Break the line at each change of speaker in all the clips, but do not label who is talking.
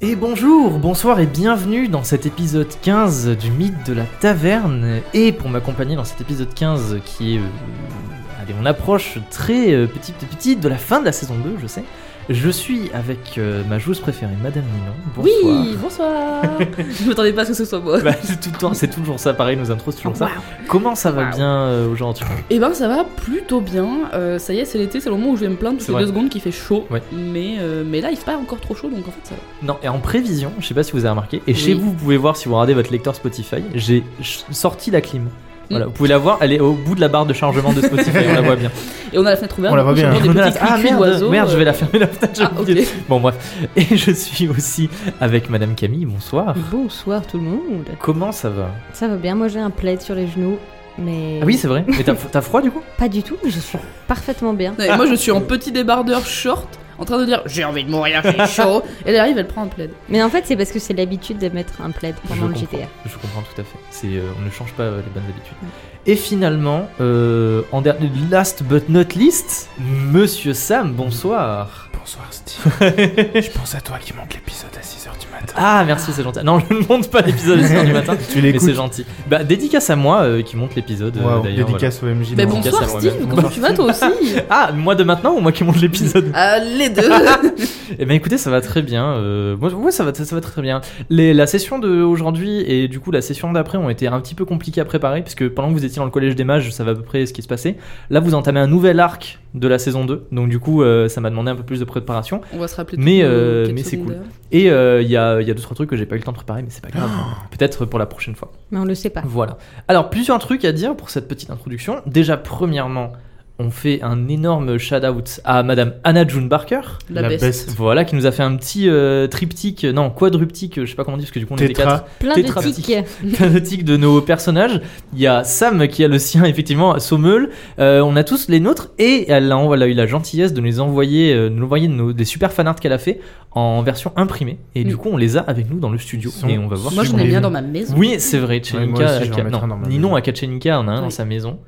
Et bonjour, bonsoir et bienvenue dans cet épisode 15 du mythe de la taverne. Et pour m'accompagner dans cet épisode 15 qui est... euh, allez, on approche très euh, petite petite de la fin de la saison 2, je sais. Je suis avec euh, ma joueuse préférée, Madame Ninon. Bonsoir.
Oui, bonsoir. Je m'attendais pas à ce que ce soit moi.
Bah, c'est tout le temps, c'est toujours ça, pareil, nos intros, c'est toujours ça.
Waouh.
Comment ça va
Wow.
bien euh, aujourd'hui
Eh ben ça va plutôt bien. Euh, ça y est, c'est l'été, c'est le moment où je vais me plaindre toutes
C'est
les
vrai.
deux secondes qu'il fait chaud.
Ouais.
Mais, euh, mais là, il fait pas encore trop chaud, donc en fait ça va.
Non, et en prévision, je sais pas si vous avez remarqué, et chez
Oui.
vous, vous pouvez voir si vous regardez votre lecteur Spotify, j'ai ch- sorti la clim. Voilà,
Mm.
vous pouvez la voir, elle est au bout de la barre de chargement de Spotify, on la voit bien.
Et Hein, on a la fenêtre ouverte.
On la voit
donc
bien.
j'entends Des
On a la-
petits
Ah
cuicus
merde,
d'oiseaux,
merde, je
euh,
vais la fermer la fenêtre, j'ai
Ah,
oublié.
ok.
Bon bref, et je suis aussi avec Madame Camille, bonsoir.
Bonsoir tout le monde.
Comment ça va
Ça va bien, moi j'ai un plaid sur les genoux, mais
Ah oui, c'est vrai. Et t'as t'as froid du coup
pas du tout, mais je suis parfaitement bien.
Ouais, Moi, je suis en petit débardeur short, en train de dire j'ai envie de mourir, j'ai chaud. Et elle arrive, elle prend un plaid.
Mais en fait, c'est parce que c'est l'habitude de mettre un plaid pendant le
comprends,
GTA.
Je comprends tout à fait. C'est, euh, on ne change pas euh, les bonnes habitudes. Et finalement, euh, en dernier, last but not least, Monsieur Sam, bonsoir.
Bonsoir Steve. je pense à toi qui monte l'épisode à 6h du matin.
Ah, merci, c'est gentil. Non, je ne monte pas l'épisode à 6h du matin.
tu
Mais c'est
l'écoutes.
gentil. Bah, dédicace à moi euh, qui monte l'épisode euh,
Waouh,
d'ailleurs.
dédicace au MJ.
Bah,
Mais
dans-
bon.
bonsoir,
à moi-même.
Steve. Comment tu vas, toi aussi
voilà. Ah, moi de maintenant ou moi qui monte l'épisode
Euh, Les deux.
Eh ben écoutez, ça va très bien. Euh, moi, ouais, ça va, ça, va très très bien. Les, la session d'aujourd'hui et du coup la session d'après ont été un petit peu compliquées à préparer puisque pendant que vous étiez dans le collège des mages, je savais à peu près ce qui se passait. Là, vous entamez un nouvel arc de la saison 2, donc du coup, euh, ça m'a demandé un peu plus de préparation.
On va se rappeler.
Mais,
tous nos
euh,
quatre
mais c'est
secondes
cool.
derrière.
Et euh, il y a, il y a deux trois trucs que j'ai pas eu le temps de préparer, mais c'est pas grave. Peut-être pour la prochaine fois.
Mais on le sait pas.
Voilà. Alors, plusieurs trucs à dire pour cette petite introduction. Déjà, premièrement, on fait un énorme shout-out à Madame Anna June Barker.
La,
La
baisse.
baisse.
Voilà, qui nous a fait un petit euh, triptyque, non, quadruptyque, euh, je sais pas comment on dit, parce que du coup on était
Tétra.
quatre.
Plein de
Tétraptique.
tics.
Quadruptyque de nos personnages. Il y a Sam qui a le sien, effectivement, Sommeul. Euh, on a tous les nôtres, et elle a, elle a eu la gentillesse de nous envoyer, euh, de nous envoyer nos- des super fanarts qu'elle a fait en version imprimée. Et du
Mm.
coup, on les a avec nous dans le studio,
Ils sont
et on va voir
Moi,
si
je
on
l'ai
l'ai
les-
bien
vu.
dans ma maison.
oui, c'est vrai. Tchelinka,
moi aussi, je vais en
Aka-
mettre un dans
non,
ma
Ninon
maison.
Akachenka en a un dans
Oui.
sa maison.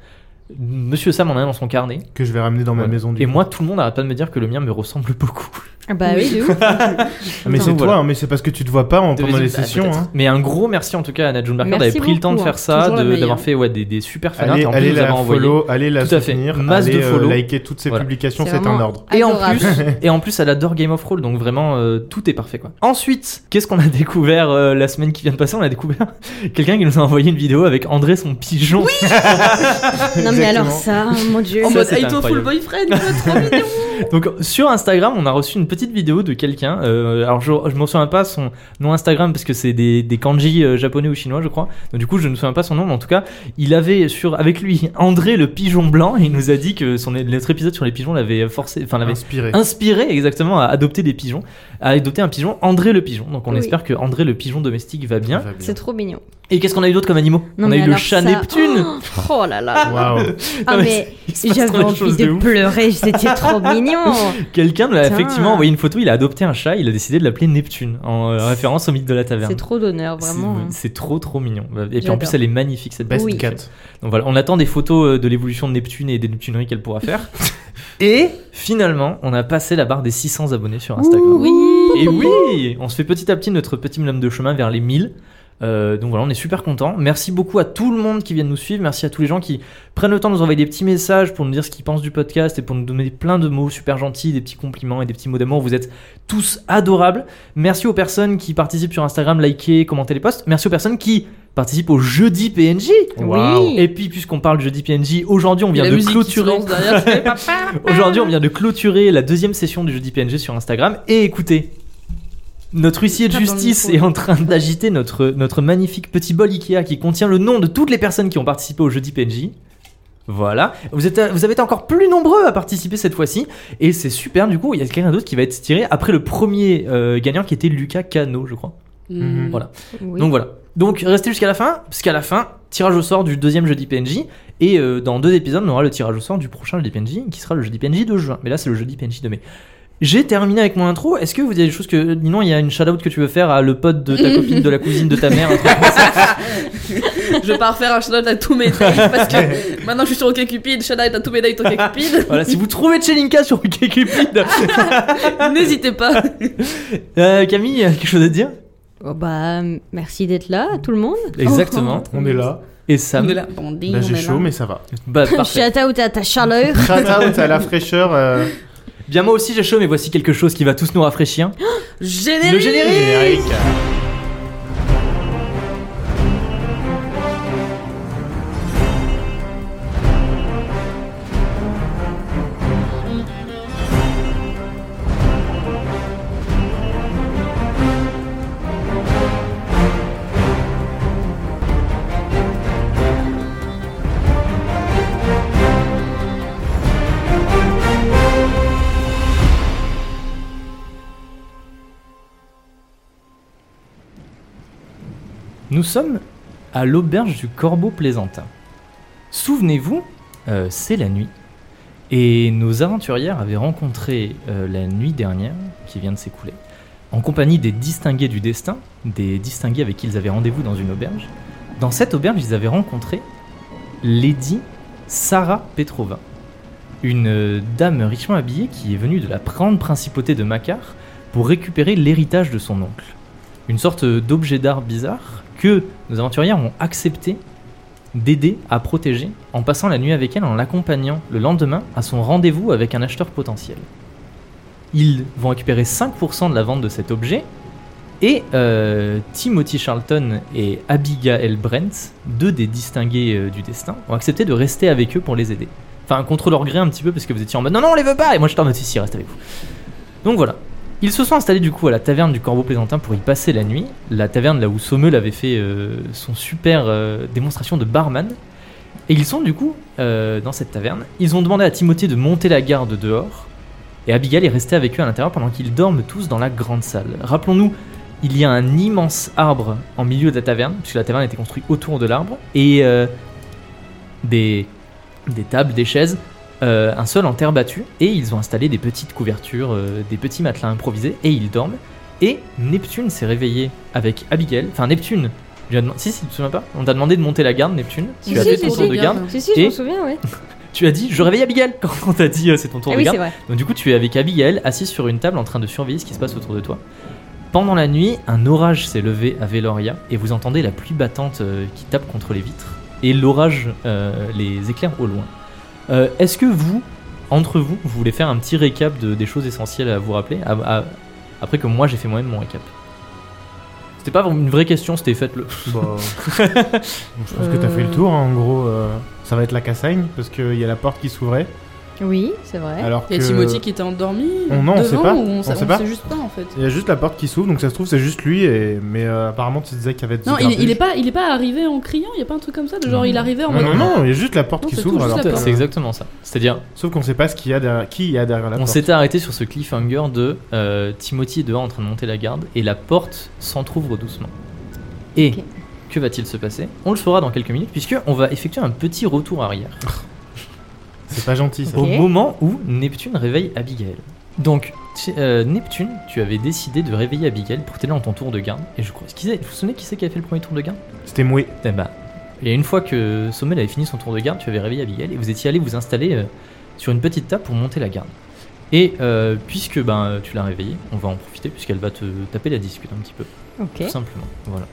Monsieur Sam en a un dans son carnet.
Que je vais ramener dans ma
Ouais.
maison du
Et
coup.
moi, tout le monde arrête pas de me dire que le mien me ressemble beaucoup.
Ah Bah oui, de ouf.
Ah, mais
Donc,
c'est toi,
voilà.
hein, mais c'est parce que tu te vois pas en,
De
pendant les
résultats,
sessions.
peut-être.
hein.
Mais un gros merci en tout cas à Nadjoun Barker
Merci
d'avoir pris le temps de
beaucoup,
faire
hein.
ça,
Toujours la
de-
meilleure.
d'avoir fait ouais, des, des super fanarts
Allez,
et en plus
allez
vous avez
la
envoyé.
follow, allez la
Tout à fait.
soutenir,
Masse de
allez euh,
follow.
liker toutes ses
Voilà.
publications,
C'est
c'est un
vraiment
ordre.
Et en,
adorable.
plus, et en plus, elle adore Game of Thrones, donc vraiment euh, tout est parfait quoi. Ensuite, qu'est-ce qu'on a découvert euh, la semaine qui vient de passer On a découvert quelqu'un qui nous a envoyé une vidéo avec André son pigeon.
Ah, Non mais alors ça,
Exactement.
oh mon dieu.
En
Ça,
mode
c'est
Aito full
incroyable.
boyfriend, quoi, trop mignon.
Donc sur Instagram, on a reçu une petite vidéo de quelqu'un. euh, alors je, je m'en souviens pas son nom Instagram parce que c'est des, des kanji euh, japonais ou chinois, je crois. Donc du coup, je ne me souviens pas son nom, mais en tout cas, il avait sur avec lui André le pigeon blanc. Et il nous a dit que son notre épisode sur les pigeons l'avait forcé, enfin l'avait
Inspiré.
inspiré exactement à adopter des pigeons, à adopter un pigeon André le pigeon. Donc on
Oui.
espère que André le pigeon domestique va bien.
Ça va bien.
C'est trop mignon.
Et qu'est-ce qu'on a eu d'autre comme animaux
Non,
On a
mais
eu le
alors
chat
ça-
Neptune.
Oh, oh là là.
Waouh.
Ah
Non, mais
mais
il se passe trop
j'avais
de choses
envie
de
de
ouf.
pleurer, c'était trop mignon.
Quelqu'un nous a
Putain.
effectivement envoyé une photo, il a adopté un chat, il a décidé de l'appeler Neptune, en euh, référence au mythe de la taverne.
C'est trop d'honneur,
C'est-
vraiment. hein.
C'est trop trop mignon. Bah, Et puis en
J'adore.
plus, elle est magnifique cette
Best
Oui.
cat.
Donc voilà, on attend des photos euh, de l'évolution de Neptune et des Neptuneries qu'elle pourra faire. et finalement, on a passé la barre des 600 abonnés sur Instagram.
Oui.
Et oui, on se fait petit à petit notre petit bonhomme de chemin vers les 1000. Euh, donc voilà, on est super content. Merci beaucoup à tout le monde qui vient de nous suivre. Merci à tous les gens qui prennent le temps de nous envoyer des petits messages pour nous dire ce qu'ils pensent du podcast et pour nous donner plein de mots super gentils, des petits compliments et des petits mots d'amour. Vous êtes tous adorables. Merci aux personnes qui participent sur Instagram, likez, commentez les posts. Merci aux personnes qui participent au jeudi PNJ.
Waouh.
Et puis puisqu'on parle du jeudi PNJ, aujourd'hui on vient
la
de
musique
clôturer.
Qui se lance derrière, tu fais, Papa.
Aujourd'hui, on vient de clôturer la deuxième session du jeudi PNG sur Instagram. Et écoutez, notre huissier de
Tape dans le
justice est
micro.
en train d'agiter notre, notre magnifique petit bol Ikea qui contient le nom de toutes les personnes qui ont participé au jeudi PNJ. Voilà, vous, êtes, vous avez été encore plus nombreux à participer cette fois-ci et c'est super du coup, il y a quelqu'un d'autre qui va être tiré après le premier euh, gagnant qui était Lucas Cano je crois.
Mhm.
Voilà.
Oui.
Donc voilà. Donc restez jusqu'à la fin, parce qu'à la fin, tirage au sort du deuxième jeudi PNJ, et euh, dans deux épisodes, on aura le tirage au sort du prochain jeudi PNJ, qui sera le jeudi PNJ de juin. Mais là, c'est le jeudi PNJ de mai. J'ai terminé avec mon intro. Est-ce que vous avez des choses que. Ninon, il y a une shout-out que tu veux faire à le pote de ta copine, de la cousine, de ta mère, un truc comme ça
je vais pas refaire un shout-out à tous mes dates parce que maintenant je suis sur OkCupid, shout-out à tous mes dates OkCupid.
Voilà, si vous trouvez Chelinka sur Wikipédia,
N'hésitez pas.
euh, Camille, quelque chose à dire
Oh bah, merci d'être là, à tout le monde.
Exactement.
On est là.
Et Sam.
Oh. On est là. Bon, on dit,
Là,
on
j'ai
est
chaud, mais ça va.
Bah, parfait.
Shout out à ta chaleur.
Shout out à la fraîcheur. euh,
Bien, moi aussi j'ai chaud, mais voici quelque chose qui va tous nous rafraîchir.
Générique.
Le générique.
générique.
Nous sommes à l'auberge du Corbeau Plaisantin. Souvenez-vous, euh, c'est la nuit. Et nos aventurières avaient rencontré euh, la nuit dernière, qui vient de s'écouler, en compagnie des distingués du destin, des distingués avec qui ils avaient rendez-vous dans une auberge. Dans cette auberge, ils avaient rencontré Lady Sarah Petrova, une euh, dame richement habillée qui est venue de la grande principauté de Macar pour récupérer l'héritage de son oncle une sorte d'objet d'art bizarre que nos aventurières ont accepté d'aider à protéger en passant la nuit avec elle en l'accompagnant le lendemain à son rendez-vous avec un acheteur potentiel. Ils vont récupérer 5% de la vente de cet objet et euh, Timothy Charlton et Abigail Brent, deux des distingués euh, du destin, ont accepté de rester avec eux pour les aider. Enfin, contre leur gré un petit peu parce que vous étiez en mode non, non, on les veut pas et moi j'étais en mode si, si, reste avec vous. Donc voilà, ils se sont installés du coup à la taverne du Corbeau Plaisantin pour y passer la nuit. La taverne là où Sommeul avait fait euh, son super euh, démonstration de barman. Et ils sont du coup euh, dans cette taverne. Ils ont demandé à Timothée de monter la garde dehors. Et Abigail est restée avec eux à l'intérieur pendant qu'ils dorment tous dans la grande salle. Rappelons-nous, il y a un immense arbre en milieu de la taverne, puisque la taverne était construite autour de l'arbre. Et euh, des, des tables, des chaises euh, un sol en terre battue, et ils ont installé des petites couvertures, euh, des petits matelas improvisés, et ils dorment. Et Neptune s'est réveillé avec Abigail. Enfin, Neptune lui a demandé. Si, si, tu te souviens pas On t'a demandé de monter la garde, Neptune.
Si,
tu as
si,
fait
si,
ton
si,
tour de garde.
Si, si, je
Et-
m'en souviens, ouais.
Tu as dit Je réveille Abigail quand on t'a dit euh, c'est ton tour
Ah
de
oui,
garde.
c'est vrai.
Donc du coup, tu es avec Abigail, assise sur une table en train de surveiller ce qui se passe autour de toi. Pendant la nuit, un orage s'est levé à Veloria et vous entendez la pluie battante euh, qui tape contre les vitres et l'orage euh, les éclaire au loin. Euh, Est-ce que vous, entre vous, vous voulez faire un petit récap de- des choses essentielles à vous rappeler à- à- après que moi j'ai fait moi-même mon récap C'était pas une vraie question, c'était faites-le.
Bon. je pense que t'as fait le tour, hein, en gros. euh, ça va être la cassagne, parce qu'il y a la porte qui s'ouvrait.
Oui, c'est vrai.
Alors que.
Il y a Timothy qui était endormi.
On- non, on
devant,
sait pas.
ou
On
on,
sait pas.
sait juste pas en fait.
Il y a juste la porte qui s'ouvre, donc ça se trouve, c'est juste lui. Et... Mais euh, apparemment, tu disais qu'il y avait des
Non, il, il est pas,
gardiens.
il est pas arrivé en criant. Il y a pas un truc comme ça. De genre,
Non.
il arrivait en
Non,
mode.
non, non, il y a juste la porte
Non,
qui
c'est tout,
s'ouvre.
juste
alors
la
que-
porte.
C'est exactement ça. C'est-à-dire,
Sauf qu'on sait pas ce qu'il y a derrière, qui il y a derrière la
On
porte.
s'était arrêté sur ce cliffhanger de euh, Timothy dehors en train de monter la garde et la porte s'entr'ouvre doucement. Et
Ok.
que va-t-il se passer On le saura dans quelques minutes puisque on va effectuer un petit retour arrière
C'est pas gentil ça.
Ok.
au moment où Neptune réveille Abigail. Donc tu- euh, Neptune, tu avais décidé de réveiller Abigail pour t'aider dans ton tour de garde et je crois. Qui c'est- Vous vous souvenez qui c'est qui a fait le premier tour de garde
C'était moué.
Eh bah, et une fois que Sommel avait fini son tour de garde, tu avais réveillé Abigail et vous étiez allé vous installer euh, sur une petite table pour monter la garde. Et euh, puisque ben, euh, tu l'as réveillée, on va en profiter puisqu'elle va te taper la discute un petit peu,
Ok.
tout simplement. Voilà.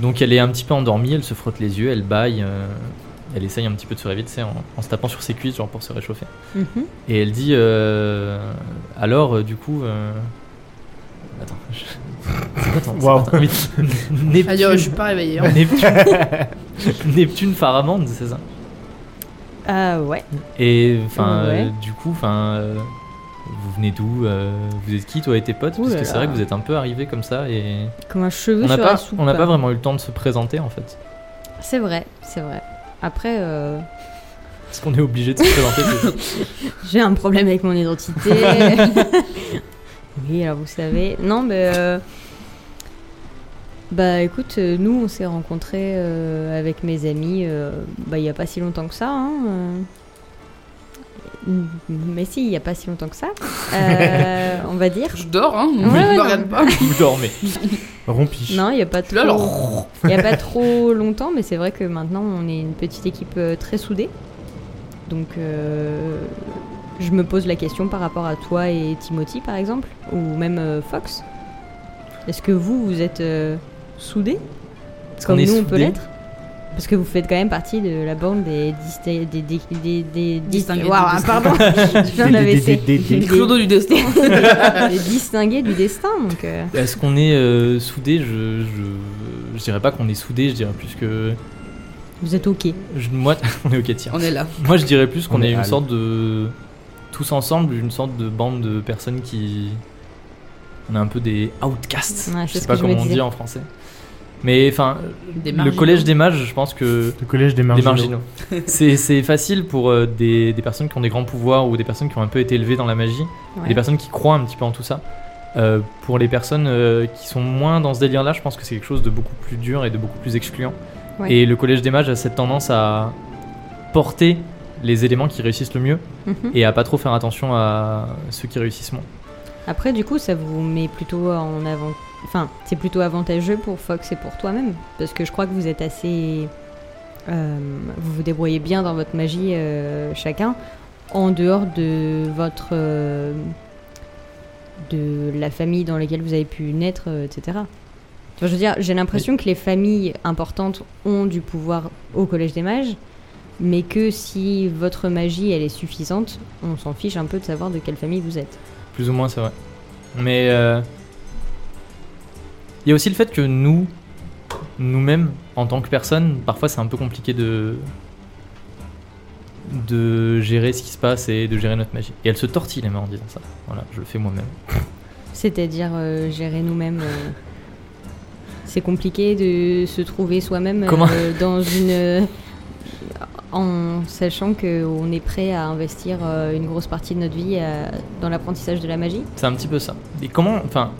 Donc elle est un petit peu endormie, elle se frotte les yeux, elle baille, euh, elle essaye un petit peu de se réveiller, tu sais, en, en se tapant sur ses cuisses, genre pour se réchauffer.
Mhm.
Et elle dit euh, alors euh, du coup euh, attends. Je... c'est quoi ton- c'est quoi ton-
Waouh.
Neptune.
Ah, dire, je suis pas réveillé. hein.
Neptune, Neptune Faramond, c'est ça
Ah ouais.
Et enfin,
Oh, Ouais.
euh, du coup, enfin, euh, vous venez d'où euh, Vous êtes qui, toi et tes potes
Ouh
Parce
là
que c'est vrai
là.
que vous êtes un peu arrivés comme ça et
Comme un cheveu
on n'a
sur
pas,
la soupe.
on n'a pas vraiment eu le temps de se présenter en fait.
C'est vrai, c'est vrai. Après, euh,
Parce qu'on est obligé de se présenter. c'est-
j'ai un problème avec mon identité. oui, alors vous savez. Non, mais. euh, Bah écoute, euh, nous on s'est rencontrés euh, avec mes amis euh, bah, il n'y a pas si longtemps que ça. hein, euh. Mm, Mais si, il n'y a pas si longtemps que ça, euh, on va dire.
Je dors, hein.
Ouais,
je
ouais,
me
non.
regarde pas.
Vous dormez.
Rompiche.
Non, il n'y a pas
Tu vois, alors.
trop. Il n'y a pas trop longtemps, mais c'est vrai que maintenant on est une petite équipe euh, très soudée. Donc euh, je me pose la question par rapport à toi et Timothy par exemple, ou même euh, Fox. Est-ce que vous, vous êtes euh, soudés
Est-ce qu'on
Comme
est
nous on peut
soudés
l'être Parce que vous faites quand même partie de la bande des... dista- des, des, des, des-
Distingués
Waouh,
du destin.
pardon, je viens de la
Des- des-
baisser.
des- des-
Des-
Clodo du destin.
des distingués du destin, donc... euh,
Est-ce qu'on est euh, soudés je, je, je dirais pas qu'on est soudés, je dirais plus que.
vous êtes ok.
je- moi, on est ok, tiens.
On est là.
Moi, je dirais plus qu'on
On est
est une
Al.
sorte de. Tous ensemble, une sorte de bande de personnes qui. On est un peu des outcasts.
Ouais, c'est
je sais
ce
pas
que je me
comment on
disais.
dit en français. Mais enfin,
Des
le
marginaux.
collège des mages, je pense que.
Le collège des
Des
marginaux.
marginaux. C'est c'est facile pour euh, des, des personnes qui ont des grands pouvoirs ou des personnes qui ont un peu été élevées dans la magie,
Ouais.
des personnes qui croient un petit peu en tout ça. Euh, pour les personnes euh, qui sont moins dans ce délire-là, je pense que c'est quelque chose de beaucoup plus dur et de beaucoup plus excluant.
Ouais.
Et le Collège des Mages a cette tendance à porter les éléments qui réussissent le mieux
Mhm.
et à pas trop faire attention à ceux qui réussissent moins.
Après, du coup, ça vous met plutôt en avant. Enfin, c'est plutôt avantageux pour Fox et pour toi-même. Parce que je crois que vous êtes assez. euh, vous vous débrouillez bien dans votre magie euh, chacun. En dehors de votre. euh, de la famille dans laquelle vous avez pu naître, euh, etc. Enfin, je veux dire, j'ai l'impression que les familles importantes ont du pouvoir au Collège des Mages. Mais que si votre magie elle est suffisante, on s'en fiche un peu de savoir de quelle famille vous êtes.
Plus ou moins, c'est vrai. Mais euh, il y a aussi le fait que nous, nous-mêmes, en tant que personne, parfois c'est un peu compliqué de de gérer ce qui se passe et de gérer notre magie. Et elle se tortille les mains en disant ça. Voilà, je le fais moi-même.
C'est-à-dire euh, gérer nous-mêmes. euh, C'est compliqué de se trouver soi-même euh,
Comment
dans une. euh, en sachant qu'on est prêt à investir euh, une grosse partie de notre vie euh, dans l'apprentissage de la magie.
C'est un petit peu ça. Et comment, enfin,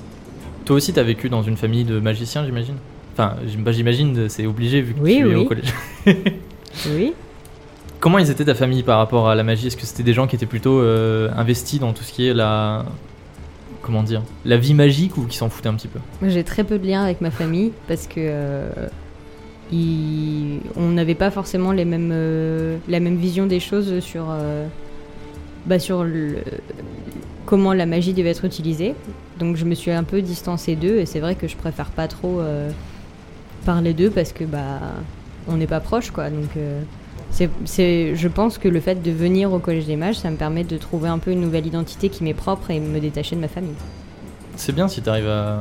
toi aussi t'as vécu dans une famille de magiciens, j'imagine. Enfin, j'im- pas j'imagine, c'est obligé vu que
Oui,
tu es
oui.
au collège.
Oui.
Comment ils étaient ta famille par rapport à la magie Est-ce que c'était des gens qui étaient plutôt euh, investis dans tout ce qui est la. Comment dire La vie magique ou qui s'en foutaient un petit peu
J'ai très peu de liens avec ma famille parce que. euh, ils- on n'avait pas forcément les mêmes, euh, la même vision des choses sur, euh, bah, sur le- comment la magie devait être utilisée. Donc je me suis un peu distancée d'eux et c'est vrai que je préfère pas trop euh, parler d'eux parce que bah on n'est pas proche quoi. Donc euh, c'est- c'est, je pense que le fait de venir au collège des mages, ça me permet de trouver un peu une nouvelle identité qui m'est propre et me détacher de ma famille.
C'est bien si t'arrives à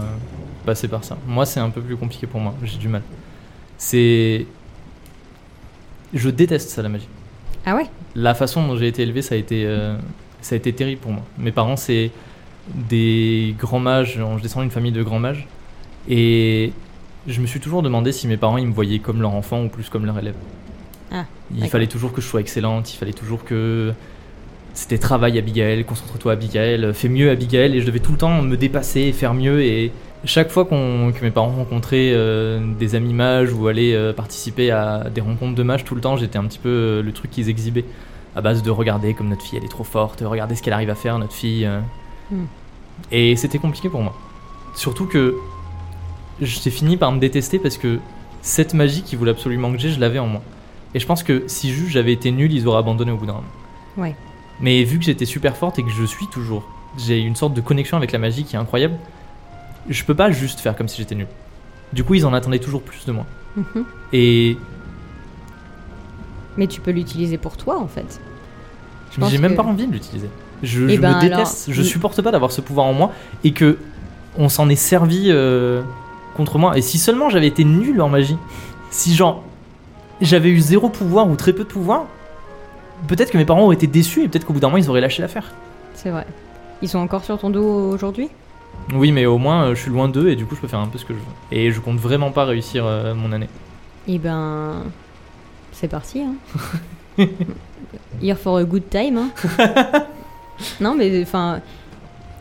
passer par ça. Moi, c'est un peu plus compliqué pour moi. J'ai du mal. C'est. Je déteste ça, la magie.
Ah ouais.
La façon dont j'ai été élevé, ça a été, euh, ça a été terrible pour moi. Mes parents, c'est des grands mages. Je descends d'une famille de grands mages. Et je me suis toujours demandé si mes parents, ils me voyaient comme leur enfant ou plus comme leur élève.
Ah,
il
d'accord.
fallait toujours que je sois excellente. Il fallait toujours que. C'était travail, Abigail, concentre-toi, Abigail, fais mieux, Abigail. Et je devais tout le temps me dépasser et faire mieux. Et chaque fois qu'on- que mes parents rencontraient euh, des amis mages ou allaient euh, participer à des rencontres de mages, tout le temps, j'étais un petit peu euh, le truc qu'ils exhibaient. À base de regarder comme notre fille, elle est trop forte, regardez ce qu'elle arrive à faire, notre fille. euh.
Hmm.
Et c'était compliqué pour moi. Surtout que j'ai fini par me détester parce que cette magie qui voulait absolument que j'ai, je l'avais en moi. Et je pense que si juste j'avais été nul, ils auraient abandonné au bout d'un moment.
Ouais.
Mais vu que j'étais super forte et que je suis toujours, j'ai une sorte de connexion avec la magie qui est incroyable. Je peux pas juste faire comme si j'étais nul. Du coup, ils en attendaient toujours plus de moi.
Mhm.
Et
Mais tu peux l'utiliser pour toi en fait. Je pense
j'ai même
que-
pas envie de l'utiliser. Je,
Eh
je
ben
me
alors,
déteste, je
oui.
supporte pas d'avoir ce pouvoir en moi et que on s'en est servi euh, contre moi. Et si seulement j'avais été nul en magie, si genre j'avais eu zéro pouvoir ou très peu de pouvoir, peut-être que mes parents auraient été déçus et peut-être qu'au bout d'un moment ils auraient lâché l'affaire.
C'est vrai. Ils sont encore sur ton dos aujourd'hui
Oui, mais au moins euh, je suis loin d'eux et du coup je peux faire un peu ce que je veux. Et je compte vraiment pas réussir euh, mon année.
Eh ben. C'est parti, hein. Here for a good time, hein. non, mais enfin.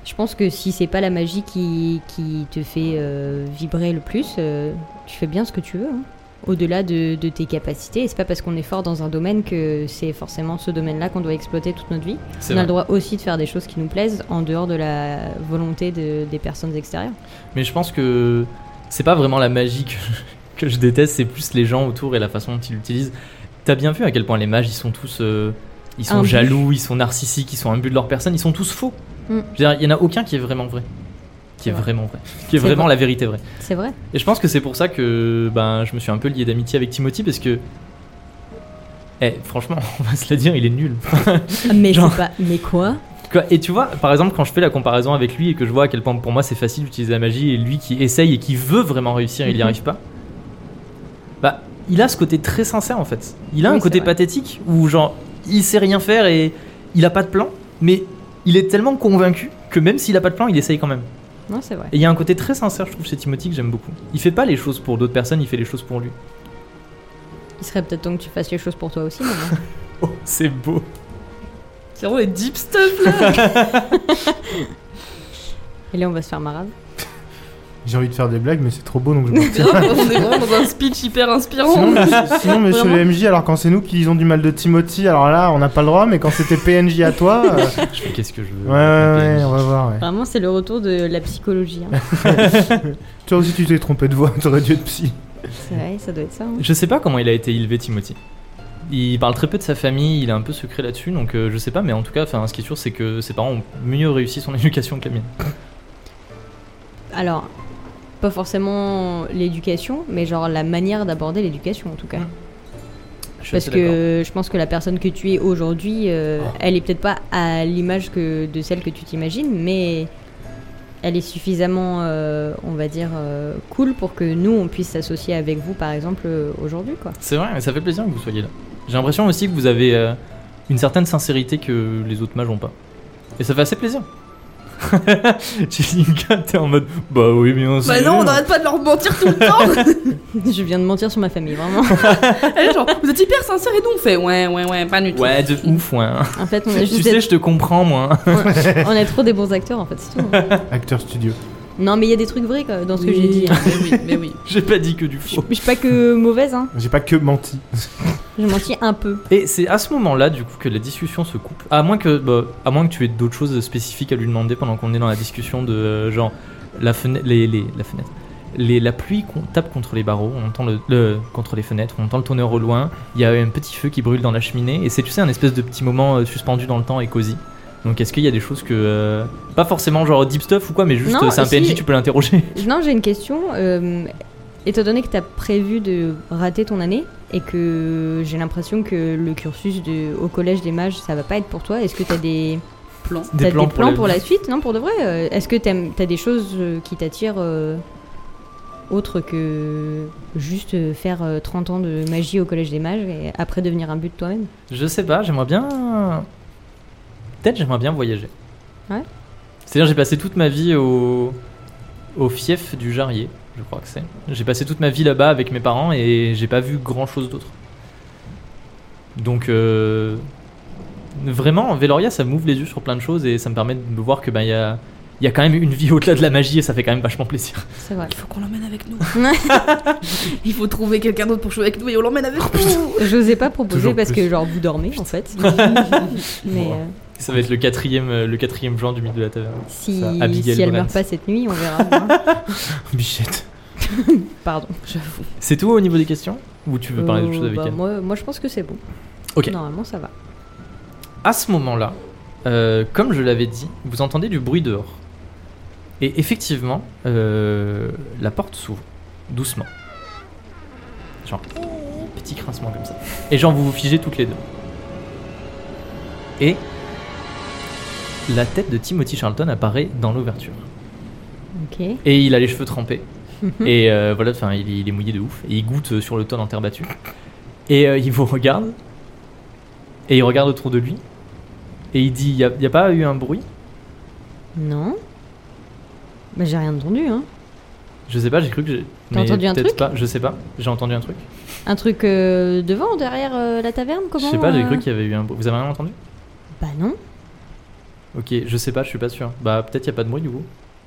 Je pense que si c'est pas la magie qui, qui te fait euh, vibrer le plus, euh, tu fais bien ce que tu veux. hein. au-delà de, de tes capacités. Et c'est pas parce qu'on est fort dans un domaine que c'est forcément ce domaine-là qu'on doit exploiter toute notre vie.
C'est
on a
vrai.
le droit aussi de faire des choses qui nous plaisent en dehors de la volonté de- des personnes extérieures.
Mais je pense que c'est pas vraiment la magie que, que je déteste, c'est plus les gens autour et la façon dont ils l'utilisent. T'as bien vu à quel point les mages, ils sont tous. euh, ils sont
Imbus.
jaloux, ils sont narcissiques, ils sont imbus de leur personne, ils sont tous faux. Je
Mm.
veux dire, il y en a aucun qui est vraiment vrai. Qui est
C'est vrai.
vraiment vrai. Qui est
C'est
vraiment
vrai.
la vérité vraie.
C'est vrai.
Et je pense que c'est pour ça que ben, je me suis un peu lié d'amitié avec Timothy parce que. Eh, franchement, on va se le dire, il est nul.
Mais
Genre-
c'est pas. Mais quoi
Quoi, Et tu vois, par exemple, quand je fais la comparaison avec lui et que je vois à quel point pour moi c'est facile d'utiliser la magie et lui qui essaye et qui veut vraiment réussir, il n'y
Mhm.
arrive pas. Bah, il a ce côté très sincère en fait. Il a
Oui,
un côté
c'est vrai.
pathétique où genre il sait rien faire et il a pas de plan, mais il est tellement convaincu que même s'il a pas de plan, il essaye quand même.
Non, c'est vrai.
Et il y a un côté très sincère, je trouve, chez Timothy que j'aime beaucoup. Il fait pas les choses pour d'autres personnes, il fait les choses pour lui.
Il serait peut-être temps que tu fasses les choses pour toi aussi maintenant.
Oh, c'est beau.
C'est vraiment les deep stuff là
Et là, on va se faire marade.
J'ai envie de faire des blagues, mais c'est trop beau donc je vais partir.
Grave, On est vraiment dans un speech hyper inspirant.
Sinon, monsieur, sinon, monsieur
Vraiment.
le MJ, alors quand c'est nous qui lisons du mal de Timothy, alors là, on n'a pas le droit, mais quand c'était PNJ à toi, euh,
Je fais qu'est-ce que je veux.
ouais, ouais, ouais, on va voir. ouais.
Vraiment, c'est le retour de la psychologie. hein.
Toi aussi, tu t'es trompé de voix, t'aurais dû être psy.
c'est vrai, ça doit être ça. hein.
Je sais pas comment il a été élevé, Timothy. Il parle très peu de sa famille, il est un peu secret là-dessus, donc euh, je sais pas, mais en tout cas, enfin, ce qui est sûr, c'est que ses parents ont mieux réussi son éducation que la mienne.
Alors, pas forcément l'éducation, mais genre la manière d'aborder l'éducation en tout cas.
Mm. Je suis
Parce
assez d'accord. Ah.
que je pense que la personne que tu es aujourd'hui, euh, elle est peut-être pas à l'image que de celle que tu t'imagines, mais elle est suffisamment, euh, on va dire, euh, cool pour que nous on puisse s'associer avec vous, par exemple, euh, aujourd'hui, quoi.
C'est vrai, mais ça fait plaisir que vous soyez là. J'ai l'impression aussi que vous avez euh, une certaine sincérité que les autres mages ont pas. Et ça fait assez plaisir. Jessica, t'es en mode Bah oui, bien sûr.
Bah non, on n'arrête pas de leur mentir tout le temps.
je viens de mentir sur ma famille, vraiment.
Elle est Eh, genre, vous êtes hyper sincères et nous on fait ouais, ouais, ouais, pas du tout.
Ouais, de ouf, ouais. hein.
En fait, on a
Tu
juste,
sais, je te comprends, moi. hein.
des- on a trop des bons acteurs, en fait, c'est tout. hein.
Acteur studio.
non, mais il y a des trucs vrais quoi, dans ce
Oui,
que j'ai dit. hein.
Mais oui, mais oui.
J'ai pas dit que du
Je
faux.
je suis pas que mauvaise, hein.
J'ai pas que menti.
Je mentis un peu.
Et c'est à ce moment-là, du coup, que la discussion se coupe. À moins que, bah, à moins que tu aies d'autres choses spécifiques à lui demander pendant qu'on est dans la discussion de euh, genre la fenêtre, les, les- la fenêtre, les, la pluie qu'on tape contre les barreaux, on entend le, le- contre les fenêtres, on entend le tonnerre au loin. Il y a un petit feu qui brûle dans la cheminée, et c'est tu sais un espèce de petit moment euh, suspendu dans le temps et cosy. Donc est-ce qu'il y a des choses que euh, pas forcément genre deep stuff ou quoi, mais juste
Non,
euh, c'est un
si.
PNJ, tu peux l'interroger.
Non, j'ai une question. euh, étant donné que tu as prévu de rater ton année et que j'ai l'impression que le cursus de, au collège des mages, ça va pas être pour toi, est-ce que tu as des,
Plan.
Des
t'as
plans
des
pour
plans
la
pour la suite Non, pour de vrai. euh, Est-ce que tu as des choses euh, qui t'attirent euh, autre que juste euh, faire euh, 30 ans de magie au collège des mages et après devenir un but toi-même
Je sais pas, j'aimerais bien. Peut-être j'aimerais bien voyager.
Ouais.
C'est-à-dire, j'ai passé toute ma vie au... au fief du Jarrier, je crois que c'est. J'ai passé toute ma vie là-bas avec mes parents et j'ai pas vu grand-chose d'autre. Donc, euh, vraiment, Veloria, ça m'ouvre les yeux sur plein de choses et ça me permet de me voir que ben il y a. Il y a quand même une vie au-delà de la magie et ça fait quand même vachement plaisir.
C'est vrai.
Il faut qu'on l'emmène avec nous. Il faut trouver quelqu'un d'autre pour jouer avec nous et on l'emmène avec nous.
J'osais pas proposer
Toujours
parce que
plus.
genre vous dormez en fait. Mais
Bon.
euh,
Ça va être le quatrième, euh, le quatrième genre du mythe de la taverne.
si,
Ça, Abigail
si elle
Brent.
meurt pas cette nuit, on verra.
Bichette.
Pardon.
J'avoue.
C'est tout au niveau des questions Ou tu veux parler d'autre
Euh,
chose avec
bah,
elle
moi, moi, je pense que c'est bon.
Ok.
Normalement, ça va.
À ce moment-là, euh, comme je l'avais dit, vous entendez du bruit dehors. Et effectivement, euh, la porte s'ouvre, doucement. Genre, petit grincement comme ça. Et genre, vous vous figez toutes les deux. Et la tête de Timothy Charlton apparaît dans l'ouverture.
Ok.
Et il a les cheveux trempés.
Mhm.
et euh, voilà, enfin, il, il est mouillé de ouf. Et il goûte euh, sur le tonne en terre battue. Et euh, il vous regarde. Et il regarde autour de lui. Et il dit, il n'y a, y a pas eu un bruit
Non. Bah, j'ai rien entendu, hein.
Je sais pas, j'ai cru que j'ai... mais
T'as entendu un
peut-être
truc
pas, Je sais pas, j'ai entendu un truc.
Un truc euh, devant, derrière euh, la taverne,
Je
comment
sais pas, j'ai
euh,
cru qu'il y avait eu un bruit. Vous avez rien entendu
Bah non.
Ok, je sais pas, je suis pas sûr. Bah peut-être il n'y a pas de bruit du coup.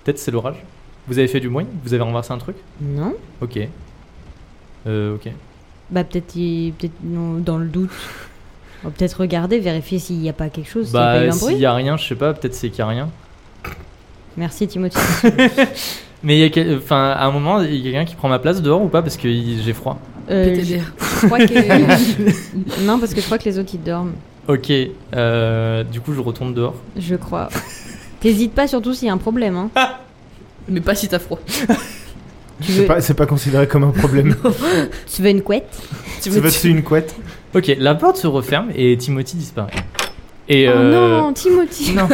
Peut-être c'est l'orage. Vous avez fait du bruit Vous avez renversé un truc
Non.
Ok. Euh, ok.
Bah peut-être il- peut-être non, dans le doute. On va peut-être regarder, vérifier s'il n'y a pas quelque chose, s'il n'y a pas eu
Bah,
un bruit.
s'il y a rien, je sais pas, peut-être c'est qu'il y a rien.
Merci Timothy.
Mais il y a quel- enfin, à un moment, il y a quelqu'un qui prend ma place dehors ou pas parce que il- j'ai froid.
Euh, je
PTDR.
crois que... non, parce que je crois que les autres ils dorment.
Ok, euh, du coup je retourne dehors.
Je crois. T'hésites pas surtout s'il y a un problème. Hein.
Ah,
Mais pas si t'as froid.
Tu,
C'est
veux...
pas, c'est pas considéré comme un problème.
tu veux une couette
Tu
Ça
veux
va
tu-
dessus une couette.
Ok, la porte se referme et Timothy disparaît. Et euh,
Oh non, Timothy
non. vous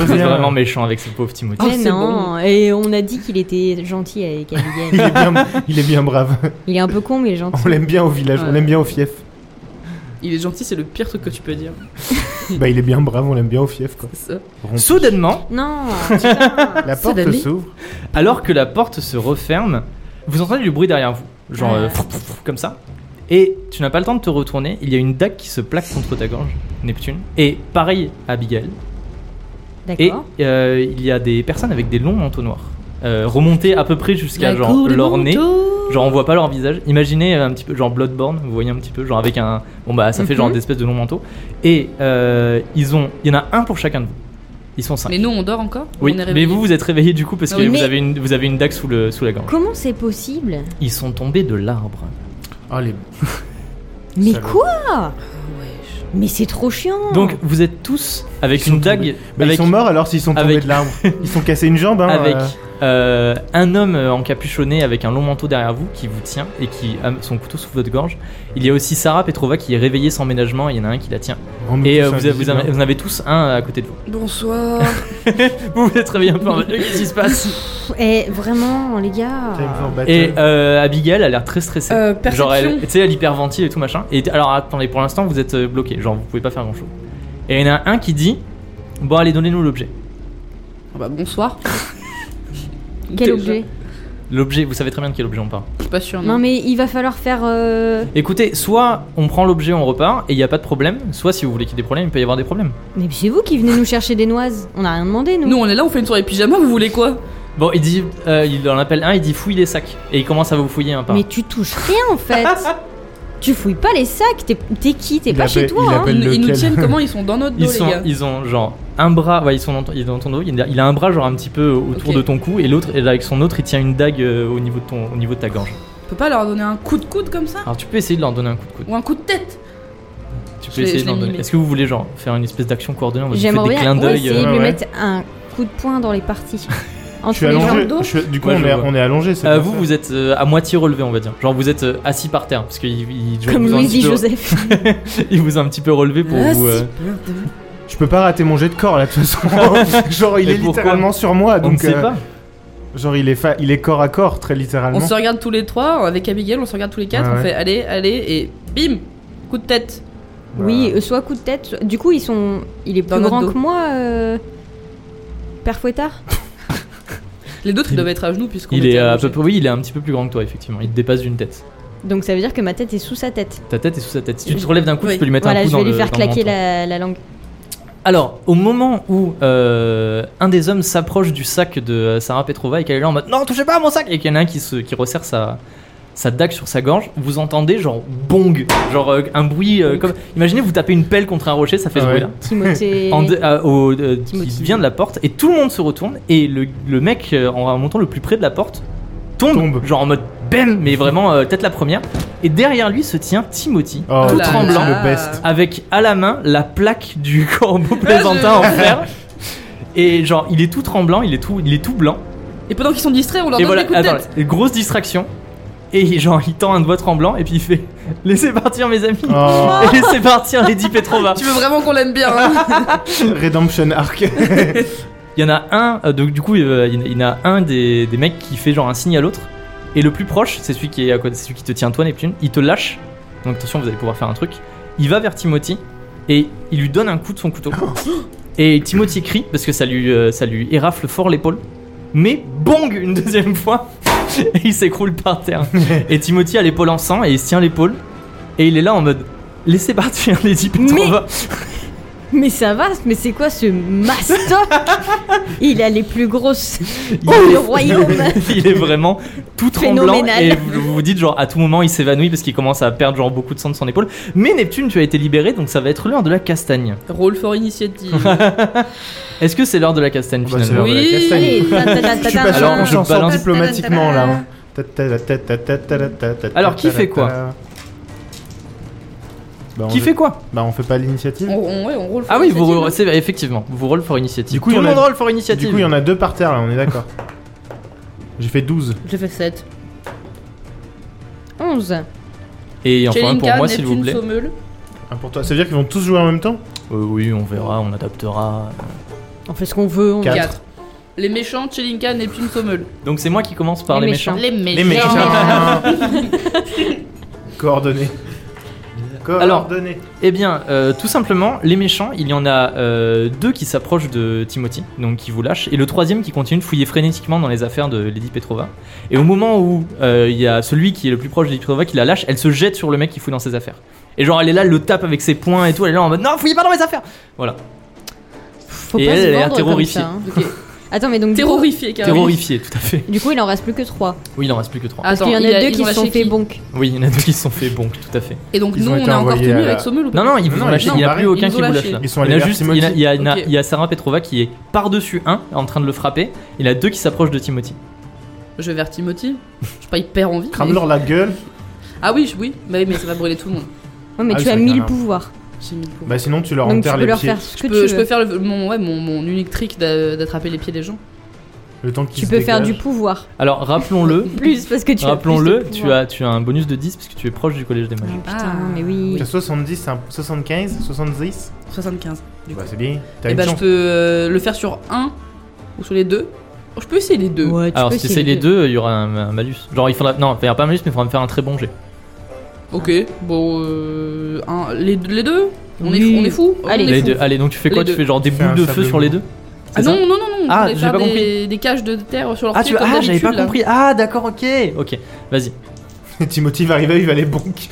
êtes
Reviens.
vraiment méchant avec ce pauvre Timothy.
Oh,
Mais
c'est
non,
bon.
et on a dit qu'il était gentil avec
Il
Abigail.
est bien, il est bien brave.
Il est un peu con, mais il est gentil.
On l'aime bien au village, on
Ouais.
l'aime bien au fief.
Il est gentil, c'est le pire truc que tu peux dire.
Bah, il est bien brave, on l'aime bien au fief, quoi.
Ça.
Oh.
Soudainement,
Non, putain.
La
C'est
porte
Dudley.
s'ouvre.
alors que la porte se referme, vous entendez du bruit derrière vous, genre
Ah.
euh, frouf, frouf, frouf, comme ça. Et tu n'as pas le temps de te retourner, il y a une dague qui se plaque contre ta gorge, Neptune. Et pareil à Abigail. Et
D'accord.
euh, il y a des personnes avec des longs manteaux noirs, euh, remontés à peu près jusqu'à
La
genre
cour des
leur nez.
manteaux.
Genre on voit pas leur visage. Imaginez euh, un petit peu genre Bloodborne, vous voyez un petit peu genre avec un bon bah ça fait genre
Mhm.
des espèces de longs manteaux et euh, ils ont il y en a un pour chacun de vous. Ils sont cinq.
Mais nous, on dort encore
oui,
On est
mais
réveillés
vous vous êtes réveillés du coup parce que
Oui,
vous
mais-
avez une vous avez une dague sous le sous la gorge.
Comment c'est possible
Ils sont tombés de l'arbre.
Oh, les...
Mais
Salaud.
quoi
Ah ouais,
Mais c'est trop chiant
Donc vous êtes tous avec
Ils
une
sont
dague
tombés. Bah,
avec
ils sont morts alors s'ils sont tombés
avec-
de l'arbre. Ils sont cassés une jambe, hein.
avec
euh,
euh, un homme euh, encapuchonné avec un long manteau derrière vous qui vous tient et qui a son couteau sous votre gorge. Il y a aussi Sarah Petrova qui est réveillée sans ménagement, il y en a un qui la tient.
rends-nous
Et
tous
euh, vous, avez- vous en
invisibles,
avez- vous en avez tous un à côté de vous.
je- Bonsoir.
Vous vous êtes réveillé un peu en mode qu'est-ce qui se passe
Eh, vraiment, les
hein. Time for
gars
battle.
Et euh, Abigail a l'air très stressée.
Euh,
genre elle,
perception.
tu sais, elle hyperventile et tout machin. Et t- alors attendez, pour l'instant vous êtes bloqué, genre vous pouvez pas faire grand chose. Et il y en a un qui dit Bon, allez, donnez-nous l'objet.
Ah bah, bonsoir.
Quel
Déjà.
objet
L'objet, vous savez très bien de quel objet on parle.
Je suis pas sûr.
Non, mais il va falloir faire... euh,
Écoutez, soit on prend l'objet, on repart et il n'y a pas de problème, soit si vous voulez qu'il y ait des problèmes, il peut y avoir des problèmes.
Mais c'est vous qui venez nous chercher des noises On n'a rien demandé, nous
Nous, on est là, on fait une soirée pyjama, vous voulez quoi
Bon, il dit, euh, il en appelle un, il dit fouille les sacs. Et il commence à vous fouiller un par
Mais tu touches rien, en fait Tu fouilles pas les sacs, t'es t'es qui T'es
Il
pas
appelle-
chez
il
toi, hein
appelle-
ils, ils nous
lequel
tiennent comment Ils sont dans notre dos,
Ils,
les
sont,
gars.
ils ont genre un bras, ouais, ils sont dans ton, ils sont dans ton dos, il a, il a un bras genre un petit peu autour
Ok.
de ton cou et l'autre, et avec son autre, il tient une dague euh, au niveau de, ton, au niveau de ta gorge.
On peut pas leur donner un coup de coude comme ça
Alors tu peux essayer de leur donner un coup de coude.
Ou un coup de tête
Tu
Je
peux
l'ai-
essayer
je
de leur
l'ai
donner.
mimé.
Est-ce que vous voulez genre faire une espèce d'action coordonnée On va faire
J'aimerais
des clins
bien
d'œil.
essayer
euh,
de lui
ouais.
mettre un coup de poing dans les parties.
Je
Entre
suis
les jambes
allongé.
d'eau.
je suis- Du coup,
Ouais,
on,
je
est,
vois.
on est allongé. c'est
euh,
bien
vous,
ça.
vous êtes euh, à moitié relevé, on va dire. Genre vous êtes euh, assis par terre parce qu'il il, il-
Comme
vous a un
Louis
petit
dit
peu-
Joseph.
il vous a un petit peu relevé pour
Ah,
vous.
si,
euh,
merde.
Je peux pas rater mon jet de corps là de toute façon. genre il
Et
est
pourquoi
littéralement sur moi
on ne
donc.
sait
euh,
pas.
Genre il est, fa- il est corps à corps très littéralement.
On se regarde tous les trois, avec Abigail, on se regarde tous les quatre,
Ouais,
on
ouais.
fait allez, allez, et bim Coup de tête.
Bah,
Oui, euh, soit coup de tête. soit- Du coup, ils sont. Il est
Dans
plus
notre
grand
dos.
que moi, euh... Père Fouettard
Les deux, ils
Il-
doivent être à genoux puisqu'on
Il
était
est à peu
allongés.
près, oui, il est un petit peu plus grand que toi effectivement. Il te dépasse d'une tête.
Donc ça veut dire que ma tête est sous sa tête.
Ta tête est sous sa tête. Si tu te relèves d'un coup,
Oui.
tu peux lui mettre un
voilà,
coup
je
dans
vais
le.
lui faire
dans le
claquer
menton.
la, la langue.
Alors, au moment où euh, un des hommes s'approche du sac de euh, Sarah Petrova et qu'elle est là en mode Non, touchez pas à mon sac Et qu'il y en a un qui, se, qui resserre sa, sa dague sur sa gorge, vous entendez genre bong, genre euh, un bruit euh, comme. Imaginez, vous tapez une pelle contre un rocher, ça fait ce
Ah ouais.
bruit-là.
Timothée.
En deux- euh, au- euh, qui
Timothy.
vient de la porte et tout le monde se retourne et le, le mec euh, en montant le plus près de la porte tombe,
Tombe.
genre en mode bam mais vraiment euh, tête la première et derrière lui se tient Timothy
Oh,
tout
Ah là
tremblant
là.
Le best.
avec à la main la plaque du corbeau plaisantin en fer. Et genre, il est tout tremblant, il est tout, il est tout blanc.
Et pendant qu'ils sont distraits, on leur
et
donne
voilà,
des coups de
attends,
tête.
grosse distraction. Et genre, il tend un doigt tremblant et puis il fait Laissez partir mes amis
Oh,
Et laissez partir Lady Petrova
Tu veux vraiment qu'on l'aime bien hein
Redemption Arc.
Il y en a un, euh, donc du coup, euh, il y en a- il y en a un des, des mecs qui fait genre un signe à l'autre. Et le plus proche, c'est celui qui est à côté, c'est celui qui te tient toi, Neptune. Il te lâche. Donc attention, vous allez pouvoir faire un truc. Il va vers Timothy et il lui donne un coup de son couteau. Et Timothy crie parce que ça lui, euh, ça lui érafle fort l'épaule. Mais bang une deuxième fois et il s'écroule par terre. Et Timothy a l'épaule en sang et il se tient l'épaule. Et il est là en mode laissez partir Lady Petrova.
Mais ça va, mais c'est quoi ce mastoc Il a les plus grosses.
Il
Oh,
est-
le royaume
Il est vraiment tout tremblant
Phénoménal.
et vous vous dites genre à tout moment il s'évanouit parce qu'il commence à perdre genre beaucoup de sang de son épaule. Mais Neptune, tu as été libéré donc ça va être l'heure de la castagne.
Roll for initiative.
Est-ce que c'est l'heure de la castagne
Bah, c'est
finalement
l'heure de la
Oui.
castagne.
Allez, ta- ta- ta-
Je suis
ta-
pas
ta-
Alors,
sûr qu'on
je
s'en sorte
balance.
diplomatiquement là. hein.
Alors, qui fait quoi
Bah, on
Qui
fait-
fait quoi
Bah on fait pas l'initiative.
on, on- ouais, on roll for
Ah oui,
initiative.
vous, c'est- effectivement, vous roll for initiative.
Du coup,
tout
il y
le
en a-
monde roll for initiative.
Du coup il y en a deux par terre là, on est d'accord. J'ai fait 12.
J'ai fait 7.
11.
Et enfin
Chelinka,
pour moi s'il
Neptune,
vous plaît.
Sommel.
Un pour toi. Ça veut dire qu'ils vont tous jouer en même temps
Euh, oui, on verra, on adaptera.
On fait ce qu'on veut. On...
Quatre.
Quatre. Les méchants, Chelinka, Neptune, Sommel.
Donc c'est moi qui commence par les,
Les
méchants.
méchants.
Les méchants.
Les méchants Coordonnées.
Alors-
Coordonnées.
Eh bien, euh, tout simplement, les méchants, il y en a euh, deux qui s'approchent de Timothy, donc qui vous lâchent, et le troisième qui continue de fouiller frénétiquement dans les affaires de Lady Petrova. Et au moment où euh, il y a celui qui est le plus proche de Lady Petrova qui la lâche, elle se jette sur le mec qui fouille dans ses affaires. Et genre, elle est là, elle le tape avec ses poings et tout, elle est là en mode Non, fouillez pas dans mes affaires Voilà,
Faut
Et
pas
elle,
se
elle est
vendre comme
terrorifiée.
ça, hein.
Ok.
Attends, mais donc. du coup-
Terrorifié, carrément.
terrorifié, tout à fait.
Du coup, il en reste plus que 3.
Oui, il en reste plus que trois.
Parce
Attends,
qu'il y en a
il
deux
ils
qui
ont
se
lâché
sont fait
qui
bonk.
Oui, il y en a deux qui se sont fait bonk, tout à fait.
Et donc
Ils
nous,
ont
on
été
est encore
envoyés
tenus
à la-
avec Sommel ou pas
Non, non, ils vous
Non,
ont
ils
lâché,
sont
il n'y en a
barrés.
plus aucun
Ils
qui
ont
vous lâche
lâché.
là.
Ils
il y
sont
en a
allés vers
juste,
Timothy.
il y en a- il y, en a-
Ok.
il y a Sarah Petrova qui est par-dessus un en train de le frapper, il y en a deux qui s'approchent de Timothy.
Je vais vers Timothy. Je pas hyper envie. mais-
Crame-leur la gueule.
Ah oui, je- oui. Bah oui, mais ça va brûler tout le monde.
Ouais, mais
Ah,
tu
c'est
as
vrai qu'il y
1000
en a un.
pouvoirs.
J'ai mis le coup.
Bah sinon tu leur
Donc tu
enterres
peux
les
leur
pieds.
faire ce
Je
que
peux,
tu
je
euh,
peux
veux.
faire le- mon, ouais, mon, mon unique trick d'a- d'attraper les pieds des gens.
Le temps qu'ils
Tu
se
peux faire du
dégagent.
pouvoir.
Alors rappelons-le,
Plus, parce que tu as. plus de
Rappelons-le, tu
pouvoir.
as, tu as un bonus de 10 parce que tu es proche du collège des mages.
Ah, putain,
Ah,
mais oui.
T'as 70, c'est un- 75, 70
75. Du coup.
Bah c'est bien.
Et
Eh
T'as une
bah je
chance.
peux euh, le faire sur un ou sur les deux. Oh, Je peux essayer les deux.
Ouais, tu
Alors
peux
si c'est les deux, il y aura un, un malus. Genre il faudra. Non, il y aura pas un malus, mais il faudra me faire un très bon jet.
Ok, bon. euh, un- les, deux- les deux on, est,
Oui.
fou- on est fou Oh,
Allez.
On est
Les
fou.
deux. Allez, donc tu fais quoi
Les
Tu
deux.
fais genre des
Fais un
boules de
sable
feu sur les
blanc.
deux
Ah
C'est ça
non, non, non, non,
Ah,
on allait
j'ai
faire
pas
des, des cages de terre sur leur
Ah,
pied
tu...
comme
ah j'avais
d'habitude,
pas
là.
compris. Ah, d'accord, ok. Ok, vas-y.
Timothy va arriver, il va les bonk.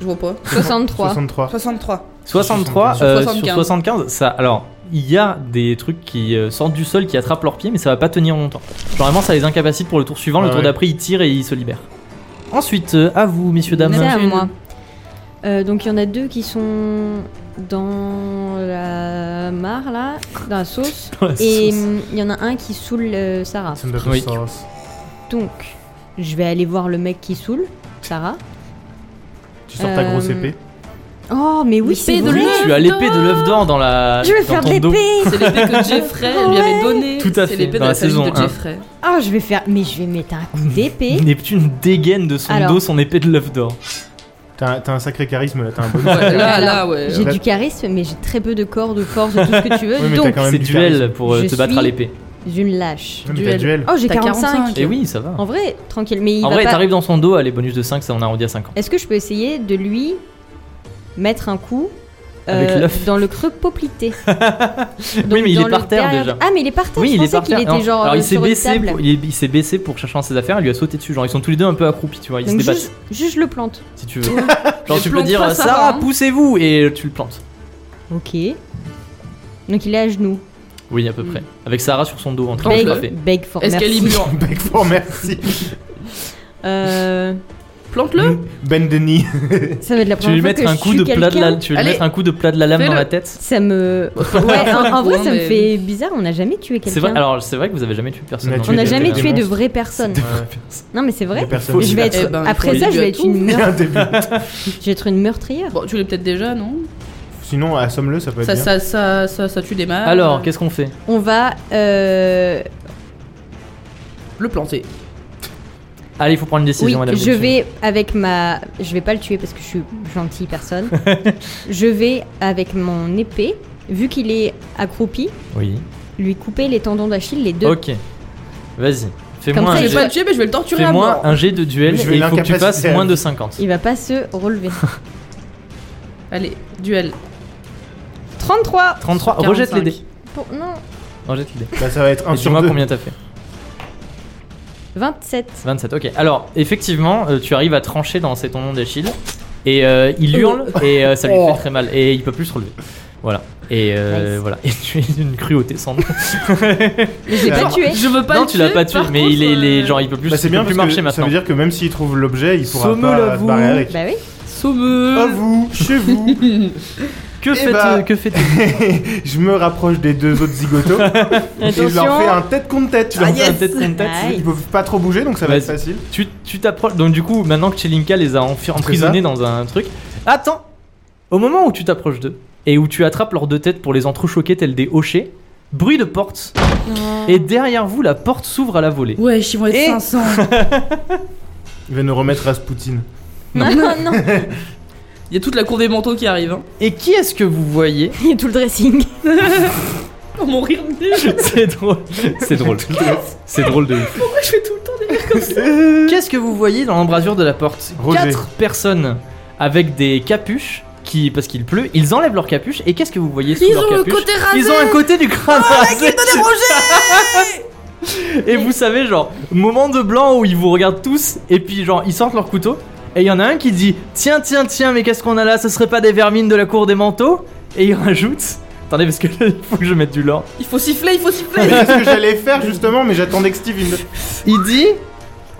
Je vois pas.
63.
63.
63.
63 euh, sur
75.
75, ça. Alors, il y a des trucs qui euh, sortent du sol qui attrapent leurs pieds, mais ça va pas tenir longtemps. Genre vraiment, ça les incapacite pour le tour suivant. le
Ah
tour
ouais.
d'après, ils tirent et ils se libèrent. Ensuite, euh, à vous, messieurs, dames.
C'est à
Neptune.
moi. Euh, donc il y en a deux qui sont dans la mare là, dans la sauce. Et hum, il y en a un qui saoule euh, Sarah.
Ça me fait
Oui.
sens.
Donc je vais aller voir le mec qui saoule Sarah.
Tu sors ta grosse
Euh,
épée.
Oh mais oui,
L'épée
c'est
de
vrai.
Oui, tu as l'épée de l'œuf d'or dans la.
Je vais
dans
faire de
ton dos.
l'épée.
C'est l'épée que Jeffrey lui avait
Ouais.
donnée.
Tout à
C'est
fait,
l'épée
dans la
de la famille
saison
de
un.
Jeffrey.
Ah, je vais faire mais je vais mettre un coup d'épée.
Neptune dégaine de son
Alors.
dos son épée de l'œuf d'or.
T'as un- t'as un sacré charisme là, t'as un bonus.
Ouais, là, là, Euh, ouais.
J'ai
Ouais.
du charisme mais j'ai très peu de corps, de force, de tout ce que tu veux.
Oui, mais t'as
donc
quand même
C'est
du
duel
charisme.
pour euh,
Je
te battre à
suis-
l'épée.
une lâche.
Ouais, mais t'as duel.
Oh, j'ai
T'as
45.
45.
Et oui, ça va.
En vrai, tranquille, mais il
en
va
vrai,
pas
t'arrives dans son dos, elle est bonus de 5, ça on arrondit à 50.
Est-ce que je peux essayer de lui mettre un coup euh,
Avec l'œuf.
dans le creux poplité
oui, mais il
Dans
est
le
par terre
derrière-
déjà.
Ah, mais il est par terre.
Oui,
je
il est
pensais
par
qu'il
terre.
était
Non.
genre
Alors,
euh,
il s'est
sur une
baissé,
table.
pour, il est- il s'est baissé pour chercher dans ses affaires, il lui a sauté dessus. Genre, ils sont tous les deux un peu accroupis, tu vois. Ils
Donc
se débattent,
juste, juste le plante.
si tu veux. Genre,
Mais
tu peux
plante
dire
pas, ça va,
Sarah,
hein.
poussez-vous et tu le plantes.
Ok. Donc il est à genoux.
Oui, à peu près. Avec Sarah sur son dos en train de
Beg,
frapper.
beg for
Est-ce qu'elle est
merci.
mûre
Bec fort, merci.
Euh,
Plante-le
Ben Denis.
ça va être la
Tu veux
première
lui
fois
mettre
que
un
je
coup
tue
de plat de la,
quelqu'un.
tu veux lui
Allez,
mettre un coup de plat de la lame
fais-le.
dans la tête.
Ça me. Ouais, en, en
du
vrai,
coup,
ça
hein,
me
mais-
fait bizarre. On n'a jamais tué
C'est vrai.
quelqu'un.
Alors, c'est vrai que vous avez jamais tué personne.
On a
dans
tué
On
le
n'a
jeu.
jamais
des
tué de
monstres.
vraies personnes. Non, mais c'est
Les
vrai.
personnes.
Je vais
Eh
être.
ben, il faut
Après
les
ça,
tuer
je
à
vais être
tous.
une
Il y a
meurtre.
un début.
Je vais être une meurtrière.
Bon, tu l'es peut-être déjà, non
Sinon, assomme-le, ça peut être
ça,
Bah,
ça,
bien.
ça, ça, ça tue des mâles.
Alors, qu'est-ce qu'on fait
On va. euh,
Le planter.
Allez, il faut prendre une décision,
oui,
madame.
je
Neptune.
vais avec ma. Je vais pas le tuer parce que je suis gentille personne. je vais avec mon épée, vu qu'il est accroupi,
Oui.
lui couper les tendons d'Achille, les deux.
Ok. Vas-y.
Comme
Fais-moi
ça,
un
Ah, Je
jet.
il
vais pas le tuer, mais je vais le torturer à
Fais-moi
mort.
un jet de duel
Mais je
et
vais
il faut que tu
l'incapaciter
fasses
à-
moins de 50.
Il va pas se relever.
Allez, duel.
33
33,
Sur
rejette les
45.
dés.
Pour- Non
Rejette les dés.
Bah, ça va être
Et
1 sur
dis-moi
2.
combien t'as fait.
27.
27, ok. Alors, effectivement, euh, tu arrives à trancher dans ces tendons d'Achille Et euh, il hurle et euh, ça lui
Oh.
fait très mal. Et il peut plus se relever. Voilà. Et euh,
Nice.
voilà. Et tu es une cruauté sans nom.
Mais je l'ai pas
Alors,
tué.
Je veux pas
non,
le
tu l'as
tuer,
pas tué,
par
mais
contre,
il est, il est-
euh,
genre il peut plus,
Bah, c'est
il peut
bien
plus
parce
marcher
que
maintenant.
ça veut dire que même s'il trouve l'objet, il pourra
Sommeux
pas
l'avoue.
se barrer avec.
Bah oui.
Saumeux.
À vous, chez vous.
Que
Eh
faites, euh,
bah.
que faites
je me rapproche des deux autres zigotos et je leur
Attention.
fais un tête contre tête. Je leur
Ah,
fais un
yes.
tête contre tête.
Nice.
Ils peuvent pas trop bouger donc ça va être
Vas-y.
facile.
Tu tu t'approches. Donc du coup, maintenant que Chelinka les a enfi- emprisonnés dans un truc, attends. Au moment où tu t'approches d'eux et où tu attrapes leurs deux têtes pour les entrechoquer tels des hochets, bruit de porte. Et derrière vous, la porte s'ouvre à la volée.
Ouais, ils vont être
Et-
500.
Il va nous remettre Rasputin.
Non, non, non.
Il y a toute la cour des manteaux qui arrive. Hein.
Et qui est-ce que vous voyez
Il y a tout le dressing.
On Oh, mon rire déjà.
C'est drôle. C'est drôle. C'est drôle de ouf.
Pourquoi je fais tout le temps des rires comme ça
Qu'est-ce que vous voyez dans l'embrasure de la porte
Roger.
Quatre personnes avec des capuches qui, parce qu'il pleut, ils enlèvent leurs capuches et qu'est-ce que vous voyez sous
Ils
leurs
ont le
capuches
côté rasé
Ils ont un côté du crâne rasé. et vous savez genre moment de blanc où ils vous regardent tous et puis genre ils sortent leur couteau et il y en a un qui dit tiens tiens tiens mais qu'est-ce qu'on a là ce serait pas des vermines de la cour des manteaux et il rajoute attendez parce que là, il faut que je mette du lore
Il faut siffler, il faut siffler.
Mais C'est ce que j'allais faire justement, mais j'attendais que Steve. il me-
Il dit.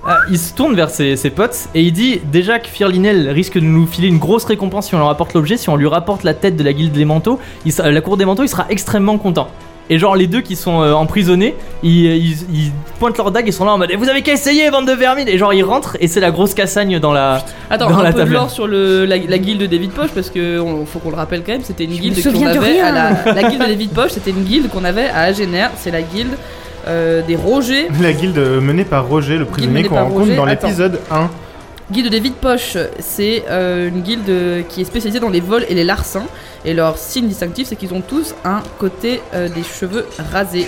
Ah, il se tourne vers ses, ses potes et il dit déjà que Firlinel risque de nous filer une grosse récompense si on leur apporte l'objet, si on lui rapporte la tête de la guilde des manteaux, il sera- la cour des manteaux, il sera extrêmement content. Et genre les deux qui sont euh, emprisonnés, ils, ils- ils pointent leur dague et sont là en mode eh, vous avez qu'à essayer bande de vermine et genre ils rentrent et c'est la grosse cassagne dans la...
Attends,
Dans
un
la
peu de
table.
lore sur le, la, la guilde des vides poches parce que on- faut qu'on le rappelle quand même, c'était une guilde qu'on
souviens de
avait
rien.
à la, la guilde des vides poches, c'était une guilde qu'on avait à Agener, c'est la guilde euh, des Rogers,
La guilde euh, menée par Roger, le prisonnier
menée
qu'on
par
rencontre
Roger,
dans
attends.
l'épisode 1.
Guilde des vides poches, c'est euh, une guilde euh, qui est spécialisée dans les vols et les larcins. Et leur signe distinctif, c'est qu'ils ont tous un côté euh, des cheveux rasés.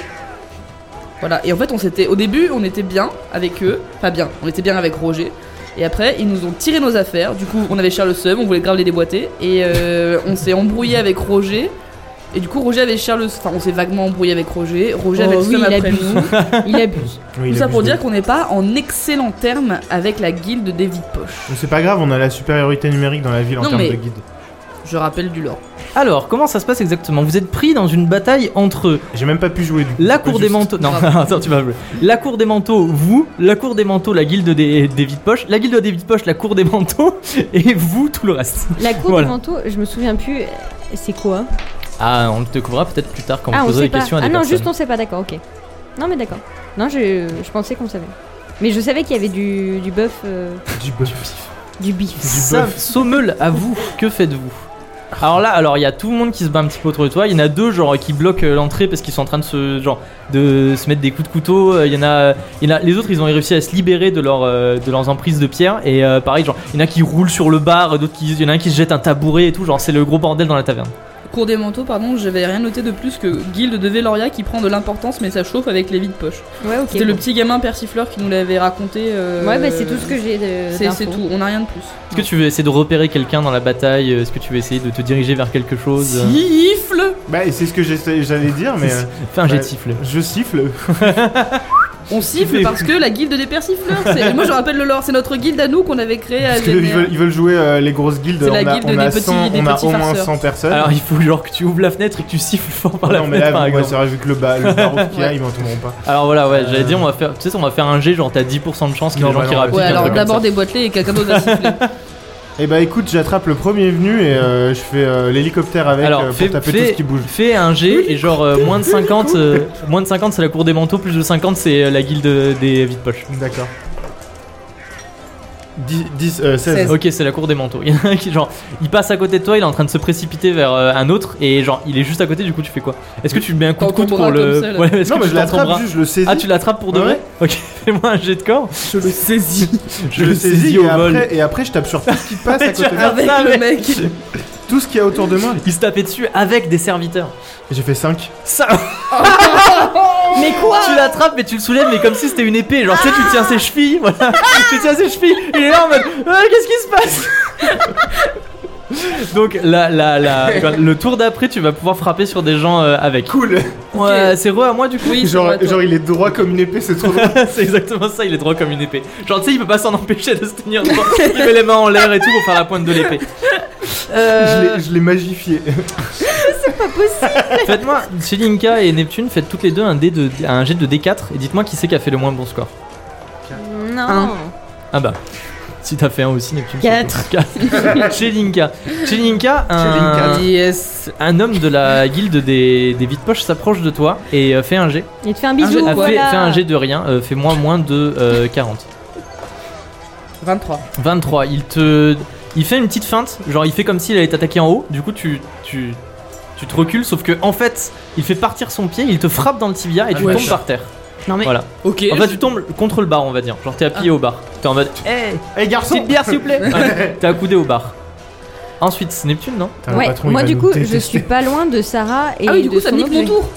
Voilà. Et en fait, on s'était, au début, on était bien avec eux. Enfin, bien. On était bien avec Roger. Et après, ils nous ont tiré nos affaires. Du coup, on avait Charles Seum, on voulait grave les déboîter. Et euh, on s'est embrouillé avec Roger. Et du coup, Roger avait Charles. Enfin, on s'est vaguement embrouillé avec Roger. Roger
Oh
avait le
oui,
seum
il
après
abuse.
nous.
Il abuse.
Oui, il
Tout ça
abuse
pour
de-
dire qu'on n'est pas en excellent terme avec la guilde des vides poches.
Mais C'est pas grave, on a la supériorité numérique dans la ville en
Non,
termes
mais-
de guide.
Je rappelle du lore.
Alors comment ça se passe exactement Vous êtes pris dans une bataille entre
J'ai même pas pu jouer du coup.
la
c'est pas
cour des
juste.
manteaux... Non, attends, tu vas... La cour des manteaux, vous, la cour des manteaux, la guilde des, des vides poches, la guilde des vides poches, la cour des manteaux et vous tout le reste.
La cour
Voilà.
du manteau, je me souviens plus. euh, C'est quoi
Ah, on le découvrira peut-être plus tard quand
Ah,
vous
on
poserez
sait
des
pas.
questions à
Ah
des
non,
personnes.
juste on sait pas, d'accord, ok. Non, mais d'accord. Non, je, je pensais qu'on savait. Mais je savais qu'il y avait du, du bœuf, euh,
Du bœuf.
du bif.
Ça-
bœuf.
Sommeul, à vous, que faites-vous alors là, alors il y a tout le monde qui se bat un petit peu autour de toi. Il y en a deux genre qui bloquent euh, l'entrée parce qu'ils sont en train de se genre de se mettre des coups de couteau. Euh, Il y en a, il y en a- les autres ils ont réussi à se libérer de leur euh, de leurs emprises de pierre et euh, pareil genre il y en a qui roulent sur le bar, d'autres qui il y en a un qui se jette un tabouret et tout genre c'est le gros bordel dans la taverne.
Cours des manteaux, pardon, j'avais rien noté de plus que Guilde de Veloria qui prend de l'importance mais ça chauffe avec les vides poches.
Ouais, ok.
C'était le
bon.
petit gamin persifleur qui nous l'avait raconté. euh,
Ouais, bah c'est tout ce que j'ai de.
C'est c'est
d'infos.
tout, on n'a rien de plus.
Est-ce que tu veux essayer de repérer quelqu'un dans la bataille Euh, Est-ce que tu veux essayer de te diriger vers quelque chose
Siffle
Bah, et c'est ce que j'essa- j'allais dire, mais euh,
Fais un jet de
Ouais.
sifflet.
je siffle.
On siffle parce que la guilde des persifleurs, c'est. Moi je rappelle le lore, c'est notre guilde à nous qu'on avait créée à
Parce qu'ils
Génère.
veulent, ils veulent jouer euh, les grosses guildes.
C'est
on
la
a,
guilde
on
des
a
petits-
100,
des
on a
petits
au moins
farceurs.
100 personnes.
Alors il faut genre que tu ouvres la fenêtre et que tu siffles fort par la
non, mais
fenêtre
là,
par
ouais,
exemple.
c'est vrai, vu que le, ba- le barouf qu'il y a, ils m'entendront pas.
Alors voilà ouais, j'allais
Euh.
dire on va faire tu sais on va faire un jet genre t'as 10% de chance qu'il y ait des gens
Non, bah
qui
non,
rappliquent
Ouais,
un
alors
truc comme
d'abord
ça.
déboîte-les et quelqu'un d'autre va siffler.
Eh bah, écoute, j'attrape le premier venu et euh, je fais euh, l'hélicoptère avec
Alors
euh, pour
fais,
taper
fais-
tout ce qui bouge.
fais un jet et genre euh, moins de 50 euh, moins de 50 c'est la cour des manteaux plus de 50 c'est euh, la guilde euh, des vides poches.
D'accord. 10, 10 euh, 16.
Ok c'est la cour des manteaux. Il y en a un qui genre il passe à côté de toi, il est en train de se précipiter vers euh, un autre et genre il est juste à côté du coup tu fais quoi Est-ce que tu lui mets un coup de
Tends ton
coude pour
bras
le
comme ça, là.
Ouais, est-ce
Non,
que
mais
tu
je
tends ton bras
l'attrape juste, je le saisis.
Ah tu l'attrapes pour de
Ouais,
vrai
ouais.
Ok fais-moi un jet de corps.
Je le saisis
je le saisis,
au
et,
vol.
après, et après, je tape sur tout ce qui passe à
Tu
côté de moi.
as-
avec
Ah, ça, mais-
le mec.
Tout ce qu'il y a autour de moi.
Il se tapait dessus avec des serviteurs.
Et J'ai fait 5.
Ça Mais quoi Tu l'attrapes mais tu le soulèves mais comme si c'était une épée. Genre tu sais tu tiens ses Euh, chevilles, voilà. tu tiens ses chevilles. Il est là en mode Ah, qu'est-ce qui se passe Donc la, la, la- le tour d'après, tu vas pouvoir frapper sur des gens euh, avec.
Cool
Ouais, c'est re à moi du coup.
Oui, c'est
genre,
vrai, toi.
genre, il est droit comme une épée, c'est trop drôle.
c'est exactement ça, il est droit comme une épée. Genre, tu sais, il peut pas s'en empêcher de se tenir droit. Il met les mains en l'air et tout pour faire la pointe de l'épée.
Je
Euh,
l'ai- Je l'ai magifié.
Pas possible
Faites-moi, Selinka et Neptune, faites toutes les deux un, dé de, un jet de D4 et dites-moi qui c'est qui a fait le moins bon score.
Non
Un.
Ah bah. Si t'as fait un aussi, Neptune.
Quatre.
4. Chelinka. Chelinka,
Chelinka.
un,
Yes.
un homme de la guilde des, des vides poches s'approche de toi et euh, fait un jet.
Il te fait un
A fait,
bisou, voilà.
fait un jet de rien, euh, fait moins moins de euh, 40.
23.
23, il te. Il fait une petite feinte, genre il fait comme s'il allait t'attaquer en haut, du coup tu. tu. tu te recules, sauf que en fait, il fait partir son pied, il te frappe dans le tibia et
Ah,
tu
ouais,
tombes
ça.
par terre.
Non mais Ah.
Voilà.
Ok.
En fait, tu tombes contre le bar, on va dire. Genre t'es appuyé au bar. T'es en mode.
Eh garçon
Petite bière, s'il vous plaît Ouais, T'es accoudé au bar. Ensuite, c'est Neptune, non
Putain, le
ouais,
patron, il
moi
va
du
nous
coup, je
détester.
suis pas loin de Sarah et
Ah oui, du
de
coup, ça
son
me nique mon
objet.
tour.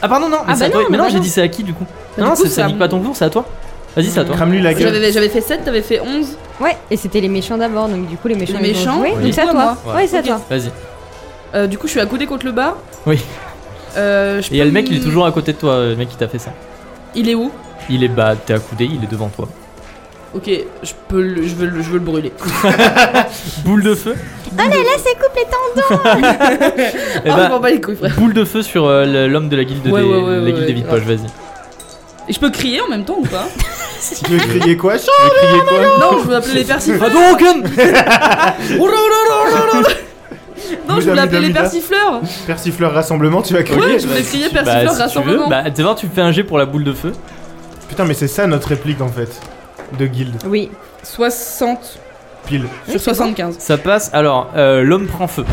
Ah, pardon, non, mais
Ah,
c'est à
bah
toi.
non,
mais non,
bah
j'ai
non.
dit c'est à qui du coup
Bah,
Non,
du
non,
coup,
c'est- ça
ça-
nique pas ton tour, c'est à toi. Vas-y, c'est à toi.
Crame-lui la gueule.
J'avais j'avais fait 7, t'avais fait 11.
Ouais, et c'était les méchants d'abord, donc du coup, les méchants.
Les
ils vont
méchants,
jouer,
oui.
donc c'est à
Ouais,
toi.
moi.
Ouais, c'est à
Ok.
toi.
Vas-y.
Euh, du coup, je suis accoudé contre le bar.
Oui.
Euh, je
Et y a
peux
le mec, il est
me-
toujours à côté de toi, le mec qui t'a fait ça.
Il est où
Il est bas, t'es accoudé, il est devant toi.
Ok, je peux le... Je veux le, je veux le brûler.
Boule de feu
Allez, là, c'est coupe les temps
Eh
ah,
bah,
je m'en bats les couilles, frère.
Boule de feu sur euh, le- l'homme de la guilde
Ouais,
des,
ouais, ouais,
la
ouais,
guilde
ouais,
des vides
grave.
poches, vas-y.
Et je peux crier en même temps ou pas
Tu veux crier quoi Chut
Tu veux crier quoi
Non, je veux appeler les
Ah,
persifleurs.
Hadouken
Oh là là là là là Non, je
Mida,
voulais appeler
mida,
les
mida.
persifleurs.
Persifleur rassemblement, tu vas crier
Ouais, je voulais crier persifleur
Bah, si tu veux,
rassemblement.
bah, tu vas voir, tu fais un jet pour la boule de feu.
Putain, mais c'est ça notre réplique en fait. De guilde.
Oui.
60
Pile.
sur 75.
Ça passe, alors, euh, l'homme prend feu.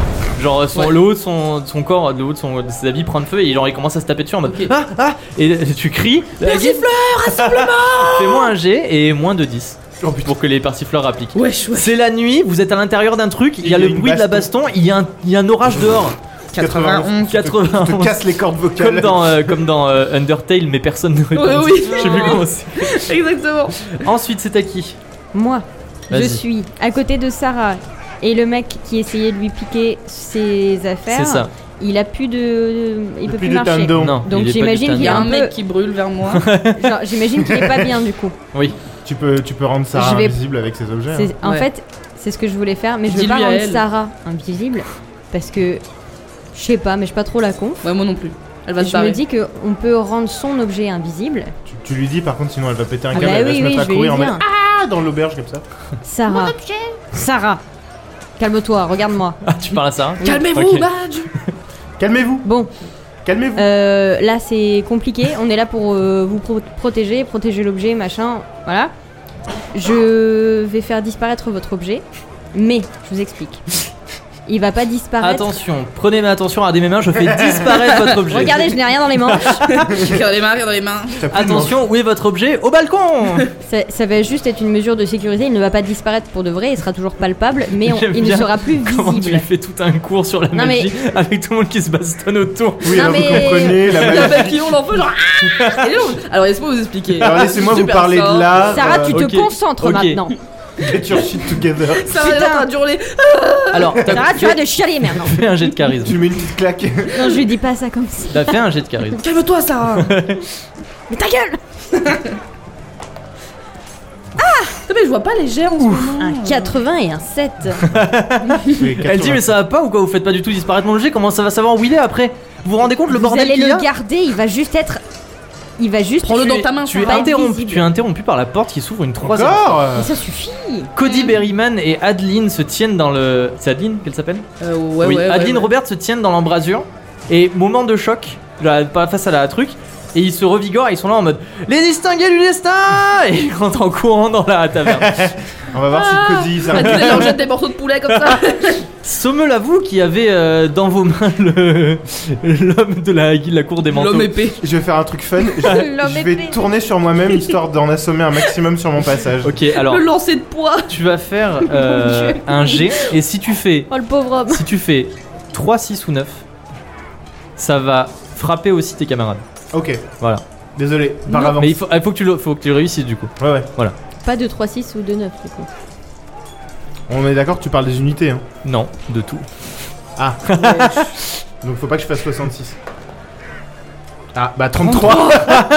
Genre, son,
Ouais.
le haut de son, son corps, le haut de, son, de ses habits prend le feu et genre, il commence à se taper dessus en mode
Ok.
Ah Ah Et euh, tu cries
Persifleur
Fais-moi un jet et moins de 10
Oh putain.
pour que les persifleurs appliquent.
Wesh, wesh.
C'est la nuit, vous êtes à l'intérieur d'un truc, il y a le
une
bruit de la baston, il y, a un- il y a un orage dehors.
91.
91.
Je te casse les cordes vocales.
Comme dans, euh, comme dans euh, Undertale, mais personne ne répond.
Ouais, oui.
Je sais plus comment c'est.
Exactement.
Ensuite, c'est à qui
Moi, je
Vas-y.
suis à côté de Sarah et le mec qui essayait de lui piquer ses
C'est
affaires.
ça.
Il a plus de. Il peut
Depuis
plus
le
marcher.
tendon.
Non,
Donc
il est pas
j'imagine
du
qu'il
Il y a
Tinder.
un
peu-
mec qui brûle vers moi.
Genre, J'imagine qu'il est pas bien du coup.
Tu peux, tu peux rendre Sarah
Je vais-
invisible avec ses objets. hein.
C'est- En
Ouais.
fait, c'est ce que je voulais faire, mais je veux
Dis-lui
pas
à
rendre
elle.
Sarah invisible parce que. Je sais pas, mais je suis pas trop la con.
Ouais, moi non plus. Elle va se
Je me
barrer.
dis qu'on peut rendre son objet invisible.
Tu, tu lui dis par contre, sinon elle va péter un
Ah
câble,
bah
elle va
oui,
se mettre
oui,
à
je vais
courir en
lui
mode
dire.
Ah dans l'auberge comme ça.
Sarah. Sarah. Calme-toi, regarde-moi.
Ah, tu parles à Sarah
Calmez-vous,
Ok.
badge
Calmez-vous,
Bon,
calmez-vous.
euh, là c'est compliqué. On est là pour euh, vous pro- protéger, protéger l'objet, machin. Voilà. Je vais faire disparaître votre objet, mais je vous explique. Il va pas disparaître.
Attention, prenez ma attention, regardez mes mains, je fais disparaître votre objet.
Regardez, je n'ai rien dans les manches.
Regarde les mains, regarde les mains.
T'as plus de manche.
Attention, où est votre objet Au balcon
ça, ça va juste être une mesure de sécurité. Il ne va pas disparaître pour de vrai. Il sera toujours palpable, mais on-
J'aime
il ne
bien
sera plus
Comment tu lui
visible.
fais tout un cours sur la
Non, mais-
magie avec tout le monde qui se bastonne autour
Oui,
Euh, Non,
alors vous
mais-
comprenez la
Il y a un
magie.
papillon dans le feu, genre. Ah Et là, on- Alors, laissez-moi vous expliquer.
Alors laissez-moi vous
Super
parler
sort.
de la
Sarah,
euh,
tu te
ok,
concentres
ok.
maintenant.
Get your shit together.
Sarah elle est en train d'hurler.
Alors, t'as
Sarah, tu
fait,
vas de chialer maintenant.
fait un jet de charisme.
Tu lui mets une petite claque.
Non, je lui dis pas ça comme ça.
T'as fait un jet de charisme.
Calme-toi, Sarah
Mais ta gueule
Putain, mais je vois pas les jets en ce moment.
Un 80 et un 7.
Elle dit mais ça va pas ou quoi Vous faites pas du tout disparaître mon objet Comment ça va savoir où il est après Vous vous rendez compte le
Vous
bordel
allez
qu'il y a
le garder, il va juste être. Il va juste.
Prends-le
Tu-
dans ta main,
tu es,
Sarah.
Sarah.
interrompu,
Invisible.
tu es interrompu par la porte qui s'ouvre une troisième fois.
Mais
Encore
ça suffit Mmh.
Cody Berryman et Adeline se tiennent dans le. C'est Adeline qu'elle s'appelle
Euh, ouais,
Oui,
ouais, ouais,
Adeline
ouais.
Robert se tiennent dans l'embrasure et moment de choc, là, pas face à la truc, et ils se revigorent, et ils sont là en mode Les distingués du destin Et ils rentrent en courant dans la taverne.
On va voir si Cody ça
Adeline, Ah. elle leur jette des morceaux de poulet comme ça.
Sommel à vous qui avez euh, dans vos mains le- l'homme de la, de la cour des manteaux.
L'homme épée.
Je vais faire un truc fun. Je, je vais
épée.
tourner sur moi-même histoire d'en assommer un maximum sur mon passage.
Ok, alors
Le lancer de poids.
tu vas faire euh,
Mon Dieu.
un G, et si tu fais,
Oh le pauvre homme
si tu fais 3, 6 ou 9, ça va frapper aussi tes camarades.
Ok,
Voilà.
désolé, par
Non.
avance.
Mais il faut, il faut que tu le, faut que tu le réussisses du coup.
Ouais, ouais.
Pas de 3-6 ou de 9 du coup.
On est d'accord, tu parles des unités. Hein.
Non, de tout.
Ah, donc faut pas que je fasse 66. Ah, bah 33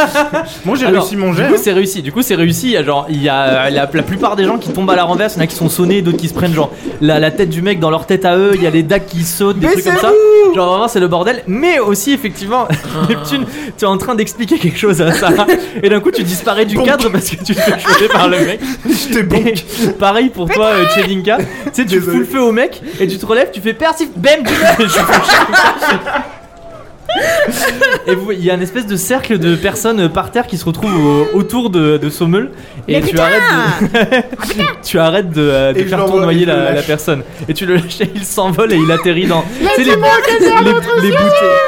Bon, j'ai
Alors,
réussi mon
Du
jet. hein.
coup, c'est réussi. Du coup, c'est réussi. Genre, il y a euh, la, la plupart des gens qui tombent à la renverse. Il y en a qui sont sonnés, d'autres qui se prennent genre la, la tête du mec dans leur tête à eux. Il y a les dacs qui sautent, des trucs comme ça. Genre, vraiment, c'est le bordel. Mais aussi, effectivement, Neptune, tu es en train d'expliquer quelque chose à Sarah. Et d'un coup, tu disparais du
Bonk.
cadre parce que tu te fais choper par le mec.
hein. J'étais bon.
Et pareil pour toi, euh, Chelinka. Tu sais, tu
Désolé.
fous le feu au mec et tu te relèves, tu fais persif, bam, tu je suis fâché. Et vous- il y a une espèce de cercle de personnes euh, par terre qui se retrouvent au- autour de, de Sommel et
Mais
tu
putain
arrêtes de, tu arrêtes de, euh, de
Et je
faire
l'envoie,
tournoyer
je le
la, la
lâche.
personne et tu le lâches et il s'envole et il atterrit dans tu sais, les, les- les bouteilles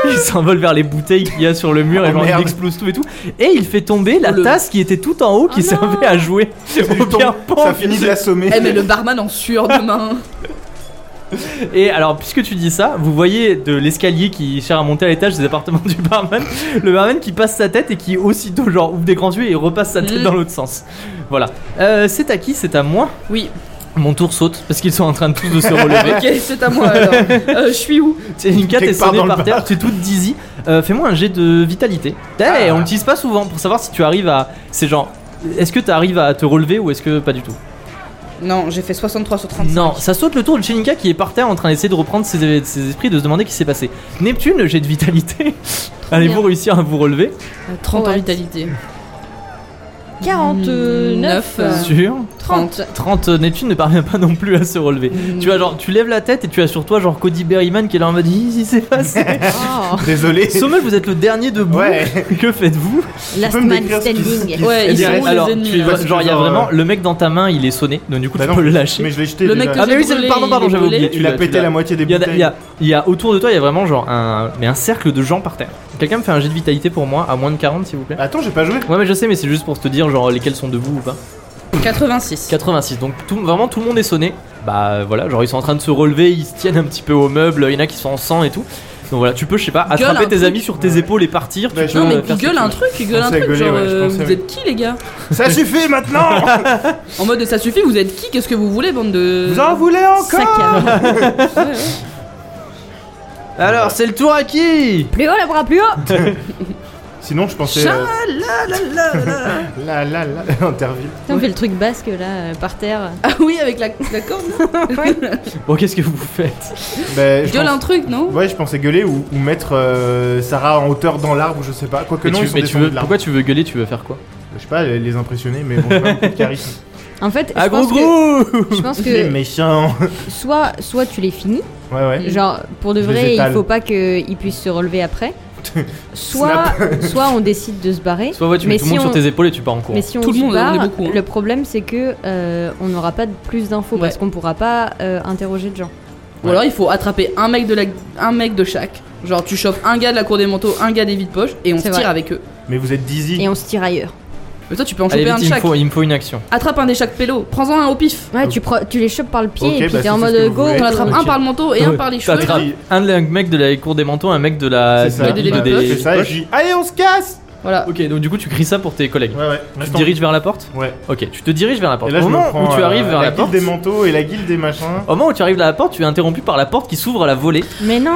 il s'envole vers les bouteilles qu'il y a sur le mur et
Oh,
genre, il
merde.
explose tout et tout et il fait tomber la
Oh, le-
tasse qui était tout en haut qui
Oh, non.
servait à jouer au
Ton-
ping-pong.
Ça finit de l'assommer.
Eh mais le barman en sueur demain.
Et alors, puisque tu dis ça, vous voyez de l'escalier qui cherche à monter à l'étage des appartements du barman, le barman qui passe sa tête et qui aussitôt genre ouvre des grands yeux et repasse sa tête
Mm.
dans l'autre sens. Voilà. Euh, c'est à qui C'est à moi.
Oui,
Mon tour saute parce qu'ils sont en train de tous de se relever.
ok, c'est à moi alors. Euh, je suis où
C'est une
Quelque
t'es
part
sonnée
dans le
par
bar.
terre, tu es toute dizzy. Euh, Fais-moi un jet de vitalité. Eh,
Ah.
On l'utilise pas souvent pour savoir si tu arrives à. C'est genre. Est-ce que tu arrives à te relever ou est-ce que pas du tout
Non, j'ai fait 63 sur 35.
Non, ça saute le tour de Chelinka qui est par terre en train d'essayer de reprendre ses, ses esprits, de se demander ce qui s'est passé. Neptune, j'ai de vitalité. Allez-vous
bien.
réussir à vous relever
Euh, 30 en
Ouais.
vitalité.
49
Euh,
Sur
30.
30, euh, Neptune ne parvient pas non plus à se relever.
Mm.
Tu vois, genre, tu lèves la tête et tu as sur toi, genre, Cody Berryman qui est là en mode, Hi, si c'est passé.
Oh,
Désolé.
Sommel, vous êtes le dernier debout.
Ouais.
Que faites-vous Eh
Last
peux me
man
décrire ce qui- ce qui-
standing.
Ouais,
Et
Eh, ils sont
direct-
où
Alors,
les ennemis
tu
là
vois,
parce que
genre, il y a
genre,
vraiment
euh,
le mec dans ta main, il est sonné, donc du coup,
Bah
tu
non,
peux le lâcher.
Mais je l'ai jeté.
Le
déjà.
mec que
Ah, mais
j'ai
oui, c'est-
brûlé,
pardon, pardon,
il est
j'avais
brûlé.
oublié.
Il a
Ah, tu
pété
l'as.
la moitié des
Il y, a,
bouteilles.
il y a- il y a- autour de toi, il y a vraiment genre un, mais un cercle de gens par terre. Quelqu'un me fait un jet de vitalité pour moi à moins de 40 s'il vous plaît.
Attends, j'ai pas joué.
Ouais mais je sais mais c'est juste pour te dire genre lesquels sont debout ou pas.
86.
86 donc tout, vraiment tout le monde est sonné. Bah euh, voilà genre ils sont en train de se relever, ils se tiennent un petit peu au meuble, il y en a qui sont en sang et tout. Donc voilà tu peux je sais pas
Gueule
attraper
un
tes
truc.
amis sur tes
Ouais.
épaules et partir.
Ouais,
tu
je-
peux,
Non,
euh, faire
mais ils
ce que
gueulent
tu
un
veux.
truc, ils gueulent
Je
un
pensais
truc.
à gueuler,
Genre,
ouais, je
euh,
pensais,
vous
oui.
êtes qui les gars
Ça suffit maintenant
En mode ça suffit, vous êtes qui Qu'est-ce que vous voulez, bande de.
Vous en voulez encore
Saccades. Ouais, ouais.
Alors c'est le tour à qui
Plus haut les bras, plus haut
Sinon, je pensais. euh, Là, là, là, Interville.
Putain, On fait le truc basque là, euh, par terre.
Ah oui, avec la, la corde
Bon qu'est-ce que vous faites
Bah, je
Gueule
pense-
un truc, non
Ouais, je pensais gueuler ou, ou mettre euh, Sarah en hauteur dans l'arbre, je sais pas. Quoique
Mais
non,
tu-
ils sont
mais tu veux-
descendus de l'arbre.
Pourquoi tu veux gueuler Tu veux faire quoi
Je sais pas, les les impressionner, mais bon, j'ai pas beaucoup de charisme.
En fait,
Ah
je,
gros
pense
gros
que, je pense
Les
que
méchants
soit, soit tu les finis,
Ouais, ouais.
genre pour de
Je les
vrai, il
étale.
faut pas qu'ils puissent se relever après. Soit, soit on décide de se barrer.
Soit ouais, tu
Mais
mets tout le
si
monde sur
on-
tes épaules et tu pars en courant.
Mais si on
Tout le
se
monde, on
barre,
est beaucoup, hein.
le problème c'est que euh, on n'aura pas de plus d'infos
Ouais.
parce qu'on pourra pas euh, interroger de gens.
Ou alors il faut attraper un mec de, la... un mec de chaque. Genre tu chopes un gars de la cour des manteaux, un gars des vides poches et on se
C'est
tire
vrai.
avec eux.
Mais vous êtes dizzy.
Et on se tire ailleurs.
Mais toi tu peux en choper
Allez,
un
vite,
de
il me
chaque.
faut- il me faut une action.
Attrape un des chaque pélo, prends-en un au pif.
Ouais, tu, pro- tu les chopes par le pied
Ok,
et puis
bah,
t'es
si
en
c'est
mode
ce que vous
go.
voulez.
On attrape
Ok.
un par le manteau et un
Ouais,
par les cheveux.
T'attrapes
Ah Oui.
un de- un mec de la cour des manteaux, un mec de la.
C'est ça,
de-
Et des
de-
bah,
des-
je fais ça et
poches.
je dis Allez, on se casse
Voilà.
Ok, donc du coup tu cries ça pour tes collègues.
Ouais, ouais.
Tu
Attends.
te diriges vers la porte
Ouais.
Ok, tu te diriges vers la porte.
Et là,
Au
je me
moment
prends,
où tu
euh,
arrives vers
la
la
guilde
porte,
des manteaux et la guilde des machins.
au moment où tu arrives vers la porte, tu es interrompu par la porte qui s'ouvre à la volée
Ah, Mais non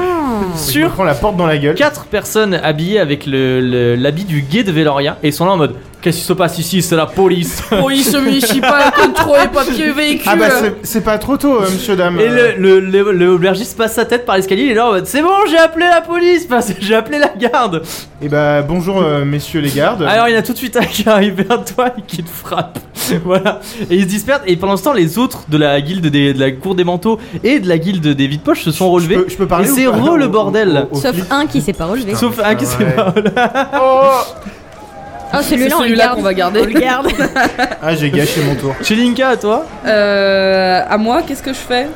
Je me
sur
prends la porte dans la gueule.
quatre personnes habillées avec le- le- l'habit du guet de Veloria et ils sont là en mode Qu'est-ce qui se passe ici C'est la police
Police municipale, contrôle papier véhicule.
Ah bah, c'est- c'est pas trop tôt, euh, monsieur, dame.
Et le, le, le- le aubergiste passe sa tête par l'escalier, il est là en mode C'est bon, j'ai appelé la police, enfin, c'est- j'ai appelé la garde
Et bah, bonjour, euh, messieurs les gardes.
Alors il y en a tout de suite un qui arrive vers toi et qui te frappe. voilà. Et ils se dispersent. Et pendant ce temps, les autres de la guilde des- de la cour des manteaux et de la guilde des vides poches se sont relevés.
Je peux, je peux parler
Et
ou
c'est
pas
re le
Au- au-
bordel.
au- au
Sauf
flic
un qui s'est pas relevé.
Sauf
putain,
un qui s'est
Ah, ouais.
pas
Oh
Oh,
C'est
celui-là, on le
celui-là
garde.
qu'on va garder.
On le garde.
Ah, j'ai gâché mon tour.
Chez Linka, à toi
Euh, à moi, qu'est-ce que je fais